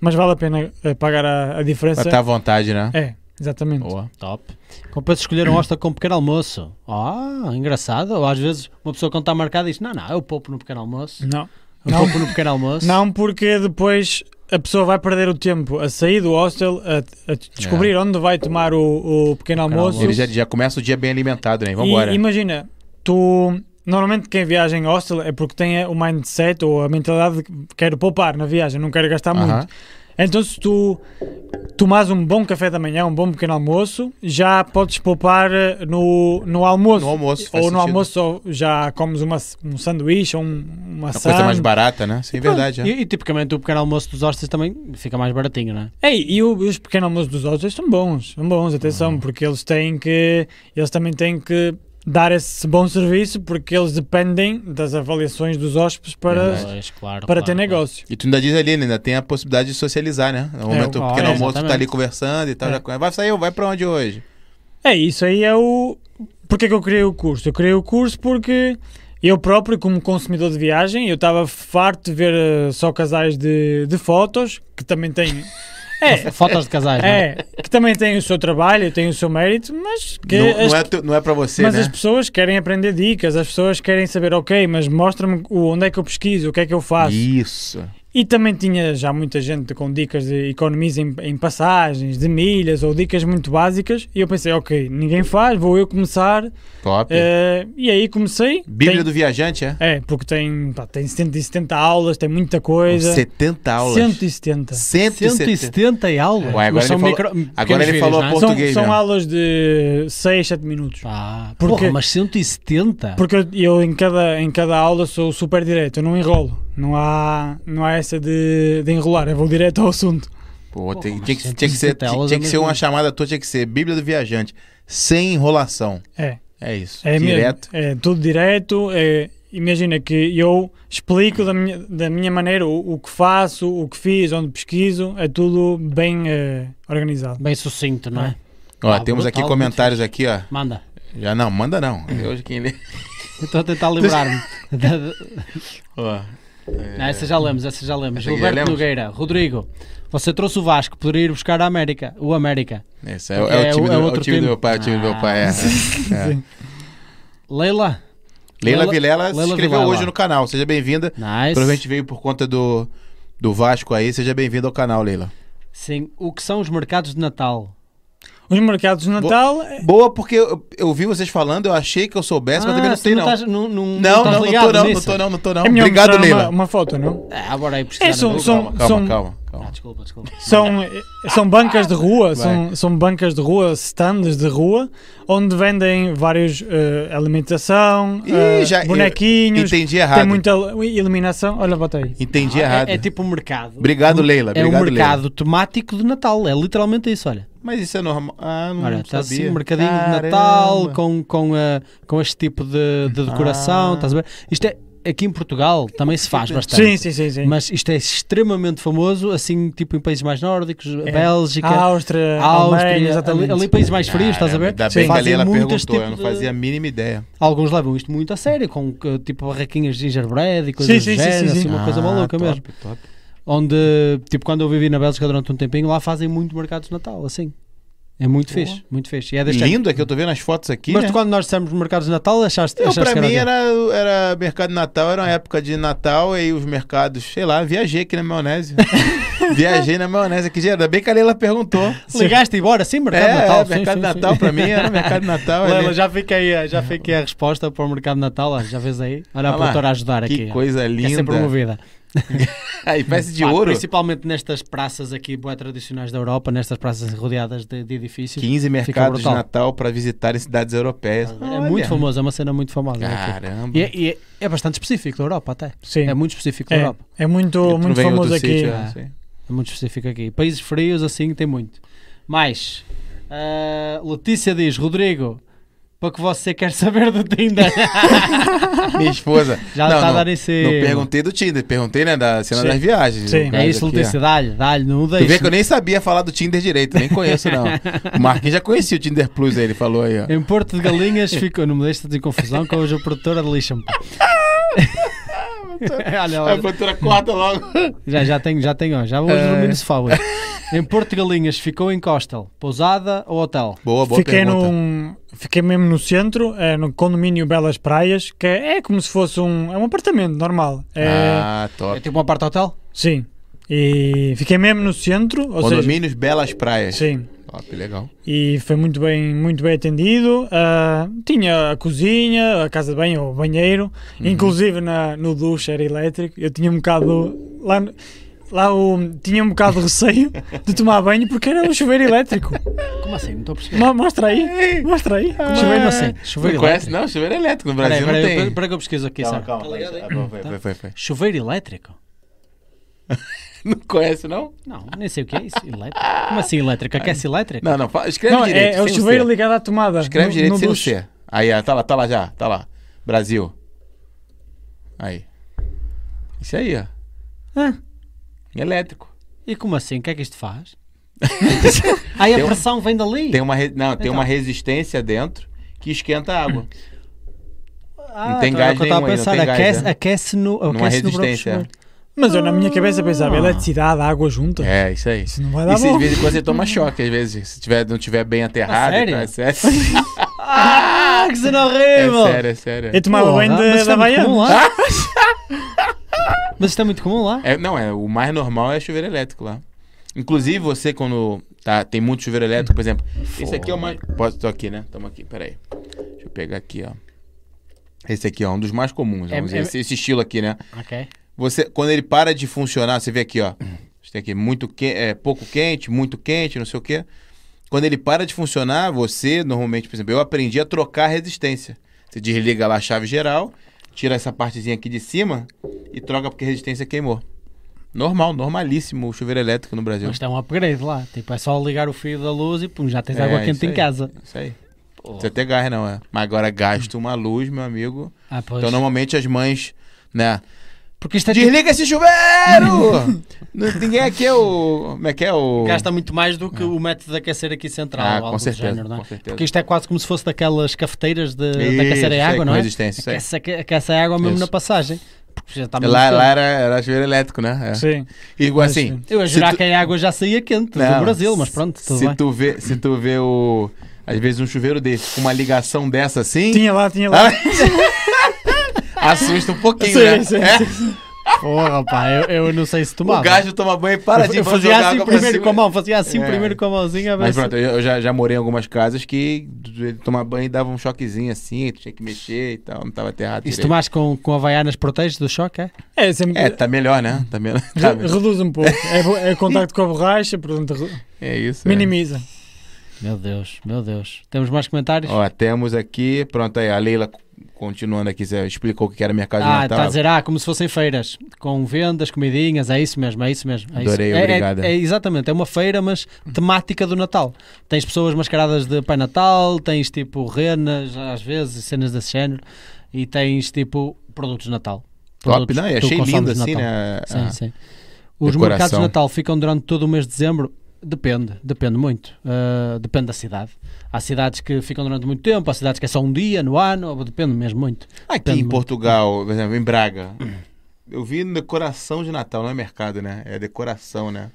S3: Mas vale a pena eh, pagar a, a
S1: Pra
S3: diferença.
S1: estar à vontade, né?
S3: É, exatamente.
S1: Boa.
S2: Top. Compensa escolher um hostel com pequeno almoço. Ah, engraçado. Ou às vezes uma pessoa quando está marcada diz: Não, não, eu poupo no pequeno almoço.
S3: Não.
S2: Eu
S3: Não.
S2: poupo no pequeno almoço.
S3: Não, porque depois a pessoa vai perder o tempo a sair do hostel, a, a descobrir onde vai tomar o, o pequeno almoço.
S1: Ele já, já começa o dia bem alimentado, né? Vambora.
S3: E imagina, tu. Normalmente quem viaja em hostel é porque tem o mindset ou a mentalidade de que quero poupar na viagem, não quero gastar
S1: Aham.
S3: muito. Então se tu tomas um bom café da manhã, um bom pequeno almoço, já podes poupar eh, no, no almoço.
S1: No almoço,
S3: Ou
S1: faz
S3: no
S1: sentido.
S3: almoço ou já comes uma, um sanduíche ou um, uma
S1: Uma coisa mais barata, né? Sim, verdade. é.
S2: Então, E, e, tipicamente o pequeno almoço dos hostels também fica mais baratinho, não é?
S3: Ei, e o- os pequenos almoços dos hostels são bons, são bons,
S1: Uhum.
S3: atenção, porque eles têm que, eles também têm que dar esse bom serviço porque eles dependem das avaliações dos hóspedes para,
S2: Pois, claro,
S3: para
S2: claro,
S3: ter
S2: claro.
S3: negócio.
S1: E tu ainda diz ali, né? ainda tem a possibilidade de socializar, né? No momento do
S2: ó,
S1: pequeno
S2: é,
S1: almoço, tu tá ali
S2: exatamente.
S1: conversando e tal.
S3: É.
S1: Já... Vai sair, vai pra onde hoje?
S3: É, isso aí é o... Porque é que eu criei o curso? Eu criei o curso porque eu próprio, como consumidor de viagem, eu estava farto de ver eh, só casais de, de fotos, que também têm... É,
S2: Fotos de
S1: Uhum.
S2: casais, não é?
S3: é, que também têm o seu trabalho, têm o seu mérito, mas que
S1: não,
S3: as
S1: não, é tu- não é pra você,
S3: mas
S1: né?
S3: as pessoas querem aprender dicas, as pessoas querem saber, ok, mas mostra-me o- onde é que eu pesquiso, o que é que eu faço. E,
S1: Isso.
S3: também tinha já muita gente com dicas de economiza em, em passagens, de milhas ou dicas muito básicas. E eu pensei, ok, ninguém faz, vou eu começar.
S1: Top.
S3: Eh, e aí comecei.
S1: Bíblia
S3: Tem-
S1: do viajante, é?
S3: É, porque tem, pá, tem 170 aulas, tem muita
S1: Com
S3: coisa.
S1: 70 aulas.
S3: 170.
S1: 170.
S2: 170 aulas.
S1: Ué, agora
S2: Mas são
S1: ele falou-
S2: micro-
S1: agora
S2: pequenos
S1: ele
S2: vídeos,
S1: falou a
S2: não é?
S1: porra-
S3: São,
S1: Português,
S3: são
S1: não.
S3: aulas de 6, 7 minutos.
S2: Pá,
S3: Porque-
S2: Ah, porra, mas 170?
S3: Porque eu, eu em, cada, em cada aula sou super direto, eu não enrolo. Não há, não há essa de, de enrolar, eu vou direto ao assunto.
S1: Pô, tem-
S2: mas
S1: tinha, que, tinha que ser,
S2: 170 aulas
S1: tinha
S2: é
S1: que ser uma
S2: mesmo.
S1: chamada tua, tinha que ser Bíblia do viajante. Sem enrolação.
S3: É,
S1: É isso.
S3: é
S1: Direto.
S3: mesmo. É tudo direto. é- imagina que eu explico da minha, da minha maneira o, o que faço, o que fiz, onde pesquiso, é tudo bem eh, organizado.
S2: Bem sucinto, não é?
S1: Ó,
S2: Ah,
S1: temos aqui
S2: brutal,
S1: comentários aqui, ó.
S2: Manda.
S1: Já não, manda não. É Hoje quem lê.
S2: Eu Estou a tentar livrar-me. Da- da-
S1: Ó, é,
S2: Não, essa já lemos, essa já lemos.
S1: Essa aqui já
S2: Gilberto
S1: lemos?
S2: Nogueira. Rodrigo, você trouxe o Vasco, poderia ir buscar a América. O América.
S1: esse é, é o time, do, é o time do meu pai, é o time do meu pai. é. É.
S2: Leila?
S1: Leila
S2: Leila-
S1: Vilela se
S2: Leila
S1: inscreveu
S2: Vilela.
S1: hoje no canal. Seja bem-vinda.
S2: Nice.
S1: Provavelmente veio por conta do, do Vasco aí. Seja bem-vinda ao canal, Leila.
S2: Sim. O que são os mercados de Natal?
S3: Os mercados de Natal. é-
S1: Boa, porque eu, eu vi vocês falando, eu achei que eu soubesse, mas também não
S2: tu
S1: sei, não.
S2: estás- Ah, Não,
S1: Não,
S2: estás
S1: não, não
S2: ligado
S1: tô não, não
S2: nisso.
S1: tô não, não tô não.
S3: É melhor
S1: Obrigado,
S3: mostrar
S1: Leila.
S3: uma, uma foto, não?
S2: Ah, agora aí pesquisar.
S3: É, são,
S2: no Google.
S3: são,
S1: Calma,
S3: são,
S1: calma,
S2: Ah,
S1: calma.
S2: desculpa, desculpa.
S3: são, são bancas de rua, são, são bancas de rua, stands de rua, onde vendem vários eh, alimentação,
S1: Ih,
S3: eh,
S1: já- eu
S3: bonequinhos.
S1: Entendi
S3: Tem
S1: errado.
S3: muita iluminação. Olha, bota aí.
S1: Entendi errado.
S2: É, é tipo um mercado.
S1: Obrigado, Leila.
S2: É
S1: Obrigado,
S2: um mercado
S1: Leila.
S2: temático de Natal. É literalmente isso, olha.
S1: Mas isso é normal. Ah, não
S2: Olha,
S1: sabia.
S2: está assim um mercadinho de Natal com, com, ah, com este tipo de, de decoração.
S1: Ah.
S2: Estás a ver? Isto é. Aqui em Portugal também se faz bastante.
S3: Sim, sim, sim. sim.
S2: Mas isto é extremamente famoso, assim, tipo em países mais nórdicos, a
S3: É.
S2: Bélgica,
S3: A
S2: a
S3: Áustria, a
S2: Áustria,
S3: Alemanha,
S2: ali,
S3: exatamente.
S2: ali países mais frios, estás a ver?
S1: Ainda bem que a
S2: Fazem
S1: Leila
S2: muitos
S1: perguntou, eu
S2: tipos
S1: não
S2: de-
S1: fazia a mínima ideia.
S2: Alguns levam isto muito a sério, com que, tipo barraquinhas de gingerbread e coisas
S3: Sim, sim,
S2: do
S3: sim,
S2: género,
S3: sim, sim.
S2: assim, uma coisa
S1: Ah,
S2: maluca
S1: top,
S2: mesmo.
S1: top.
S2: Onde, tipo, quando eu vivi na Bélgica durante um tempinho, lá fazem muito mercados de Natal, assim. É muito fixe, muito fixe. E é deste
S1: Lindo é que eu tô vendo as fotos aqui,
S2: ano. Mas
S1: né?
S2: tu, quando nós dissemos mercados de Natal, achaste,
S1: Eu,
S2: achaste
S1: pra
S2: que
S1: mim,
S2: o quê?
S1: era, era mercado de Natal, era uma época de Natal e os mercados, sei lá, viajei aqui na maionese. viajei na maionese aqui, ainda bem que a Leila perguntou.
S2: Ligaste e bora, sim, mercado
S1: é,
S2: de Natal.
S1: é,
S2: sim,
S1: mercado de
S2: sim, sim.
S1: Natal pra mim era mercado de Natal. né?
S2: Leila,
S1: ali.
S2: já fiquei, a- já fiquei a resposta para o mercado de Natal, ó, já vês aí? Olha a
S1: lá,
S2: produtora a ajudar
S1: que
S2: aqui. ó.
S1: coisa
S2: Quer ser
S1: linda.
S2: promovida.
S1: Aí, peça de
S2: Pá,
S1: ouro.
S2: Principalmente nestas praças aqui, bué tradicionais da Europa, nestas praças rodeadas de, de edifícios.
S1: 15 mercados de
S2: brutal.
S1: Natal pra visitar em cidades europeias.
S2: É
S1: Olha.
S2: muito famoso, é uma cena muito famosa. aqui.
S1: Caramba.
S2: E, é- e é- é bastante específico da Europa até.
S3: Sim.
S2: É muito específico da
S3: É,
S2: Europa.
S3: é muito,
S1: Tu não
S3: muito
S1: vem em outro
S3: famoso aqui.
S1: sítio,
S2: Ah.
S1: é, sim.
S2: É muito específico aqui. Países frios, assim, tem muito. Mas, ah, Letícia diz, Rodrigo, para que você quer saber do Tinder?
S1: Minha esposa.
S2: Já
S1: não,
S2: tá
S1: não,
S2: dando esse-
S1: Não perguntei do Tinder, perguntei, né, da cena
S3: Sim.
S1: das viagens.
S3: Sim.
S1: no
S2: é
S1: caso
S2: isso,
S1: aqui, ó.
S2: Letícia, dá-lhe, dá-lhe, não o
S1: Tu vê que
S2: deixes.
S1: eu nem sabia falar do Tinder direito, nem conheço, não. O Marquinhos já conhecia o Tinder Plus, aí ele falou aí, ó.
S2: Em Porto de Galinhas ficou. Não me deixa de confusão com hoje a produtora de lixo. Olha,
S1: A
S2: olha,
S1: produtora corta logo.
S2: já, já tenho, já tenho, ó, já vou
S1: É.
S2: dormir no sofá hoje. Em Porto de Galinhas ficou em Costel, pousada ou hotel?
S1: Boa, boa
S3: Fiquei,
S1: pergunta.
S3: num, fiquei mesmo no centro, eh, no condomínio Belas Praias, que é como se fosse um, é um apartamento normal. É,
S1: Ah, top.
S2: É tipo uma parte hotel?
S3: Sim. E fiquei mesmo no centro, ou seja,
S1: Condomínios Belas Praias.
S3: sim.
S1: Top, legal.
S3: E foi muito bem, muito bem atendido. Ah, tinha a cozinha, a casa de banho, o banheiro,
S1: Uhum.
S3: inclusive na, no duche era elétrico. Eu tinha um bocado lá, no- lá o, tinha um bocado de receio de tomar banho porque era um chuveiro elétrico.
S2: Como assim? Não estou a perceber.
S3: Mo- Mostra aí, mostra aí.
S1: Ah.
S3: Um
S2: Chuveiro assim, chuveiro
S1: não conhece,
S2: elétrico.
S1: não? Chuveiro elétrico no
S2: Peraí,
S1: Brasil
S2: peraí,
S1: não tem.
S2: peraí, peraí que eu pesquiso aqui, sabe?
S1: calma. Foi, foi, foi, foi.
S2: Chuveiro elétrico?
S1: Não conhece, não?
S2: Não, nem sei o que é isso. Elétrico? Como assim elétrico? Aquece elétrico?
S1: Não, não. fa- Escreve
S3: Não,
S1: direito.
S3: é, é o
S1: sem
S3: chuveiro
S1: C.
S3: ligado à tomada.
S1: Escreve
S3: no-
S1: direito
S3: no
S1: sem o
S3: duche.
S1: C. Aí, ó, tá lá, tá lá já. Tá lá. Brasil. Aí. Isso aí, ó.
S2: Hã?
S1: Elétrico.
S2: E como assim? O que é que isto faz? Aí a
S1: Tem um-
S2: pressão vem dali.
S1: Tem uma, re- não, tem
S2: Então.
S1: uma resistência dentro que esquenta a água.
S2: Ah,
S1: Não tem
S2: então
S1: gás
S2: era o que eu estava a
S1: nenhum aí, não
S2: pensar,
S1: tem gás,
S2: aquece,
S1: né?
S2: aquece no, aquece
S1: Numa
S2: no próprio
S1: resistência. É
S2: chuveiro.
S3: Mas eu na minha cabeça pensava,
S2: Ah.
S3: eletricidade, água junta.
S1: É, isso aí.
S3: Isso não vai dar
S1: E se
S3: bom.
S1: de vez em quando você toma choque, às vezes, se tiver, não tiver bem aterrado.
S2: sério?
S1: tá, É sério,
S2: Ah, que cena
S1: é
S2: horrível!
S1: sério. É, sério.
S3: Eu tomava banho
S2: mas
S3: de,
S2: isto
S3: da
S2: é muito comum
S3: Havaiana.
S2: lá. Mas isto é muito comum lá.
S1: É, não, é, o mais normal é chuveiro elétrico lá. Inclusive, você quando tá, tem muito chuveiro elétrico, por exemplo, esse aqui é o mais... Posso, tô aqui, né? Tamo aqui, peraí. Deixa eu pegar aqui, ó. Esse aqui, ó, um dos mais comuns,
S2: É-
S1: vamos dizer,
S2: é-
S1: esse, esse estilo aqui, né?
S2: Ok.
S1: Você, quando ele para de funcionar, você vê aqui, ó. Você tem aqui muito que, é, pouco quente, muito quente, não sei o quê. Quando ele para de funcionar, você, normalmente, por exemplo, eu aprendi a trocar a resistência. Você desliga lá a chave geral, tira essa partezinha aqui de cima e troca porque a resistência queimou. Normal, normalíssimo o chuveiro elétrico no Brasil.
S2: Mas isto é um upgrade lá. Tipo, é só ligar o fio da luz e pum, já tens
S1: É,
S2: água
S1: isso
S2: quente em
S1: aí.
S2: casa.
S1: Isso aí. Você até gás, não é? Mas agora gasto uma luz, meu amigo.
S2: Ah, pois.
S1: Então, normalmente, as mães, né?
S2: Porque isto é tipo,
S1: Desliga esse chuveiro! Não- Ninguém aqui é o. Como é que é o.
S2: gasta muito mais do que o método de aquecer aqui central.
S1: Ah,
S2: ou
S1: com
S2: algo do
S1: certeza,
S2: género, não é?
S1: com certeza.
S2: Porque isto é quase como se fosse daquelas cafeteiras de, de
S1: Isso,
S2: aquecer
S1: isso aí,
S2: a água,
S1: com
S2: não é?
S1: resistência, isso aí.
S2: aquece, aque- aquece a água mesmo
S1: Isso.
S2: na passagem. Porque já está mesmo
S1: Lá,
S2: quente.
S1: lá era, era chuveiro elétrico, né? É.
S3: Sim.
S1: E Igual
S3: Mas,
S1: assim.
S2: Eu ia
S1: se
S2: jurar
S1: tu-
S2: que a água já saía quente
S1: Não,
S2: do Brasil, mas pronto, tudo
S1: se
S2: bem.
S1: Tu vê, se tu vê o. Às vezes um chuveiro desse, com uma ligação dessa assim.
S3: Tinha lá, tinha lá.
S1: Assusta um pouquinho,
S3: Sim,
S1: né?
S3: sim,
S1: É.
S2: Porra, pá, eu, eu não sei se tomava.
S1: O gajo toma banho e para
S2: eu,
S1: de
S2: eu fazia
S1: jogar
S2: assim
S1: água pra
S2: primeiro
S1: cima.
S2: com a mão, fazia assim
S1: É.
S2: primeiro com a mãozinha. a ver
S1: Mas
S2: se-
S1: pronto, eu eu já, já morei em algumas casas que ele tomava banho e dava um choquezinho assim, tu tinha que mexer e tal, não tava aterrado.
S2: E se
S1: direito.
S2: tomares com, com Havaianas protege do choque, é?
S3: É, sempre.
S1: É, tá melhor, né? Tá melhor.
S3: re-
S1: tá melhor.
S3: reduz um pouco. É, bo- é contacto com a borracha, portanto, re-
S1: É isso. é.
S3: minimiza.
S2: Meu Deus, meu Deus. Temos mais comentários?
S1: é. Ó, temos aqui, pronto aí, a Leila continuando aqui, você explicou o que era mercado
S2: ah,
S1: de Natal.
S2: está a dizer, ah, como se fossem feiras, com vendas, comidinhas, é isso mesmo, é isso mesmo. É isso.
S1: Adorei,
S2: É- é-
S1: obrigado.
S2: É, exatamente, é uma feira, mas temática do Natal. Tens pessoas mascaradas de Pai Natal, tens tipo renas, às vezes, cenas desse género, e tens tipo produtos de Natal.
S1: Top,
S2: Produtos
S1: não,
S2: que
S1: eu
S2: tu
S1: achei
S2: consomes
S1: lindo
S2: de
S1: assim,
S2: Natal.
S1: né?
S2: Sim,
S1: Ah,
S2: sim. Os
S1: decoração.
S2: mercados de Natal ficam durante todo o mês de dezembro. Depende, depende muito. Ah, depende da cidade. Há cidades que ficam durante muito tempo, há cidades que é só um dia no ano, depende mesmo muito.
S1: Ah, Aqui
S2: Depende
S1: em
S2: muito.
S1: Portugal, por exemplo, em Braga, eu vi decoração de Natal, não é mercado, né? É decoração, né?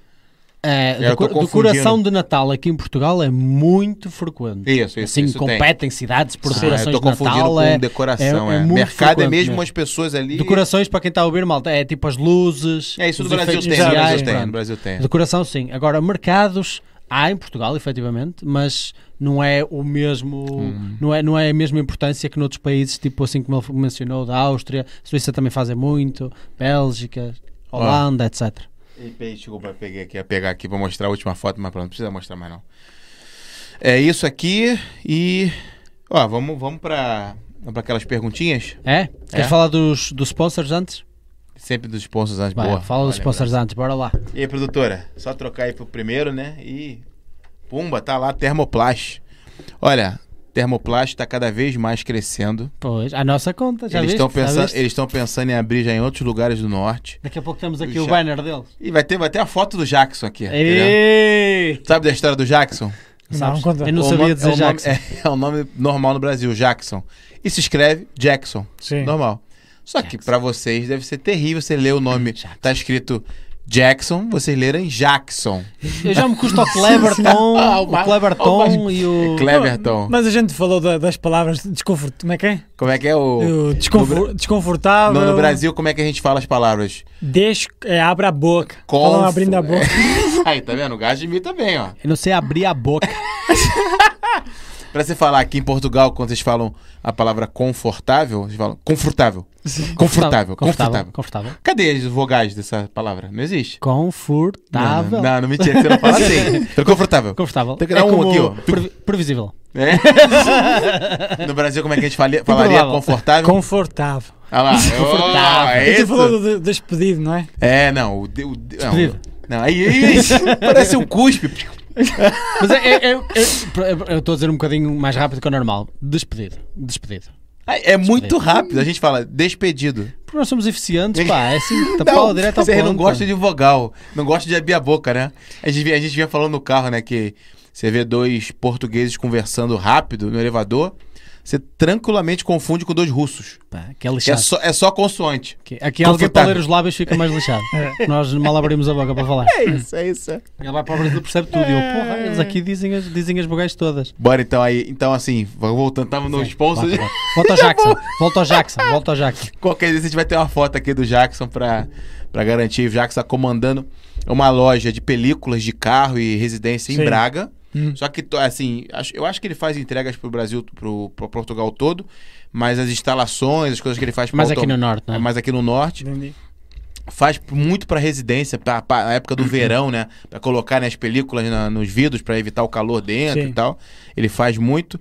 S2: É,
S1: Eu tô
S2: deco-
S1: confundindo.
S2: decoração de Natal aqui em Portugal é muito frequente.
S1: Isso, isso,
S2: assim,
S1: isso tem.
S2: competem cidades por
S1: Ah,
S2: decorações
S1: eu tô
S2: de
S1: confundindo
S2: Natal.
S1: com
S2: é-
S1: decoração,
S2: é-
S1: é.
S2: é muito
S1: mercado é
S2: frequente
S1: mesmo
S2: mesmo.
S1: as pessoas ali.
S2: Decorações, para quem está a ouvir, malta, é tipo as luzes.
S1: É isso no
S2: os
S1: Brasil
S2: efeitos
S1: tem, no
S2: especiais,
S1: Brasil tem, no
S2: pronto.
S1: Brasil tem.
S2: Decoração, sim. Agora, mercados há em Portugal, efetivamente, mas não é o mesmo,
S1: Hum.
S2: não, é, não é a mesma importância que noutros países, tipo assim como ele mencionou, da Áustria, Suíça também fazem muito, Bélgica,
S1: Ah.
S2: Holanda, etc.
S1: E peraí, desculpa, peguei aqui, ia pegar aqui pra mostrar a última foto, mas pronto, não precisa mostrar mais não. É isso aqui e. Ó, vamos, vamos pra, pra aquelas perguntinhas.
S2: É? Queres
S1: É.
S2: falar dos, dos sponsors antes?
S1: Sempre dos sponsors antes.
S2: Vai,
S1: boa,
S2: fala dos
S1: boa
S2: sponsors antes, bora lá.
S1: lembrança. E aí, produtora, só trocar aí pro primeiro, né? E. Pumba, tá lá, Termoplast. Olha, Termoplast tá cada vez mais crescendo.
S2: Pois, à nossa conta, já
S1: eles
S2: viste?
S1: estão
S2: Já
S1: pensando,
S2: viste?
S1: eles estão pensando em abrir já em outros lugares do norte.
S2: Daqui a pouco temos aqui
S1: Já- É,
S2: o banner deles.
S1: E vai ter, vai ter a foto do Jackson aqui. entendeu?
S2: Ei!
S1: Sabe da história do Jackson?
S2: Sabes?
S3: Não, conta.
S2: Eu não
S1: O
S2: sabia
S1: nome-
S2: dizer
S1: é o nome-
S2: Jackson.
S1: é, é o nome normal no Brasil, Jackson. E se escreve Jackson,
S3: Sim.
S1: normal. Só que pra vocês deve ser terrível você ler o nome. Tá escrito Jackson, vocês lerem Jackson.
S2: Eu já me custa o Cleverton,
S1: é- Ah, o
S2: o
S1: Mar-
S2: Cleverton e o...
S1: É Cleverton.
S3: Mas a gente falou da- das palavras desconfortável. Como é que é?
S1: Como é que é o.
S3: Eu- desconfor- desconfortável.
S1: No, no Brasil, como é que a gente fala as palavras?
S3: Des, é, abre a boca.
S1: Conf-
S3: Falam abrindo a boca.
S1: Aí, tá vendo? O gajo imita bem, ó.
S2: Eu não sei abrir a boca.
S1: Pra você falar aqui em Portugal, quando vocês falam a palavra confortável, vocês falam confortável. Confortável, confortável.
S2: Confortável.
S1: Cadê as vogais dessa palavra? Não existe. Não,
S2: Confortável.
S1: não, não, não mentira, você não fala assim. Tô confortável.
S2: Confortável. É
S1: Tem que dar um
S2: como
S1: aqui, ó.
S2: previ- previsível.
S1: É? No Brasil, como é que a gente falia-
S2: Então
S1: falaria?
S2: Improvável.
S1: Confortável?
S3: Confortável.
S1: Ah lá.
S2: Confortável.
S1: Oh, é
S3: E tu falou
S1: isso?
S3: do, do despedido, não é?
S1: É, não. O, de- o, de- não,
S2: Despedido.
S1: não, aí, aí, aí, parece um cuspe.
S2: Mas é- é- é- é- eu estou a dizer um bocadinho mais rápido que o normal. Despedido. Despedido.
S1: Ai, É muito rápido. A gente fala despedido.
S2: Porque nós somos eficientes, pá. É assim, tapar
S1: Não,
S2: o direto ao
S1: Você
S2: ponto.
S1: não gosta de vogal. Não gosta de abrir a boca, né? A gente, a gente vinha falando no carro, né? Que você vê dois portugueses conversando rápido no elevador. Você tranquilamente confunde com dois russos.
S2: Pá, que é
S1: Que é
S2: lixado.
S1: só, é só consoante.
S2: Aqui- Aqui alguém para
S1: Confortável.
S2: ler os lábios fica mais lixado.
S3: É.
S2: Nós mal abrimos a boca para falar.
S1: É isso, é isso.
S2: Ele vai para o Brasil percebe tudo. E eu, porra,
S1: É.
S2: eles aqui dizem as, dizem as bugais todas.
S1: Bora então aí. Então, assim, voltando, tava no sponsor.
S2: Volta, volta ao Jackson. Volta ao Jackson. Volta ao Jackson.
S1: Qualquer dia a gente vai ter uma foto aqui do Jackson pra, pra garantir. O Jackson tá comandando uma loja de películas de carro e residência em
S3: Sim.
S1: Braga.
S3: Hum.
S1: Só que, to- assim, acho- eu acho que ele faz entregas pro Brasil, pro, pro Portugal todo, mas as instalações, as coisas que ele faz pro
S2: Mas aqui
S1: autom-
S2: no Norte, não é?
S1: Mas aqui no norte.
S3: Entendi.
S1: Faz muito pra residência, pra, pra na época do verão, né? Pra colocar né, as películas na- nos vidros pra evitar o calor dentro
S3: Sim.
S1: e tal. Ele faz muito.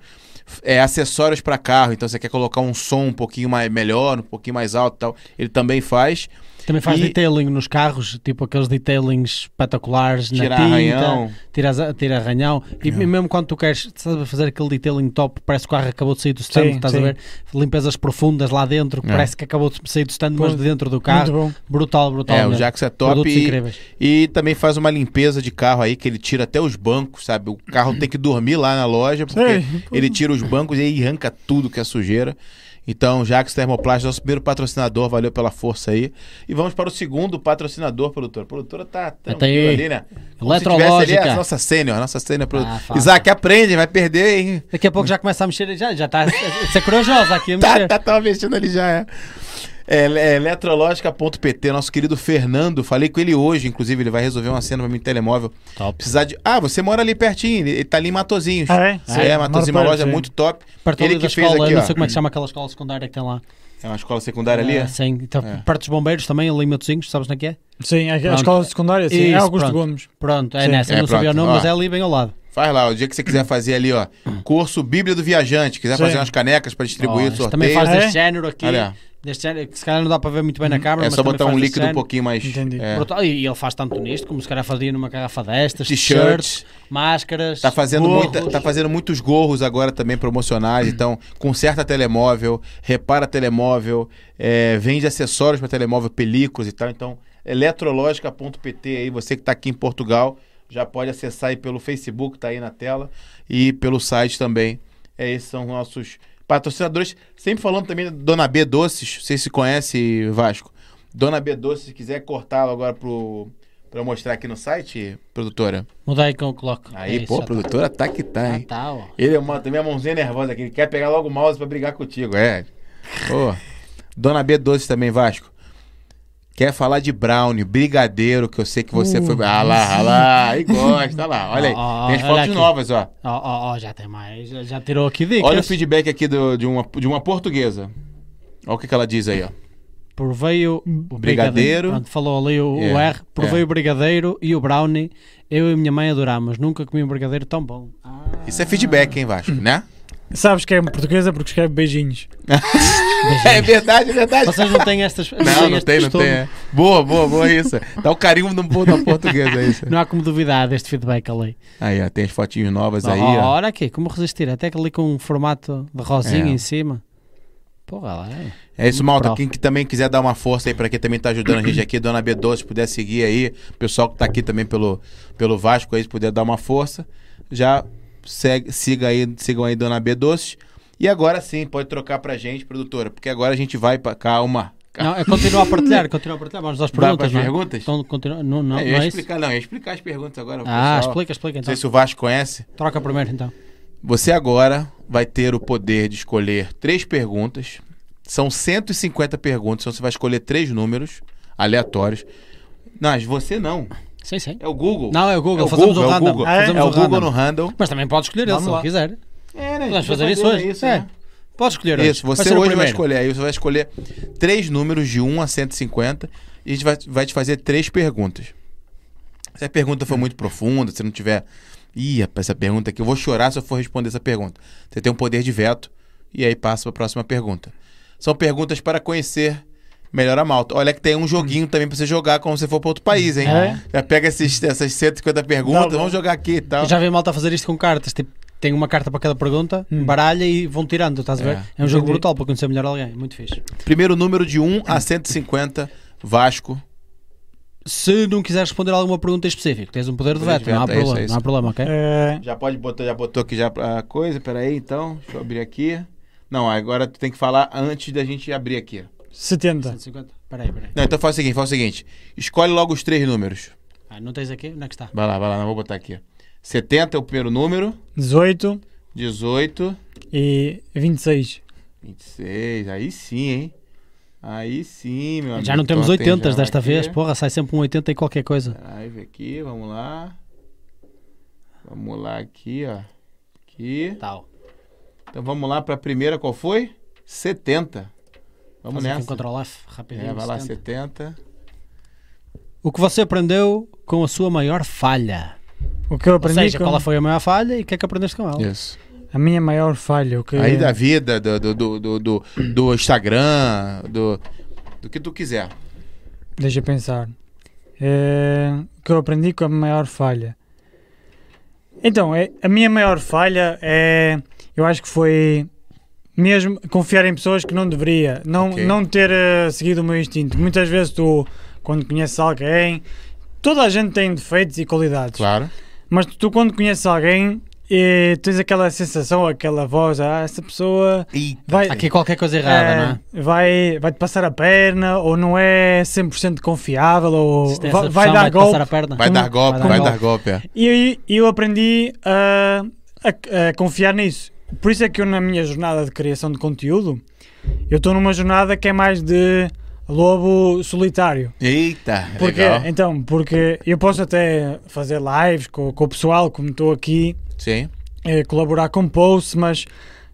S1: F- É, acessórios pra carro, então você quer colocar um som um pouquinho mais, melhor, um pouquinho mais alto e tal. Ele também faz.
S2: Também faz
S1: E-
S2: detailing nos carros, tipo aqueles detailings espetaculares na
S1: Tira
S2: tinta,
S1: arranhão.
S2: Tira, asa- tira arranhão. E mesmo quando tu queres sabes, fazer aquele detailing top, parece que o carro acabou de sair do stand,
S3: Sim,
S2: estás a
S3: sim.
S2: ver? Limpezas profundas lá dentro, que
S1: É.
S2: parece que acabou de sair do stand, mas
S3: Pois,
S2: de dentro do carro.
S3: Muito bom.
S2: Brutal, brutal.
S1: é, o
S2: mesmo.
S1: Jax é top.
S2: Produtos
S1: E,
S2: incríveis.
S1: e também faz uma limpeza de carro aí, que ele tira até os bancos, sabe? O carro tem que dormir lá na loja, porque
S3: Sei.
S1: ele tira os bancos e aí arranca tudo que é sujeira. Então, Jax Termoplast, nosso primeiro patrocinador, valeu pela força aí. E vamos para o segundo patrocinador, produtora. A produtora tá tranquila
S2: aí.
S1: ali, né? Como se tivesse ali
S2: Eletrológica.
S1: a nossa sênior, a nossa sênior. produ-
S2: Ah, fala.
S1: Isaac, aprende, vai perder, hein?
S2: tá Daqui a pouco já começa a mexer, já, já está a ser corajosa aqui a
S1: Tá,
S2: mexer.
S1: tá, tava mexendo ali já, é. É, é eletrológica.pt, nosso querido Fernando. Falei com ele hoje, inclusive, ele vai resolver uma cena pra mim de telemóvel.
S2: Top.
S1: Precisar de. Ah, você mora ali pertinho, ele tá ali em Matozinhos.
S3: Ah, é?
S1: Sim, é,
S3: Ah,
S1: Matozinhos,
S3: moro
S1: uma loja
S3: perto, sim.
S1: muito top.
S2: Perto
S1: ele
S2: ali da
S1: que fez
S2: escola,
S1: aqui,
S2: não
S1: ó.
S2: sei como é que chama aquela escola secundária que tem lá.
S1: É uma escola secundária ali?
S2: Ah,
S1: é?
S2: sim, então, perto dos bombeiros também, ali em Matozinhos, sabes onde é que é?
S3: Sim, a, a
S2: Pronto.
S3: escola secundária, sim. é
S2: Isso,
S3: Augusto
S2: pronto.
S3: Gomes.
S2: Pronto, é
S3: Sim.
S2: nessa,
S1: É,
S2: eu não sabia o
S1: pronto,
S2: nome,
S1: ó.
S2: mas é ali bem ao lado.
S1: Faz lá, o dia que você quiser fazer ali, ó. Curso Bíblia do Viajante. Quiser
S3: Sim.
S1: fazer umas canecas pra distribuir,
S2: Oh,
S1: sorteio.
S2: Também faz
S3: Ah, é?
S2: deste género aqui,
S1: Olha.
S2: deste género, que se calhar não dá para ver muito bem na câmara,
S1: É
S2: mas
S1: só
S2: também
S1: botar
S2: faz
S1: um
S2: deste
S1: líquido um
S2: género.
S1: pouquinho mais.
S3: Entendi.
S1: é.
S2: Brutal. E ele faz tanto nisto, como se calhar fazia numa garrafa destas,
S1: T-shirts.
S2: t-shirts, máscaras,
S1: Tá fazendo,
S2: gorros.
S1: muita, tá fazendo muitos gorros agora também promocionais, então conserta telemóvel, repara telemóvel, é, vende acessórios para telemóvel, películas e tal. Então, eletrológica.pt aí, você que tá aqui em Portugal, já pode acessar aí pelo Facebook, tá aí na tela, e pelo site também. É, esses são nossos patrocinadores. Sempre falando também da Dona B Doces, vocês se conhecem, Vasco? Dona B Doces, se quiser cortá-lo agora pro, pra eu mostrar aqui no site, produtora.
S2: Mudei com o clock.
S1: Aí,
S2: É isso,
S1: pô,
S2: já
S1: a
S2: tá.
S1: produtora tá que tá,
S2: Ah,
S1: hein?
S2: tá, ó.
S1: Ele é uma, também é mãozinha nervosa aqui. Ele quer pegar logo o mouse pra brigar contigo, é. Ô, Dona B12 também, Vasco. Quer falar de brownie, brigadeiro, que eu sei que você foi... Ah lá, ah lá, aí gosta, ah lá. Olha aí,
S2: Hum. Ó, ó,
S1: tem as
S2: olha
S1: fotos
S2: aqui.
S1: novas, ó.
S2: Ó, ó, ó, já tem mais, já- já tirou aqui dicas.
S1: Olha o feedback aqui do- de, uma, de uma portuguesa. Olha o que, que ela diz aí, ó.
S2: Provei o o
S1: Brigadeiro. É,
S2: Pronto, falou ali o, o
S1: Yeah,
S2: R. Provei
S1: yeah.
S2: o brigadeiro e o brownie. Eu e a minha mãe adorámos. Nunca comi um brigadeiro tão bom.
S1: Isso é feedback, hein, Vasco, né?
S3: Sabes que é portuguesa porque escreve beijinhos.
S1: É verdade, é verdade.
S2: Vocês não têm estas.
S1: Não,
S2: têm
S1: não
S2: este
S1: tem, não
S2: costume.
S1: tem. é. Boa, boa, boa isso. Dá o carinho no povo da portuguesa, é isso.
S2: Não há como duvidar deste feedback ali.
S1: Aí, ó, tem as fotinhas novas aí,
S2: Ó,
S1: ó.
S2: Olha aqui, como resistir? Até que ali com um formato de rosinha
S1: É.
S2: em cima. Porra, lá é.
S1: É isso, malta.
S2: Prof.
S1: Quem que também quiser dar uma força aí pra quem também tá ajudando a gente aqui, Dona B12, se puder seguir aí, o pessoal que tá aqui também pelo, pelo Vasco aí, se puder dar uma força, já segue, siga aí, sigam aí Dona B12. E agora sim, pode trocar pra gente, produtora, porque agora a gente vai pra. Calma.
S2: Não, é continuar a partilhar, continuar a partilhar. Vamos às
S1: Vai
S2: perguntas,
S1: para
S2: não
S1: as
S2: é?
S1: perguntas?
S2: Então, continua. Não, não,
S1: É, eu
S2: não
S1: ia
S2: é isso?
S1: explicar, não, eu ia explicar as perguntas agora. pro
S2: Ah,
S1: pessoal.
S2: explica, explica
S1: Não
S2: então.
S1: sei se o Vasco conhece.
S2: Troca primeiro então.
S1: Você agora vai ter o poder de escolher três perguntas. São 150 perguntas, então você vai escolher três números aleatórios. Mas você não.
S2: Sim, sim.
S1: É o Google.
S2: Não, é o Google,
S1: É o
S2: fazemos
S1: Google,
S2: o
S1: é o
S2: random.
S1: Google.
S3: Ah, é?
S2: Fazemos
S1: É o
S2: o random.
S1: Google no handle.
S2: Mas também pode escolher ele
S1: Vamos
S2: se
S1: lá.
S2: ele quiser.
S1: É, né?
S2: Vamos fazer isso hoje.
S1: Isso,
S2: é.
S1: né?
S2: Pode escolher hoje.
S1: Isso, você
S2: ser o
S1: hoje vai
S2: primeiro.
S1: escolher. Aí você vai escolher três números de 1 a 150 e a gente vai, vai te fazer três perguntas. Se a pergunta for muito profunda, se não tiver. Ih, rapaz, essa pergunta aqui, eu vou chorar se eu for responder essa pergunta. Você tem um poder de veto e aí passa para a próxima pergunta. São perguntas para conhecer melhor a malta. Olha que tem um joguinho também para você jogar quando você for para outro país, hein?
S3: É?
S1: Já pega esses, essas 150 perguntas,
S3: Tá bom.
S1: vamos jogar aqui e tal.
S2: Eu já vi malta fazer isto com cartas. Tipo, tem uma carta para cada pergunta, baralha e vão tirando, estás a ver?
S1: Hum. É.
S2: É, um jogo
S3: Entendi.
S2: brutal para conhecer melhor alguém. Muito fixe.
S1: Primeiro número de 1 a 150, Vasco.
S2: Se não quiseres responder alguma pergunta em específico, tens um poder de
S1: Poder de
S2: veto, não há
S1: veto, é isso,
S2: problema,
S1: é isso.
S2: não há problema, ok?
S3: É,
S1: Já pode botar, já botou aqui já a coisa, peraí então, deixa eu abrir aqui. Não, agora tu tem que falar antes da gente abrir aqui.
S3: 70.
S2: 150. Peraí, peraí.
S1: Não, então faz o seguinte, faz o seguinte. Escolhe logo os três números.
S2: Ah, não tens aqui? Onde é que está?
S1: Vai lá, vai lá, não vou botar aqui. 70 é o primeiro número,
S3: 18
S1: 18,
S3: e 26.
S1: 26, aí sim, hein? Aí sim, meu amigo.
S2: Já não temos
S1: Então, tem
S2: 80
S1: já
S2: desta
S1: aqui.
S2: vez, porra, sai sempre um 80 e qualquer coisa.
S1: Peraí, vem aqui, vamos lá. Vamos lá aqui, ó. Aqui.
S2: Tal.
S1: Então vamos lá pra primeira, qual foi? 70. Vamos
S2: Faz aqui
S1: nessa.
S2: Um Ctrl F, rapidinho.
S1: É, vai lá,
S2: 70.
S1: 70.
S2: O que você aprendeu com a sua maior falha?
S3: O que eu
S2: Ou
S3: aprendi
S2: seja,
S3: com
S2: qual foi a maior falha e o que é que aprendeste com ela?
S1: Isso.
S3: a minha maior falha. O que
S1: Aí da vida, do, do, do, do, do- do Instagram, do, do que tu quiser.
S3: Deixa eu pensar. É, o que eu aprendi com a maior falha. Então, é, a minha maior falha é. Eu acho que foi mesmo confiar em pessoas que não deveria. Não,
S1: Ok.
S3: não ter eh, seguido o meu instinto. Muitas vezes tu, quando conheces alguém. Toda a gente tem defeitos e qualidades.
S1: Claro.
S3: Mas tu, quando conheces alguém. eh, tens aquela sensação, aquela voz, ah, essa pessoa
S1: Eita.
S3: vai,
S2: Aqui qualquer coisa errada, não é?
S3: é, vai, vai te passar a perna, ou não é 100% confiável, ou
S2: Se tem
S3: vai,
S2: essa
S3: vai
S2: opção,
S3: dar
S2: vai-te
S3: golpe.
S2: passar a perna.
S1: Vai dar golpe, vai dar
S3: Vai
S1: golpe. é.
S3: E aí eu aprendi a, a- a confiar nisso. Por isso é que eu, na minha jornada de criação de conteúdo, Eu estou numa jornada que é mais de lobo solitário.
S1: é. Eita,
S3: Porque,
S1: legal.
S3: Então, porque eu posso até fazer lives com, com o pessoal, como estou aqui,
S1: Sim.
S3: eh, colaborar com posts, mas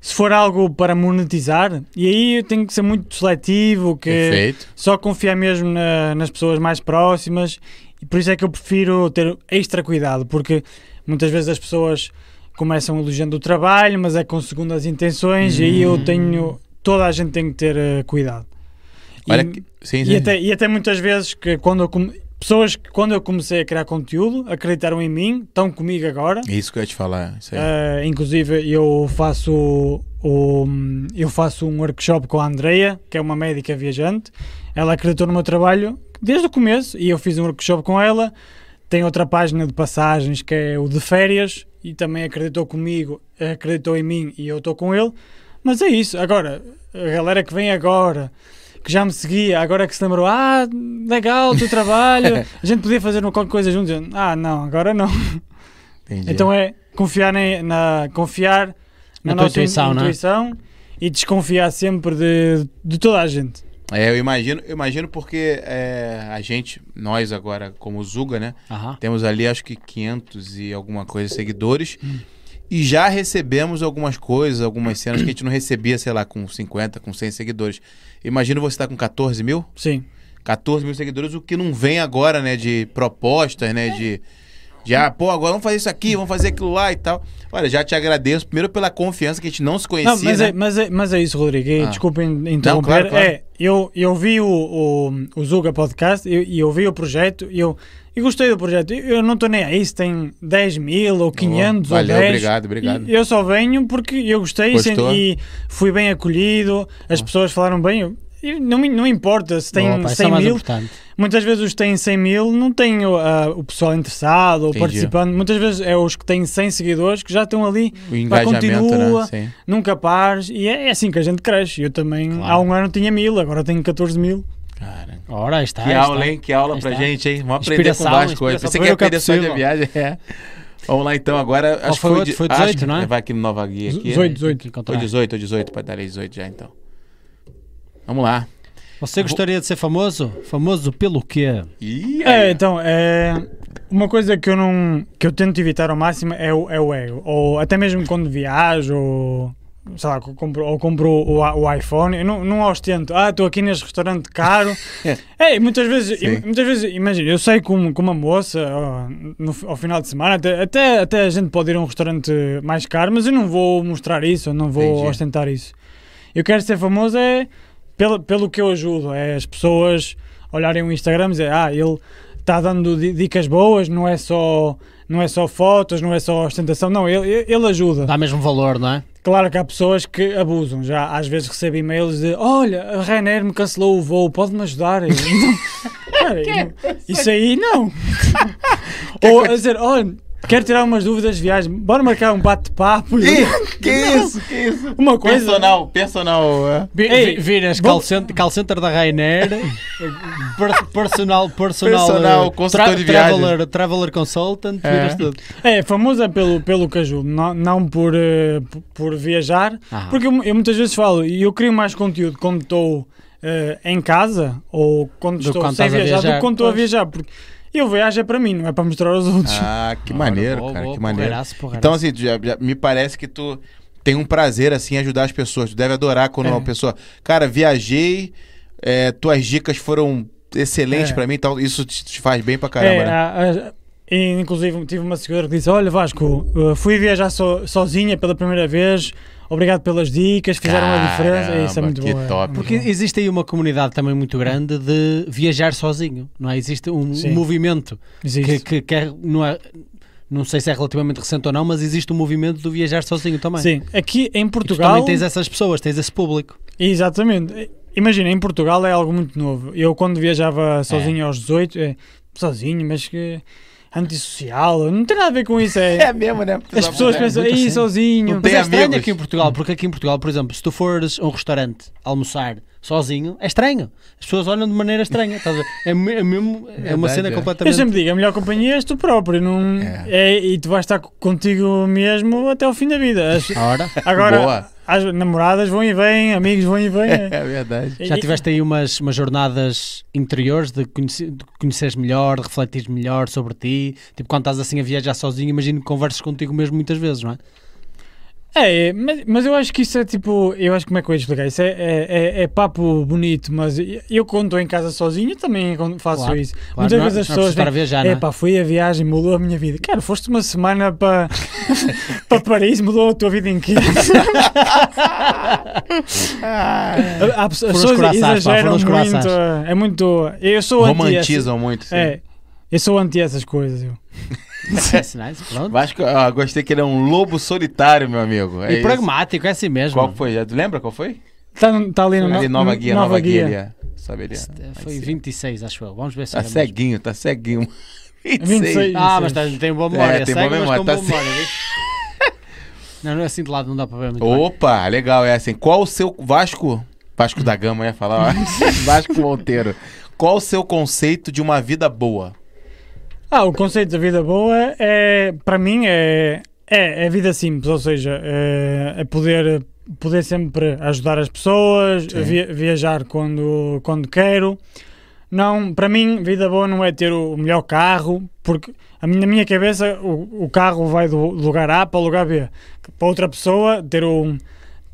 S3: se for algo para monetizar, e aí eu tenho que ser muito seletivo, que
S1: Perfeito.
S3: só confiar mesmo na- nas pessoas mais próximas, e por isso é que eu prefiro ter extra cuidado, porque muitas vezes as pessoas começam elogiando o trabalho, mas é com segundas intenções, e aí
S1: Hum.
S3: eu tenho. toda a gente tem que ter eh, cuidado. E-
S1: Olha que... Sim, sim.
S3: e até, e até muitas vezes que quando eu come- pessoas que quando eu comecei a criar conteúdo acreditaram em mim, estão comigo agora.
S1: Isso que eu ia te falar. Isso aí.
S3: Ah, inclusive eu faço o- o- eu faço um workshop com a Andrea, que é uma médica viajante. Ela acreditou no meu trabalho desde o começo e eu fiz um workshop com ela. Tem outra página de passagens que é o de férias e também acreditou comigo, acreditou em mim e eu estou com ele. Mas é isso. Agora, a galera que vem agora, que já me seguia, agora que se lembrou, ah, legal, o teu trabalho, a gente podia fazer qualquer coisa juntos. Eu, Ah, não, agora não.
S1: Entendi.
S3: Então é confiar, em- na, confiar
S2: Na
S3: na,
S2: tua
S3: nossa
S2: intuição,
S3: intuição,
S2: não é?
S3: e desconfiar sempre de, de toda a gente.
S1: É, eu imagino, eu imagino porque é, a gente, nós agora, como Zuga, né?
S2: Aham.
S1: Temos ali acho que 500 e alguma coisa seguidores. E já recebemos algumas coisas, algumas cenas que a gente não recebia, sei lá, com 50, com 100 seguidores. Imagino você estar com 14 mil?
S3: Sim.
S1: 14 mil seguidores, o que não vem agora, né? De propostas, né? De. Já, pô, agora vamos fazer isso aqui, vamos fazer aquilo lá e tal. Olha, já te agradeço, primeiro pela confiança que a gente não se conhecia.
S3: Não, mas,
S1: né?
S3: é, mas, é, mas é isso, Rodrigo. E
S1: Ah.
S3: Desculpem interromper.
S1: claro, claro.
S3: É, eu, eu vi o, o, o Zuga Podcast e eu, e eu vi o projeto e eu, e gostei do projeto. Eu, eu não estou nem aí se tem 10 mil ou 500 ou
S1: valeu,
S3: 10.
S1: obrigado, obrigado.
S3: E Eu só venho porque eu gostei e sen-
S1: Gostou?
S3: e fui bem acolhido, as pessoas falaram bem. Eu- eu- não, me- não importa se tem
S2: Boa, pá, isso é
S3: 100
S2: mais
S1: um
S3: mil,
S2: importante.
S3: Muitas vezes os que têm 100 mil não têm ah, o pessoal interessado ou
S1: Entendi.
S3: participando. Muitas vezes é os que têm 100 seguidores que já estão ali,
S1: O engajamento,
S3: continua.
S1: né? Sim.
S3: nunca pares. E é, é assim que a gente cresce. Eu também,
S2: Claro.
S3: há um ano tinha mil, agora tenho 14 mil.
S1: Cara,
S2: Ora, aí está.
S1: Que
S2: aí
S1: aula,
S2: está.
S1: hein? Que aula
S2: Aí
S1: pra
S2: está.
S1: gente, hein? Vamos aprender com
S2: Inspiração,
S1: várias coisas. Pensei
S2: inspiração.
S1: que ia
S2: Ver o que
S1: aprender
S2: é
S1: só de
S2: possível.
S1: viagem. É. Vamos lá então, agora. acho que
S2: foi outro? Foi
S1: acho
S2: 18,
S1: que-
S2: não é?
S1: Vai aqui no Nova Guia. Aqui,
S3: 18,
S1: Né?
S3: 18.
S1: Foi 18 ou 18, para dar 18 já então. Vamos lá.
S2: Você gostaria de ser famoso? Famoso pelo quê?
S1: Ih,
S3: É,
S1: aí, ó.
S3: então, é, uma coisa que eu não que eu tento evitar ao máximo é o, é o ego. Ou até mesmo quando viajo, ou sei lá, co- compro, ou compro o, i- o iPhone, eu não, não ostento. Ah, estou aqui neste restaurante caro. é, e muitas vezes,
S1: Sim.
S3: e muitas vezes, imagina, eu saio com, com uma moça ó, no, fi- ao final de semana, até, até, até a gente pode ir a um restaurante mais caro, mas eu não vou mostrar isso, eu não vou
S1: Entendi.
S3: ostentar isso. Eu quero ser famoso é pelo, pelo que eu ajudo, é as pessoas olharem o Instagram e dizer, ah, ele está dando di- dicas boas, não é só não é só fotos, não é só ostentação, não, ele, ele- ele ajuda.
S2: Dá mesmo valor, não é?
S3: Claro que há pessoas que abusam, já às vezes recebo e-mails de, olha, a Ryanair me cancelou o voo, pode-me ajudar? Eu, não, cara, eu- isso aí não. Ou a dizer, olha, quero tirar umas dúvidas de viagem, bora marcar um bate-papo.
S1: Ih, que isso, que isso.
S3: Uma coisa...
S1: Personal, personal. é.
S2: Vi-
S3: Ei,
S2: vi- Viras
S3: vou-
S2: call center, call center da Rainer, personal, personal,
S1: Personal,
S2: eh,
S1: consultor de viagem.
S2: traveler, traveler consultant,
S1: É.
S2: viras tudo.
S3: É, famosa pelo, pelo que ajudo, não, não por, eh, p- por viajar,
S2: Aham.
S3: porque eu, eu muitas vezes falo, e eu crio mais conteúdo quando estou eh, em casa ou quando
S2: Do
S3: estou
S2: quando
S3: sem
S2: estás a
S3: viajar, do
S2: viajar,
S3: que quando estou a
S2: pois.
S3: viajar, porque eu viajo é para mim, não é para mostrar aos outros.
S1: Ah, que
S2: Ora,
S1: maneiro,
S2: boa,
S1: cara,
S2: boa,
S1: que maneiro.
S2: porreiraço, porreiraço.
S1: Então, assim, tu já- já- me parece que tu tem um prazer, assim, em ajudar as pessoas. Tu deve adorar quando
S3: É.
S1: uma pessoa... Cara, viajei, é, tuas dicas foram excelentes
S3: É.
S1: pra mim e tal. Isso te, te faz bem pra caramba,
S3: É,
S1: né?
S3: a- a- e, inclusive tive uma seguidora que disse: Olha, Vasco, eh, fui viajar so- sozinha pela primeira vez, obrigado pelas dicas, fizeram a diferença. E Isso é
S1: Caramba,
S3: muito
S1: que
S3: bom. é.
S1: top.
S2: Porque existe aí uma comunidade também muito grande de viajar sozinho, não é? Existe um
S3: Sim.
S2: movimento
S3: Existe.
S2: que, que, que é- não é- não sei se é relativamente recente ou não, mas existe um movimento do viajar sozinho também.
S3: Sim, aqui em
S2: E tu
S3: Portugal.
S2: também tens essas pessoas, tens esse público.
S3: Exatamente. Imagina, em Portugal é algo muito novo. Eu quando viajava sozinho aos 18, é, sozinho, mas que antissocial, não tem nada a ver com isso. É,
S1: É mesmo, né?
S3: as pessoas pensam,
S2: muito
S3: aí
S2: assim.
S3: sozinho.
S1: Não tem
S2: Mas é estranho
S1: amigos.
S2: aqui em Portugal, porque aqui em Portugal, por exemplo, se tu fores a um restaurante almoçar sozinho, é estranho. As pessoas olham de maneira estranha. estás a ver? é, me- é mesmo, é uma
S1: Verdade,
S2: cena
S1: é.
S3: Eu
S2: completamente.
S3: sempre digo, a melhor companhia és tu próprio, não
S1: É.
S3: é. e tu vais estar co- contigo mesmo até o fim da vida. As-
S2: Ora,
S3: Agora,
S1: Boa.
S3: há As namoradas vão e vêm, amigos vão e vêm.
S1: É verdade.
S2: Já tiveste aí umas, umas jornadas interiores de, conhece, de conheceres melhor, de refletires melhor sobre ti? Tipo, quando estás assim a viajar sozinho, imagino que conversas contigo mesmo muitas vezes, não é?
S3: É, mas, mas eu acho que isso é tipo. Eu acho como é que eu ia explicar? Isso é, é, é- é papo bonito, mas eu quando estou em casa sozinho também con- faço
S2: Claro,
S3: isso.
S2: Claro,
S3: Muitas
S2: não é-
S3: vezes as
S2: não é preciso
S3: pessoas.
S2: estar a
S3: vêm,
S2: viajar, não
S3: É
S2: é?
S3: pá, fui a viagem, mudou a minha vida. Cara, foste uma semana para para Paris, mudou a tua vida em 15. Há pessoas- As
S2: Foram os
S3: pessoas
S2: croissants, pá,
S3: exageram
S2: foram os
S3: muito.
S2: croissants.
S3: É muito. Eu sou anti. essa-
S1: Romantizam muito. sim.
S3: É, eu sou anti essas coisas. Eu.
S2: Nice, nice, É pronto.
S1: Vasco, ó, gostei que ele é um lobo solitário, meu amigo. É
S2: e
S1: isso.
S2: pragmático, é assim mesmo.
S1: Qual que foi? Já- Lembra qual foi?
S3: Está tá ali no
S1: Ali,
S3: no-
S1: nova guia, nova, guia. ali, é. Sabe ali, é.
S2: Este- eh,
S1: Vai
S2: Foi
S1: ser.
S2: 26, acho eu. Vamos ver se
S3: é
S1: Tá
S2: era mesmo.
S1: ceguinho, tá ceguinho.
S3: 26.
S2: Ah, mas tá- tem boa memória.
S1: É, tem
S2: segue,
S1: boa
S2: mas
S1: memória,
S2: com
S1: tá
S2: boa memória, viu? Não, não é assim de lado, não dá para ver muito bem.
S1: Opa, legal, é assim. Qual o seu. Vasco. Vasco da Gama, eu ia falar. ó. Vasco Monteiro. Qual o seu conceito de uma vida boa?
S3: Ah, o conceito da vida boa é, para mim, é, é, é vida simples, ou seja, é, é poder, poder sempre ajudar as pessoas,
S1: Sim.
S3: via- viajar quando, quando quero. Não, para mim, vida boa não é ter o melhor carro, porque a minha, na minha cabeça o, o carro vai do lugar A para o lugar B. Para outra pessoa, ter um,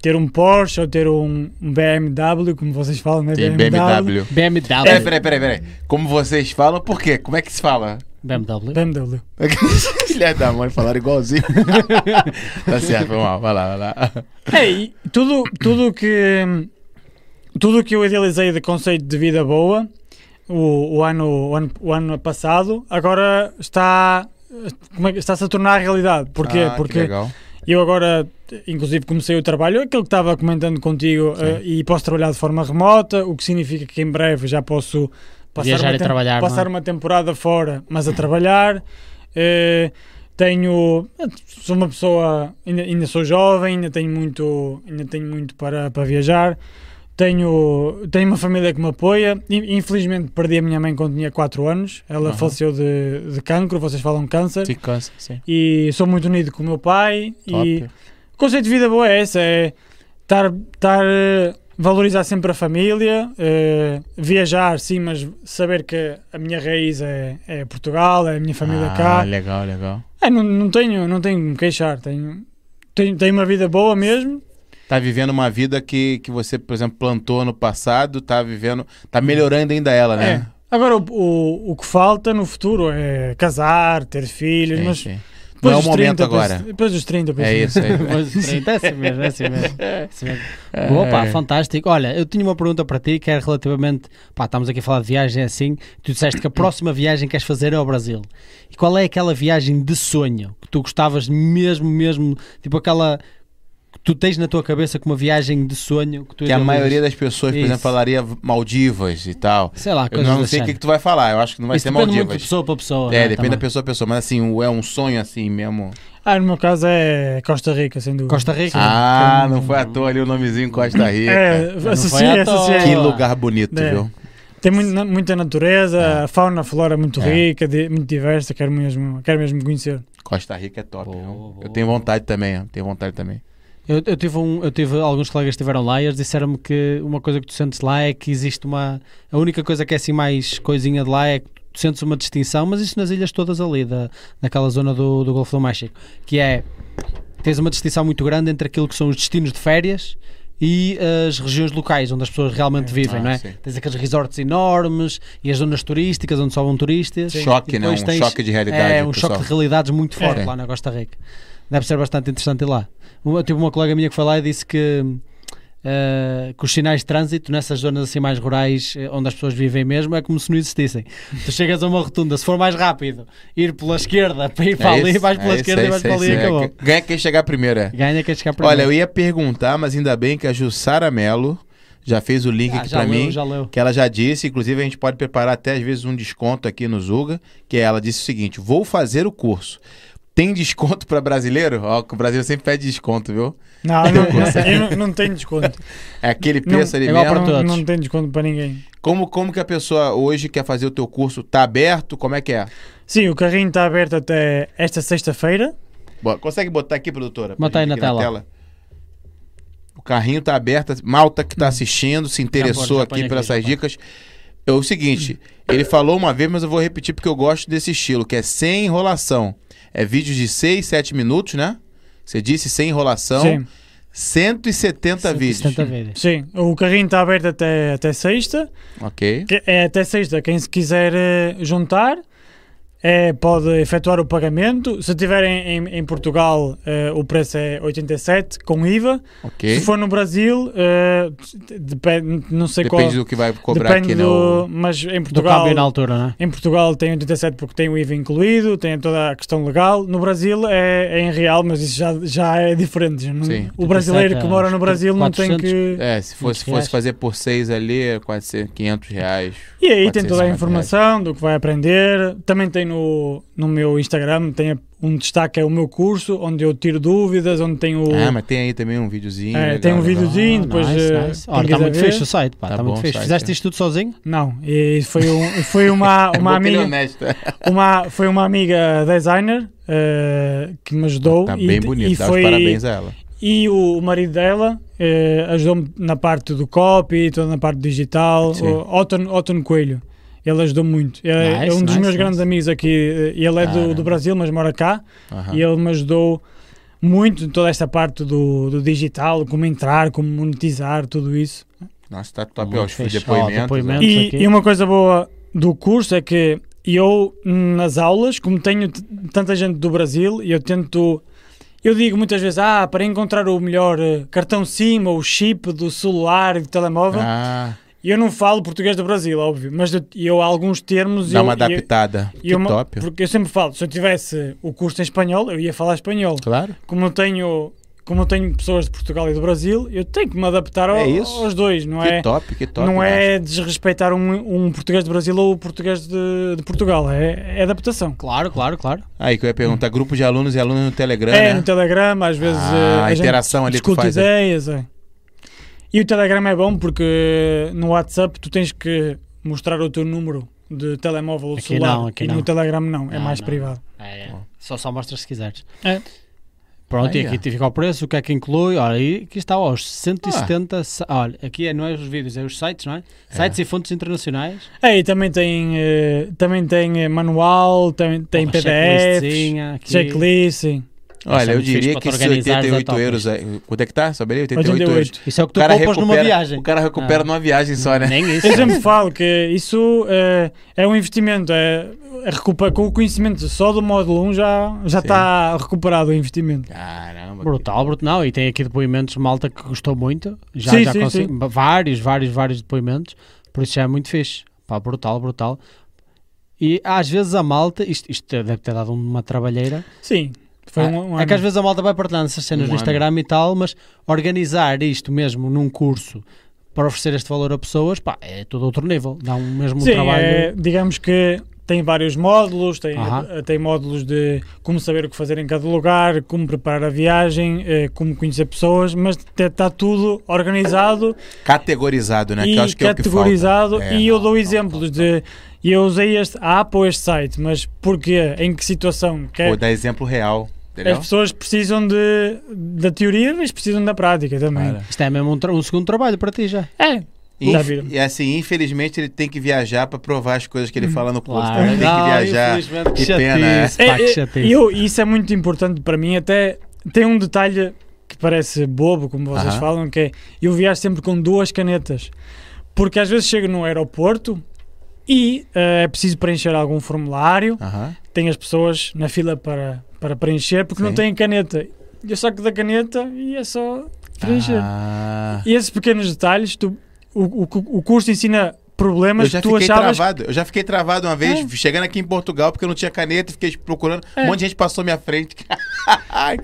S3: ter um Porsche ou ter um, um BMW, como vocês falam, né?
S1: Tem BMW.
S2: BMW.
S1: É, peraí, peraí, peraí. Como vocês falam, por quê? Como é que se fala?
S2: BMW.
S3: BMW.
S1: Filha da mãe falaram igualzinho. tá certo, vamos lá, vai lá, vai lá.
S3: É, e tudo tudo que tudo que eu idealizei de conceito de vida boa o, o ano, o ano o ano passado agora está como é que- está-se a tornar realidade porquê
S1: Ah, que
S3: porque
S1: legal.
S3: eu agora inclusive comecei o trabalho aquilo que estava comentando contigo eh, e posso trabalhar de forma remota o que significa que em breve já posso passar
S2: Viajar
S3: uma
S2: e
S3: tem-
S2: trabalhar, não é?
S3: passar uma temporada fora mas a trabalhar Eh, tenho. eh, Sou uma pessoa. Ainda, ainda sou jovem, ainda tenho muito, ainda tenho muito para, para viajar. Tenho, tenho uma família que me apoia. In- Infelizmente perdi a minha mãe quando tinha 4 anos. Ela
S1: Aham.
S3: faleceu de, de cancro, vocês falam câncer.
S1: Sim, cansa, sim.
S3: E sou muito unido com o meu pai. E
S1: Top.
S3: o conceito de vida boa é esse: é estar, estar, eh, valorizar sempre a família, eh, viajar, sim, mas saber que a minha raiz é, é Portugal, é a minha família
S1: ah,
S3: cá.
S1: legal, legal.
S3: É, não, não tenho, não tenho que me queixar. Tenho, tenho, tenho uma vida boa mesmo.
S1: Tá vivendo uma vida que, que você, por exemplo, plantou no passado, tá vivendo. Tá melhorando ainda ela, né?
S3: É. Agora, o, o, o que falta no futuro é casar, ter filhos,
S1: Sim,
S3: mas
S1: sim. Não
S3: depois
S1: é o
S3: dos
S1: momento
S3: 30,
S1: agora.
S3: penso- Depois dos 30, penso
S1: É
S3: nisso.
S1: isso aí.
S2: Pois, é assim mesmo, é assim mesmo. É assim mesmo.
S1: É.
S2: Opa, fantástico. Olha, eu tinha uma pergunta para ti que era relativamente. Pá, estamos aqui a falar de viagem assim. Tu disseste que a próxima viagem que queres fazer é ao Brasil. E qual é aquela viagem de sonho que tu gostavas mesmo, mesmo? Tipo aquela que tu tens na tua cabeça como uma viagem de sonho que tu
S1: Que a
S2: idealizas?
S1: maioria das pessoas, por
S2: Isso.
S1: exemplo, falaria Maldivas e tal.
S2: Sei lá,
S1: Eu
S2: coisas
S1: não
S2: desse
S1: sei o que, é que
S2: género.
S1: tu vai falar, eu acho que não vai
S2: Isso
S1: ser
S2: depende muito de
S1: Maldivas.
S2: pessoa para pessoa.
S1: É,
S2: né,
S1: depende da
S2: também.
S1: pessoa a pessoa, mas assim, é um sonho assim mesmo.
S3: Ah, no meu caso é Costa Rica, sem dúvida.
S2: Costa Rica. né?
S1: Ah, não foi à toa ali o nomezinho Costa Rica.
S3: É,
S2: foi
S3: associei,
S2: à toa.
S3: associei.
S1: Que lugar bonito,
S3: É.
S1: viu?
S3: Tem muito na- muita natureza, a fauna, a flora é muito
S1: É.
S3: rica, di- muito diversa, quero mesmo, quero mesmo conhecer.
S1: Costa Rica é top.
S2: Boa,
S1: viu?
S2: boa,
S1: Eu tenho
S2: boa.
S1: vontade também, ó, tenho vontade também.
S2: Eu, eu tive um, eu tive alguns colegas que estiveram lá e eles disseram-me que uma coisa que tu sentes lá é que existe uma. A única coisa que é assim mais coisinha de lá é que tu sentes uma distinção, mas isso nas ilhas todas ali, da, naquela zona do, do Golfo do México, que é tens uma distinção muito grande entre aquilo que são os destinos de férias e as regiões locais onde as pessoas realmente vivem,
S1: Ah,
S2: não é?
S1: sim.
S2: Tens aqueles resorts enormes e as zonas turísticas onde só vão turistas.
S1: Choque,
S2: E
S1: né? Um
S2: depois tens-
S1: choque de realidade.
S2: é um
S1: pessoal.
S2: choque de realidades muito forte
S1: É.
S2: lá na Costa Rica. Deve ser bastante interessante ir lá. Uma, tive uma colega minha que foi lá e disse que, eh, que os sinais de trânsito nessas zonas assim mais rurais, eh, onde as pessoas vivem mesmo, é como se não existissem. tu chegas a uma rotunda, se for mais rápido, ir pela esquerda para ir para
S1: É
S2: ali,
S1: isso,
S2: vais pela
S1: é isso,
S2: esquerda
S1: é
S2: e vais
S1: isso, é
S2: para ali e
S1: isso, é.
S2: acabou.
S1: Ganha quem chegar primeiro, é.
S2: Ganha quem chegar para
S1: Olha, eu ia perguntar, mas ainda bem que a Jussara Melo já fez o link
S2: ah,
S1: aqui
S2: já
S1: pra
S2: leu,
S1: mim.
S2: já leu.
S1: Que ela já disse, inclusive a gente pode preparar até às vezes um desconto aqui no Zuga, que é, ela disse o seguinte: vou fazer o curso. Tem desconto pra brasileiro? Ó, que o Brasil sempre pede desconto, viu?
S3: Não, não, não, eu não, não tenho desconto.
S1: É aquele
S3: Não,
S1: preço ali
S2: é igual pra
S1: mesmo.
S2: todos.
S3: não, não tenho desconto para ninguém.
S1: Como, como que a pessoa hoje quer fazer o teu curso? Tá aberto? Como é que é?
S3: Sim, o carrinho está aberto até esta sexta-feira.
S1: Bo- consegue botar aqui, produtora? pra
S2: Bota aí
S1: gente
S2: na
S1: aqui
S2: tela.
S1: O carrinho tá aberto. Malta que
S3: Hum.
S1: tá assistindo, se interessou
S2: já põe
S1: aqui
S2: aqui,
S1: pelas
S2: já
S1: essas
S2: põe.
S1: dicas. É o seguinte, ele falou uma vez, mas eu vou repetir porque eu gosto desse estilo, que é sem enrolação. É vídeos de 6, 7 minutos, né? Você disse sem enrolação.
S3: Sim.
S1: 170 vídeos.
S2: 170 vídeos.
S3: Sim, o carrinho está aberto até, até sexta.
S1: Ok.
S3: Que- É até sexta. Quem se quiser eh, juntar eh, pode efetuar o pagamento. Se estiverem em, em Portugal, eh, o preço é 87 com IVA.
S1: Ok.
S3: Se for no Brasil, eh, depende, não sei
S1: Depende
S3: qual.
S1: do que vai cobrar
S3: depende
S1: aqui, né?
S3: do,
S1: o-
S3: mas em
S2: Do
S3: Portugal.
S2: câmbio na altura, não é?
S3: Em Portugal tem 87 porque tem o IVA incluído, tem toda a questão legal. No Brasil é, é em real, mas isso já, já é diferente. já não-
S1: Sim.
S3: O brasileiro que
S2: 87
S3: mora no Brasil não tem
S2: 400.
S3: Hum, que.
S1: É, se fosse,
S2: 20
S1: fosse
S2: reais.
S1: fazer por 6 ali, é 400, 500 reais.
S3: E aí tem toda a
S1: 450
S3: informação do que vai aprender. Também tem no, no meu Instagram, tem um destaque, é o meu curso, onde eu tiro dúvidas, onde tem o...
S1: Ah, mas tem aí também um videozinho.
S3: É,
S1: legal,
S3: tem um
S1: legal.
S3: vídeo de- Sim, depois, eh, quem
S2: Ah, Olha, está
S3: quiser
S2: muito
S3: ver.
S2: fixe o site, pá.
S1: Tá
S2: Está
S1: bom o
S2: muito fixe.
S1: site,
S2: Fizeste
S1: é.
S2: isto tudo sozinho?
S3: Não, e foi, um, foi uma,
S1: É
S3: uma
S1: bom que ele é
S3: amiga...
S1: honesto.
S3: Uma, foi uma amiga designer eh, que me ajudou.
S1: Tá
S3: e-
S1: bem bonito,
S3: e
S1: dá
S3: foi,
S1: os parabéns a ela.
S3: E o, o marido dela eh, ajudou-me na parte do copy, toda na parte digital.
S1: Sim.
S3: O Otton, Otton Coelho. Ele ajudou muito. Ele é- é
S2: Nice,
S3: um dos
S2: nice,
S3: meus
S2: nice.
S3: grandes amigos aqui. eh, Ele é do,
S1: Caramba.
S3: do Brasil, mas mora cá.
S1: Aham.
S3: E ele me ajudou muito em toda esta parte do, do digital, como entrar, como monetizar, tudo isso.
S1: Nossa, tá top.
S2: Muito
S1: Ó, os
S2: fixe. Ó,
S1: depoimentos. ó.
S2: depoimento. Vamos
S3: E,
S2: aqui.
S3: e uma coisa boa do curso é que eu, nas aulas, como tenho t- tanta gente do Brasil, eu tento. Eu digo muitas vezes, ah, para encontrar o melhor eh, cartão SIM ou chip do celular e do telemóvel,
S1: Ah,
S3: eu não falo português do Brasil, óbvio, mas eu, eu alguns termos.
S1: dá
S3: eu,
S1: uma
S3: eu-
S1: adaptada.
S3: eu
S1: que
S3: uma-
S1: top.
S3: Porque eu sempre falo, se eu tivesse o curso em espanhol, eu ia falar espanhol
S1: Claro.
S3: como eu tenho como eu tenho pessoas de Portugal e do Brasil, eu tenho que me adaptar ao-
S1: É isso.
S3: aos dois, não
S1: que
S3: é?
S1: top, que top. né?
S3: não
S1: cara.
S3: é desrespeitar um, um português do Brasil ou o português de, de Portugal, é, é adaptação.
S2: Claro, claro, claro.
S1: Aí que eu ia perguntar, grupo de alunos e alunas no Telegram,
S3: é
S1: né?
S3: no Telegram, às vezes
S1: Ah,
S3: eh,
S1: a interação
S3: gente
S1: ali que
S3: discute
S1: faz, é.
S3: ideias. é. E o Telegram é bom porque no WhatsApp tu tens que mostrar o teu número de telemóvel ou
S2: Aqui
S3: celular
S2: não, aqui
S3: e
S2: não.
S3: no Telegram não, é
S2: Não,
S3: mais
S2: não.
S3: privado.
S2: É, é.
S1: Bom.
S2: Só só mostras se quiseres.
S3: É.
S2: Pronto,
S1: Aí,
S2: e aqui
S1: ó.
S2: te fica o preço, o que é que inclui? Olha, aí aqui está, ó, os
S1: Ah.
S2: 170. sa- Olha, aqui é- não é os vídeos, é os sites, não é? Sites e fontes internacionais.
S3: É, e também tem, eh, também tem eh, manual, tem, tem
S2: Uma
S3: PDFs,
S2: checklistzinha aqui.
S3: checklist, sim.
S1: Olha,
S2: Isso é
S1: eu
S2: muito fixe
S1: diria
S2: pra
S1: que
S2: tu
S1: se
S2: organizares a
S1: 88
S2: tua
S1: euros. aí- Quanto é que tá? Saberia? 88, euros.
S3: 88.
S2: Isso é o que
S1: O
S2: tu
S1: cara,
S2: poupas
S1: recupera,
S2: numa viagem.
S1: o cara recupera
S3: Ah.
S2: Não.
S1: numa viagem só, né?
S2: Nem isso.
S3: Eu sempre falo que isso eh, é, um investimento, é, é recupa- com o conhecimento só do módulo 1 já, já
S1: Sim.
S3: está recuperado o investimento.
S1: Caramba.
S2: Brutal, brutal. Não, e tem aqui depoimentos de malta que gostou muito. Já,
S3: Sim,
S2: já
S3: sim,
S2: consigo- Vários, vários, vários depoimentos. Por isso já é muito fixe. Pá, brutal, brutal. E às vezes a malta, isto, isto deve ter dado uma trabalheira.
S3: Sim, foi
S2: Ah,
S3: um, um
S2: é que às
S3: ano.
S2: vezes a malta vai partilhando essas cenas
S1: Um
S2: no
S1: ano.
S2: Instagram e tal, mas organizar isto mesmo num curso para oferecer este valor a pessoas, pá, é todo outro nível. Dá um mesmo um
S3: Sim,
S2: trabalho.
S3: é, digamos que tem vários módulos, tem,
S2: Aham.
S3: eh, tem módulos de como saber o que fazer em cada lugar, como preparar a viagem, eh, como conhecer pessoas, mas está tudo organizado
S1: Categorizado, né?
S3: e
S1: que eu acho que é o que falta.
S3: categorizado
S1: É,
S3: e eu
S1: não,
S3: dou
S1: não,
S3: exemplos de eu usei este app ou este site, mas porquê? Em que situação? Que é-
S1: Pô, dá exemplo real.
S3: as
S1: Entendeu?
S3: pessoas precisam de, da teoria, mas precisam da prática também.
S1: Cara.
S2: Isto é mesmo um, tra- um segundo trabalho para ti já.
S3: É. Já viram.
S1: Inf- E assim, infelizmente, ele tem que viajar pra provar as coisas que ele fala no curso. Então, ele tem
S2: Não,
S1: que viajar.
S2: infelizmente,
S1: Que
S2: chatice,
S1: pena, é.
S2: pá, que
S3: É, é,
S2: chatice.
S3: eu, isso é muito importante para mim, até tem um detalhe que parece bobo, como vocês
S1: Aham.
S3: falam, que é eu viajo sempre com duas canetas. Porque às vezes chego no aeroporto e eh, é preciso preencher algum formulário,
S1: Aham.
S3: tem as pessoas na fila para, para preencher porque não
S1: Sim.
S3: têm caneta. Eu saco da caneta e é só preencher.
S1: Ah.
S3: E esses pequenos detalhes, tu, o, o, o curso ensina
S1: Eu
S3: problemas que
S1: já
S3: tu
S1: fiquei
S3: achavas.
S1: travado. Eu já fiquei travado uma vez, chegando aqui em Portugal, porque eu não tinha caneta, fiquei procurando. Um
S3: É.
S1: monte de gente passou à minha frente.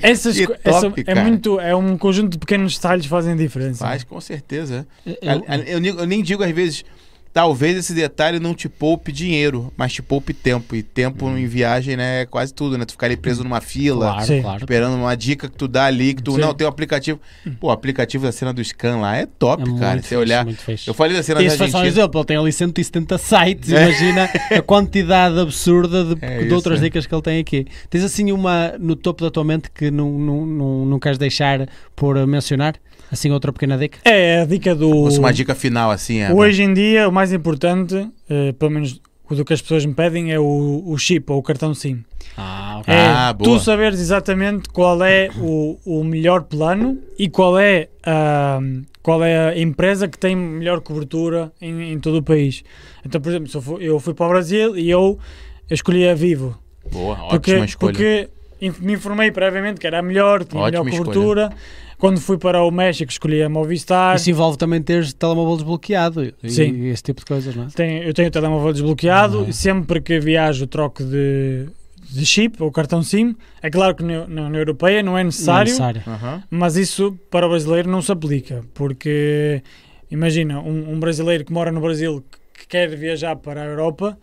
S3: Essas
S1: Que
S3: co-
S1: top,
S3: essa- é
S1: cara.
S3: muito é um conjunto de pequenos detalhes que fazem diferença.
S2: É,
S1: Faz, com certeza.
S2: Eu-
S1: Eu, eu nem- eu nem digo às vezes. Talvez esse detalhe não te poupe dinheiro, mas te poupe tempo. E tempo em viagem, né, é quase tudo, né? Tu ficar ali preso numa fila,
S2: Claro,
S3: Sim.
S2: claro.
S1: Tá esperando uma dica que tu dá ali, que tu.
S3: Sim.
S1: Não, tem um aplicativo. Pô, o aplicativo da cena do scan lá é top,
S2: É
S1: cara.
S2: muito
S1: Você
S2: fixe,
S1: olhar.
S2: muito fixe.
S1: Eu falei da cena da
S2: Isso foi só um
S1: Argentina.
S2: exemplo, ele tem ali 170 sites, imagina a quantidade absurda de,
S1: É
S2: de
S1: isso,
S2: outras
S1: é.
S2: dicas que ele tem aqui. Tens assim uma no topo da tua mente que não, não, não, não queres deixar por eh, mencionar? Assim, outra pequena dica?
S3: É a dica do.
S1: Fosse uma dica final, assim, é.
S3: Hoje em dia, o mais importante, eh, pelo menos o do que as pessoas me pedem, é o, o chip ou o cartão SIM.
S2: Ah, ok.
S3: É
S1: Ah, boa.
S3: tu saberes exatamente qual é o, o melhor plano e qual é, a, qual é a empresa que tem melhor cobertura em, em todo o país. Então, por exemplo, se eu, fu- eu fui para o Brasil e eu escolhi a Vivo.
S1: Boa, ótima
S3: porque,
S1: escolha.
S3: porque inf- me informei previamente que era a melhor, tinha a melhor
S1: Ótima
S3: cobertura. Quando fui para o México, escolhi a Movistar.
S2: É, Isso envolve também teres telemóvel desbloqueado e,
S3: Sim.
S2: e esse tipo de coisas, não é?
S3: Tenho- eu tenho o telemóvel desbloqueado.
S2: Ah.
S3: Sempre que viajo, troco de, de chip ou cartão SIM. É claro que na na União Europeia não é
S2: Não é
S3: necessário,
S2: necessário.
S1: Aham.
S3: mas isso para o brasileiro não se aplica. Porque imagina, um, um brasileiro que mora no Brasil que quer viajar para a Europa,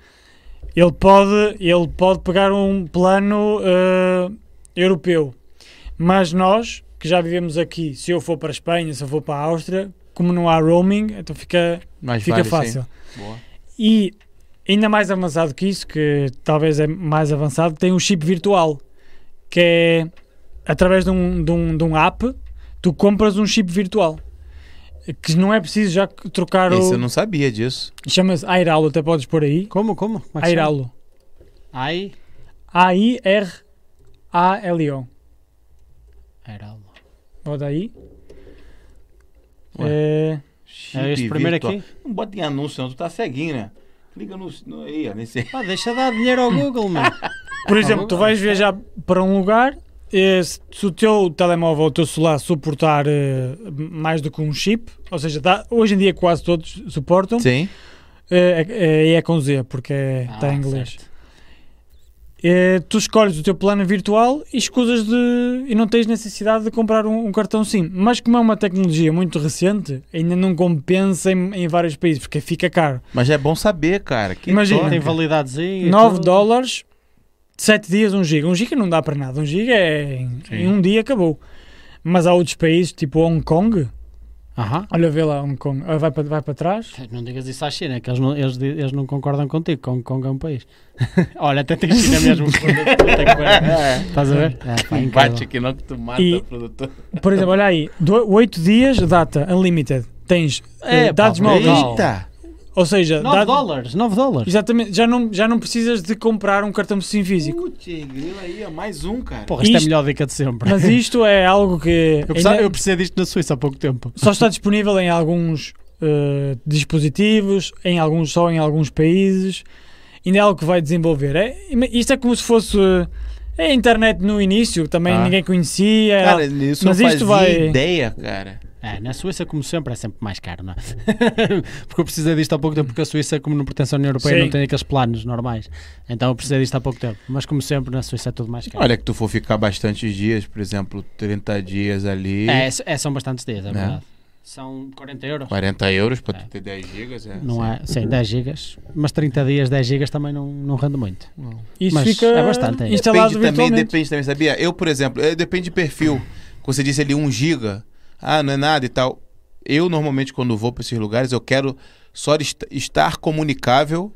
S3: ele pode, ele pode pegar um plano eh, europeu. Mas nós, que já vivemos aqui, se eu for para a Espanha, se eu for para a Áustria, como não há roaming, então fica,
S1: Mas
S3: fica
S1: vale, sim.
S3: fácil.
S1: Boa.
S3: E ainda mais avançado que isso, que talvez é mais avançado, tem o chip virtual, que é através de um, de um, de um app, tu compras um chip virtual. Que não é preciso já que trocar
S1: Esse eu
S3: o.
S1: não sabia disso.
S3: Chama-se Airalo, até podes pôr aí.
S2: Como, como? como é que se chama?
S3: Airalo.
S2: Ai,
S3: A-I-R-A-L-O.
S2: Airalo.
S3: Bota aí.
S1: Ué.
S3: É,
S2: É este
S1: Chip
S2: primeiro
S1: virtual.
S2: aqui?
S1: Não bota em anúncio, não. Tu tá ceguinho, né? Clica no. no aí, ó, nesse.
S2: Pá, deixa dar dinheiro ao Google, mano. Tá
S3: Por exemplo, tu vais viajar para um lugar, eh, se se o teu telemóvel, o teu celular suportar eh, mais do que um chip, ou seja, dá- hoje em dia quase todos suportam,
S1: Sim.
S3: eh, eh, e é com Z, porque está
S2: Ah,
S3: em inglês.
S2: certo.
S3: Eh, tu escolhes o teu plano virtual e escusas de. e não tens necessidade de comprar um, um cartão SIM. Mas como é uma tecnologia muito recente, ainda não compensa em, em vários países, porque fica caro.
S1: Mas é bom saber, cara. Que
S3: Imagina,
S1: top.
S2: Tem validadezinho. e
S3: 9
S2: tudo.
S3: dólares, 7 dias, 1 giga. 1 giga não dá para nada. 1 giga é em,
S1: Sim.
S3: em um dia acabou. Mas há outros países, tipo Hong Kong.
S2: Aham.
S3: Olha, vê lá Hong Kong. Ah, Vai para, vai para trás.
S2: Não digas isso à China, que eles não, eles, di- eles não concordam contigo. que Hong Kong é um país. Olha, até tem China mesmo. Puta que pariu.
S1: É.
S2: Estás a ver? É, pá,
S1: Bate
S2: incrível.
S1: aqui não que tu mata
S3: E-
S1: produtor.
S3: Por exemplo, olha aí. 8 dias, data unlimited. Tens eh,
S2: É, pá,
S3: dados móveis.
S2: brutal.
S1: Eita!
S3: Ou seja,
S2: 9
S3: dado-
S2: dólares, 9 dólares.
S3: Exatamente. Já não, já não precisas de comprar um cartão SIM físico.
S1: Putz, grila aí, ó, mais um, cara.
S2: Porra, isto é a
S3: Isto-
S2: melhor dica de sempre.
S3: Mas isto é algo que
S2: Eu precisava-
S3: ainda
S2: eu precisei disto na Suíça há pouco tempo.
S3: só está disponível em alguns eh, dispositivos, em alguns, só em alguns países. Ainda é algo que vai desenvolver. É, isto é como se fosse eh, a internet no início, também
S1: Ah.
S3: ninguém conhecia. era-
S1: Cara, isso
S3: mas
S1: não fazia
S3: isto vai-
S1: ideia, cara.
S2: É, na Suíça, como sempre, é sempre mais caro, não é? porque eu precisei disto há pouco tempo, porque a Suíça, como não pertence à União Europeia,
S3: Sim.
S2: não tem aqueles planos normais. Então eu precisei disto há pouco tempo. Mas como sempre, na Suíça é tudo mais caro.
S1: Olha que tu for ficar bastantes dias, por exemplo, 30 dias ali,
S2: É, s- é, são bastantes dias, é,
S1: Né?
S2: verdade. São 40 euros.
S1: 40 euros pra
S2: É.
S1: tu ter 10 gigas, é.
S2: Não
S1: sim.
S2: é, sim, 10 gigas, mas 30 dias, 10 gigas também não, não rende muito.
S3: Isto
S2: Mas
S3: fica
S2: é bastante, é.
S3: instalado
S1: Depende também,
S3: virtualmente.
S1: depende também, sabia? Eu, por exemplo, eh, depende de perfil. Como você disse ali, 1 giga, ah, não é nada e tal. Eu, normalmente, quando vou pra esses lugares, eu quero só est- estar comunicável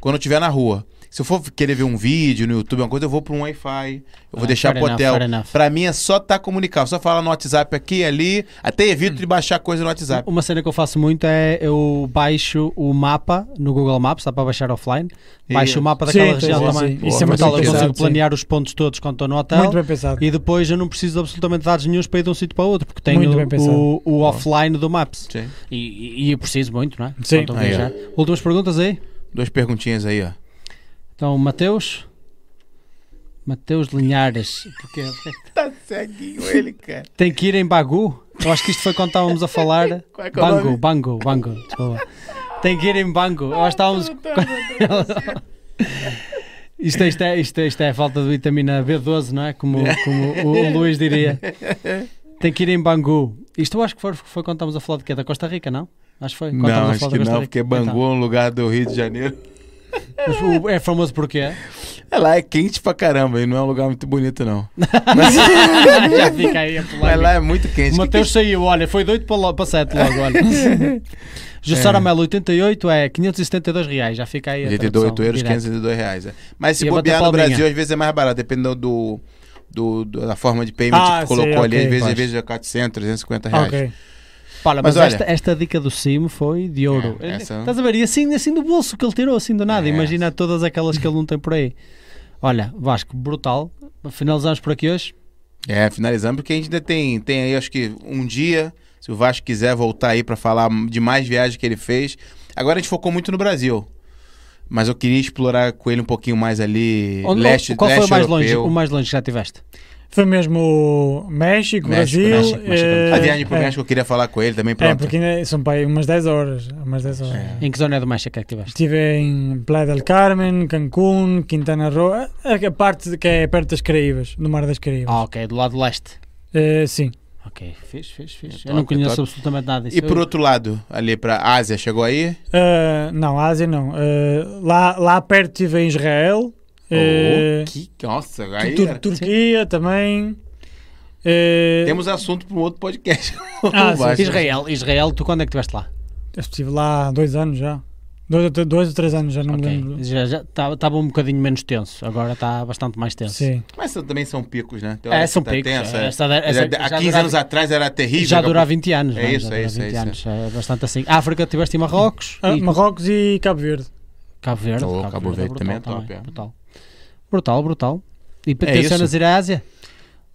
S1: quando eu estiver na rua. Se eu for querer ver um vídeo no YouTube, uma coisa, eu vou pra um Wi-Fi, eu vou
S2: Ah,
S1: deixar
S2: fair
S1: pro
S2: enough,
S1: hotel.
S2: fair enough.
S1: Pra mim é só tá comunicável, só falar no WhatsApp aqui e ali. Até
S2: Hum.
S1: evito de baixar coisa no WhatsApp.
S2: Uma cena que eu faço muito é eu baixo o mapa no Google Maps, dá para baixar offline. Baixo
S1: Isso.
S2: o mapa
S3: Sim,
S2: daquela
S3: sim,
S2: região
S3: sim,
S2: também.
S3: sim.
S1: Isso
S2: Isso
S1: é
S2: é
S1: muito
S2: brutal, eu
S1: bem
S2: consigo
S3: pensado, sim.
S2: planear os pontos todos quando estou no hotel.
S3: Muito bem pensado.
S2: E depois eu não preciso de absolutamente dados nenhums para ir de um sítio para outro, porque tenho
S3: Muito bem pensado.
S2: o, o offline do Maps.
S1: Sim.
S2: E, e- e eu preciso muito, não é?
S3: Sim.
S2: Quando eu
S1: Aí, ó.
S2: viajar. Últimas perguntas aí?
S1: Duas perguntinhas aí, ó.
S2: Então, Mateus. Mateus Linhares. Porquê?
S1: Tá ceguinho ele, cara.
S2: Tem que ir em Bagu? Eu acho que isto foi quando estávamos a falar.
S1: Qual é que é o
S2: Bango,
S1: nome?
S2: Bango, Bango. Desculpa. Tem que ir em Bango. Eu acho que estávamos. Isto, é- isto, é, isto, é- isto é a falta de vitamina B12, não é? Como, como o, o Luís diria. Tem que ir em Bangu. Isto eu acho que foi, foi quando estávamos a falar de quê? Da Costa Rica, não? Acho que foi. Quanto
S1: Não,
S2: a
S1: acho
S2: Flauta
S1: que
S2: Costa
S1: não,
S2: Rica?
S1: porque Bangu é um lugar do Rio de Janeiro.
S2: Então, mas o- é famoso porque é.
S1: É lá, é quente pra caramba e não é um lugar muito bonito, não.
S2: Ah, Já fica aí a
S1: Mas lá
S2: polémica.
S1: é muito quente.
S2: O Mateus saiu, olha, foi doido para, lo- para 7 logo, olha.
S1: É.
S2: Jussara Melo, 88 é 572 reais, já fica aí a
S1: 82
S2: tradução
S1: euros,
S2: direta.
S1: 502 reais. é. Mas se
S2: E a
S1: bobear no
S2: batapalminha?
S1: Brasil, às vezes é mais barato, dependendo do, do- do- da forma de payment
S3: Ah,
S1: que tu colocou
S3: sei,
S1: ali.
S3: ok,
S1: às vezes, às
S2: pois.
S1: vezes é 400, 350 reais.
S3: Ok.
S2: Olha,
S1: Mas
S2: mas,
S1: olha-
S2: esta, esta dica do Simo foi de ouro.
S1: É, essa-
S2: Estás a ver? E assim, assim do bolso que ele tirou, assim do nada.
S1: É.
S2: Imagina todas aquelas que ele não tem por aí. Olha, Vasco, brutal. Finalizamos por aqui hoje.
S1: É, finalizando, porque a gente ainda tem, tem aí, acho que um dia, se o Vasco quiser voltar aí pra falar de mais viagens que ele fez. Agora a gente focou muito no Brasil. Mas eu queria explorar com ele um pouquinho mais ali,
S2: Onde-
S1: leste,
S2: qual
S1: leste
S2: foi o mais, longe,
S1: europeu.
S2: o mais longe que já tiveste?
S3: Foi mesmo o
S1: México,
S3: México, Brasil.
S1: México,
S2: México.
S3: eh,
S1: A viagem pro
S3: é,
S1: México eu queria falar com ele também,
S3: É,
S1: pronto.
S3: porque ainda são para aí umas 10 horas. Umas 10 horas.
S2: Em que zona é do México é que tiveste?
S3: Estive em Playa del Carmen, Cancún, Quintana Roo, a- a parte de- que é perto das Caraíbas, do Mar das Caraíbas.
S2: Ah, ok, do lado leste.
S3: Eh, sim.
S2: Ok, fiz, fiz, fiz.
S1: É
S2: Eu não
S1: top, é
S2: conheço
S1: top.
S2: absolutamente nada disso.
S1: E por
S2: Eu-
S1: outro lado, ali pra Ásia, chegou aí?
S3: Eh, não, Ásia não. Eh, lá, lá perto estive em Israel,
S2: É.
S3: eh,
S1: Oh, que, nossa, aí
S3: Tur-
S1: era-
S3: Turquia também. eh,
S1: temos assunto para um outro podcast.
S3: Ah,
S1: O Vasco.
S2: Israel, Israel, tu quando é que estiveste lá?
S3: eu Estive lá há dois anos já. Dois, ou tre- dois ou três anos já, não me lembro.
S2: ok, já estava um bocadinho menos tenso, agora está bastante mais tenso.
S3: Sim.
S1: Mas são- também são picos, né? Tem hora
S2: É,
S1: que
S2: são
S1: tá
S2: picos.
S1: tensa, é.
S2: esta- essa-
S1: Mas é- há
S2: já
S1: 15
S2: durava-
S1: anos atrás era terrível.
S2: Já
S1: daqui a
S2: durava 20 anos.
S1: É
S2: não,
S1: isso,
S2: já
S1: é
S2: durava
S1: isso, é
S2: 20
S1: isso.
S2: anos. É bastante assim. África, tiveste em Marrocos.
S3: Ah,
S2: e
S3: Marrocos e Cabo Verde.
S2: Cabo Verde.
S1: Oh, Cabo Verde
S2: brutal
S1: também é top, é.
S2: Brutal. brutal, brutal. E
S1: É
S2: pretensionas
S1: isso.
S2: ir à Ásia?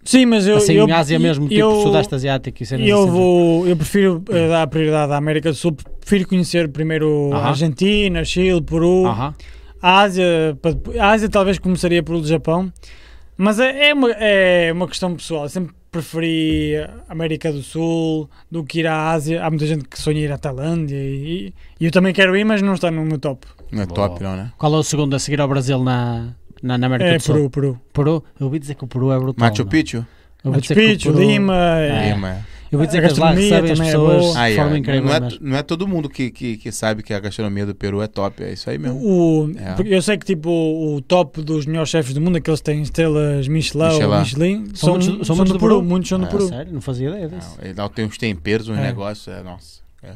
S3: Sim, mas eu.
S2: assim,
S3: eu,
S2: em Ásia mesmo, tipo
S3: eu,
S2: Sudeste Asiático e cenas
S3: eu
S2: assim.
S3: vou. Eu prefiro eh, dar prioridade à América do Sul. Prefiro conhecer primeiro
S2: Aham.
S3: a Argentina, Chile, Peru.
S2: tipo- Aham.
S3: A Ásia, pa- a Ásia talvez começaria pelo Japão, mas é, é uma, é uma questão pessoal. Eu sempre preferi a América do Sul do que ir à Ásia. Há muita gente que sonha ir à Tailândia e, e eu também quero ir, mas não está no meu top.
S1: Não é
S2: Boa.
S1: top, não, né?
S2: Qual é o segundo a seguir ao Brasil na, na, na América
S3: É
S2: do Sul?
S3: Peru, Peru.
S2: Peru? Eu ouvi dizer que o Peru é brutal.
S1: Machu
S2: não?
S1: Picchu?
S2: Eu ouvi
S3: Machu
S2: dizer que o
S3: Picchu,
S2: Peru-
S3: Lima.
S2: É.
S1: Lima, é.
S2: Eu ouvi dizer
S3: A
S2: que eles lá
S3: gastronomia
S2: recebem as
S3: também é
S2: pessoas
S3: boa.
S1: Aí,
S2: de
S1: ó,
S2: forma incrível.
S1: não, é,
S2: mas-
S1: não é todo mundo que, que, que sabe que a gastronomia do Peru é top, é isso aí mesmo.
S3: O,
S1: É.
S3: porque Eu sei que tipo o top dos melhores chefes do mundo, aqueles que têm estrelas Michelin, ou
S1: Michelin.
S3: Michelin,
S2: São
S3: são,
S2: muitos-
S3: são,
S2: são muitos
S3: do,
S2: do
S3: Peru.
S2: Peru.
S3: Muitos são do
S1: Ah,
S3: Peru.
S2: Sério? Não fazia ideia disso.
S1: Não, ele lá tem uns temperos, uns
S3: É.
S1: negócios, é, nossa. é.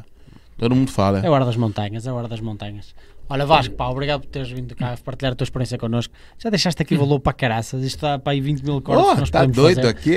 S1: Todo mundo fala. né?
S2: É hora das montanhas, é hora das montanhas. Olha, Vasco, pá, obrigado por teres vindo cá partilhar a tua experiência connosco. Já deixaste aqui valor para caraças. Isto está para aí 20 mil cortes. que
S1: Oh,
S2: nós
S1: tá
S2: podemos
S1: doido
S2: fazer.
S1: aqui.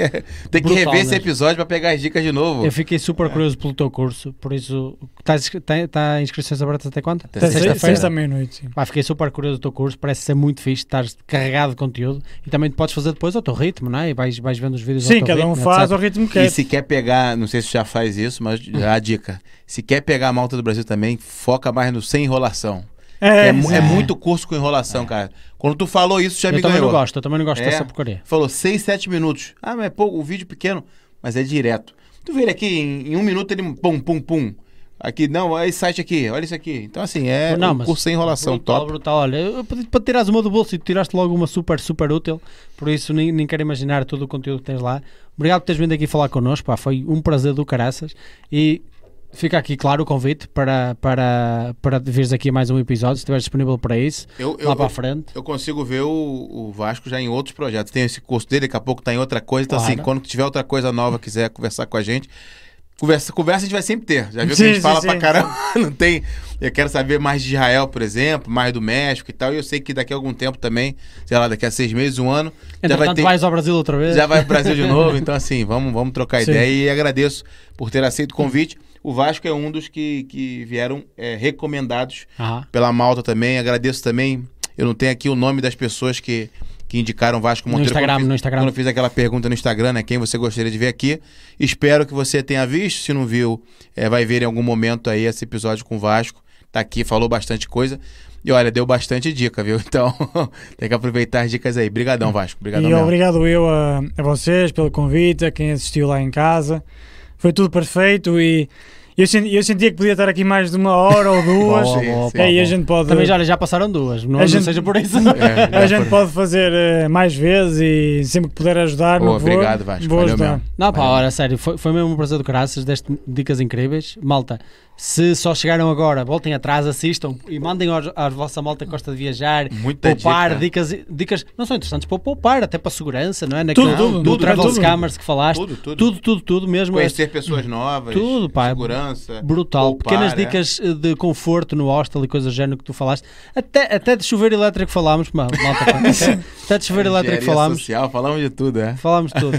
S1: Tem que
S2: Brutal
S1: rever esse
S2: mesmo. É,
S1: episódio pra pegar as dicas de novo.
S2: Eu fiquei
S1: É.
S2: super curioso pelo teu curso, por isso. tá Está inscrições abertas até quando?
S1: Até
S3: Até
S1: sexta-feira.
S3: sexta- Sexta à meia-noite. sim.
S2: Pá, fiquei super curioso do teu curso, parece ser muito fixe, estás carregado de conteúdo e também te podes fazer depois ao teu ritmo, não é? E vais, vais vendo os vídeos ao
S3: Sim,
S2: teu
S3: cada um
S2: ritmo,
S3: faz
S2: etc.
S3: ao ritmo que
S1: E
S3: quer.
S1: se quer pegar, não sei se já faz isso, mas já a dica. Se quer pegar a malta do Brasil também, foca mais no sem enrolação. É, mu- é
S2: exato.
S1: muito curso com enrolação, cara. Quando tu falou isso, já
S2: É. Eu
S1: me
S2: também
S1: ganhou.
S2: não gosto, eu também não gosto
S1: É.
S2: dessa porcaria.
S1: Falou 6, 7 minutos. Ah, mas é pouco, o vídeo pequeno, mas é direto. Tu vê ele aqui, em, em um minuto ele pum, pum, pum. Aqui, não, olha esse site aqui, olha isso aqui. Então, assim, é
S2: Não,
S1: um
S2: mas-
S1: curso sem enrolação,
S2: brutal,
S1: top.
S2: brutal. Olha, eu pedi para tirares uma do bolso e tu tiraste logo uma super, super útil. Por isso, nem, nem quero imaginar todo o conteúdo que tens lá. Obrigado por teres vindo aqui falar connosco, pá. Foi um prazer do caraças. E fica aqui, claro, o convite para, para, para vires aqui a mais um episódio, se estiver disponível para isso.
S1: Eu,
S2: lá para a frente.
S1: eu consigo ver o, o Vasco já em outros projetos. Tem esse curso dele, daqui a pouco tá em outra coisa. Então,
S2: Claro.
S1: assim, quando tiver outra coisa nova, quiser conversar com a gente, conversa, conversa a gente vai sempre ter. Já viu que
S3: Sim,
S1: a gente
S3: sim,
S1: fala
S3: sim.
S1: pra caramba, não tem. Eu quero saber mais de Israel, por exemplo, mais do México e tal. E eu sei que daqui a algum tempo também, sei lá, daqui a seis meses, um ano, já vai
S2: Entretanto,
S1: ter.
S2: vais ao Brasil outra vez.
S1: Já vai pro Brasil de novo, então assim, vamos, vamos trocar
S3: Sim.
S1: ideia e agradeço por ter aceito o convite. O Vasco é um dos que, que vieram é, recomendados
S2: Aham.
S1: pela Malta também. Agradeço também. Eu não tenho aqui o nome das pessoas que, que indicaram Vasco
S2: No
S1: Monteiro. quando
S2: Instagram,
S1: eu fiz-
S2: no Instagram.
S1: Quando eu fiz aquela pergunta no Instagram, né? Quem você gostaria de ver aqui. Espero que você tenha visto. Se não viu, é, vai ver em algum momento aí esse episódio com o Vasco. Tá aqui, falou bastante coisa. E olha, deu bastante dica, viu? Então, tem que aproveitar as dicas aí. Obrigadão, Vasco. Obrigadão
S3: e
S1: mesmo.
S3: obrigado eu a, a vocês pelo convite, a quem assistiu lá em casa. Foi tudo perfeito e, e Eu, senti- eu sentia que podia estar aqui mais de uma hora ou duas.
S1: Boa,
S2: Sim,
S1: boa,
S2: sim.
S1: boa,
S3: Aí a
S1: boa.
S3: gente pode.
S2: Também já, já passaram duas, não,
S3: A
S2: não
S3: gente-
S2: seja por isso.
S1: É,
S3: A
S1: já
S3: gente
S1: foi.
S3: pode fazer eh, mais vezes e sempre que puder ajudar.
S1: Boa,
S3: no que for,
S1: obrigado, Vasco.
S3: Vou
S1: Valeu
S3: ajudar.
S1: mesmo.
S2: Não, pá,
S1: Valeu.
S2: ora, sério, foi, foi mesmo um prazer do caraças, deste dicas incríveis. Malta, se só chegaram agora, voltem atrás, assistam e mandem aos- à vossa malta que gosta de viajar,
S1: Muita
S2: poupar,
S1: dica.
S2: dicas, dicas não são interessantes para poupar, até para segurança, não é?
S3: Tudo, tudo,
S2: do
S3: tudo,
S2: travel
S3: tudo.
S2: scammers que falaste,
S1: Tudo, tudo.
S2: tudo, tudo, tudo mesmo.
S1: Conhecer pessoas novas,
S2: Tudo, pá.
S1: segurança.
S2: Brutal,
S1: poupar,
S2: pequenas
S1: é.
S2: dicas eh, de conforto no hostel e coisas do género que tu falaste, até, até de chuveiro elétrico falámos, mal- malta, pá. até, até de chuveiro elétrico
S1: Engenharia
S2: falámos.
S1: Social, falamos de tudo, é.
S2: Falámos de tudo.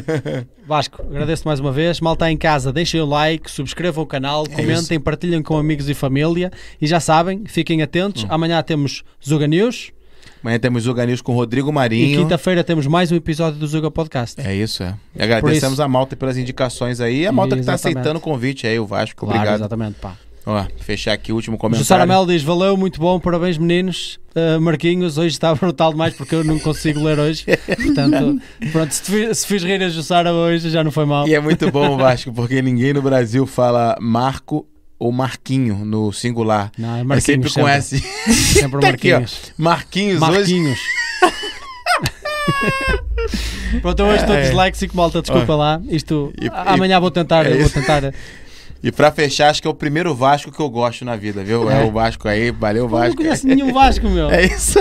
S2: Vasco, agradeço mais uma vez. Malta em casa, deixem o like, subscrevam o canal,
S1: É
S2: comentem, partilhem com amigos e família. E já sabem, fiquem
S1: Hum.
S2: atentos. Amanhã temos Zuga News
S1: Amanhã temos o Ganils com o Rodrigo
S2: e
S1: Marinho.
S2: quinta-feira temos mais um episódio do Zuga Podcast.
S1: É isso, é. E agradecemos
S2: isso-
S1: a Malta pelas indicações aí. A Malta que tá
S2: Exatamente.
S1: aceitando o convite aí, o Vasco.
S2: Claro,
S1: Obrigado.
S2: exatamente, pá.
S1: Ó, fechar aqui o último
S2: Jussara
S1: comentário.
S2: Mel diz, valeu, muito bom, parabéns meninos. Uh, Marquinhos, hoje está brutal demais porque eu não consigo ler hoje. Portanto, pronto, se, te fi- se fiz rir a Jussara hoje já não foi mal.
S1: E é muito bom, Vasco, porque ninguém no Brasil fala Marco ou Marquinho no singular.
S2: Não, é
S1: Mas sempre
S2: Marquinhos
S1: com S.
S2: sempre
S1: assim
S2: o
S1: Tá aqui, ó.
S2: Marquinhos.
S1: Marquinhos, hoje.
S2: Marquinhos. Pronto, eu hoje estou
S1: É.
S2: disléxico, malta, desculpa lá. Isto,
S1: E- e-
S2: amanhã vou tentar,
S1: é
S2: vou
S1: isso.
S2: tentar.
S1: E pra fechar, acho que é o primeiro Vasco que eu gosto na vida, viu? É, o Vasco aí, valeu
S2: Eu não
S1: Vasco.
S2: conheço nenhum Vasco, meu.
S1: É isso.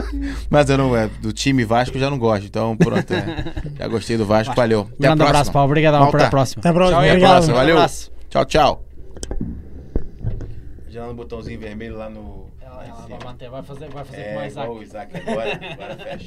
S1: Mas eu não, é, do time Vasco eu já não gosto. Então, pronto. é. Já gostei do Vasco, valeu. Até a
S2: Grande
S1: próxima.
S2: abraço, pá. Obrigadão,
S1: Malta,
S2: para a próxima.
S3: Até a próxima.
S1: Tchau, e até a
S3: Obrigado.
S1: próxima. Valeu.
S2: Abraço.
S1: Tchau, tchau. Já no botãozinho vermelho lá É, no.
S2: Vai fazer, vai fazer
S1: agora. Agora fecha aí.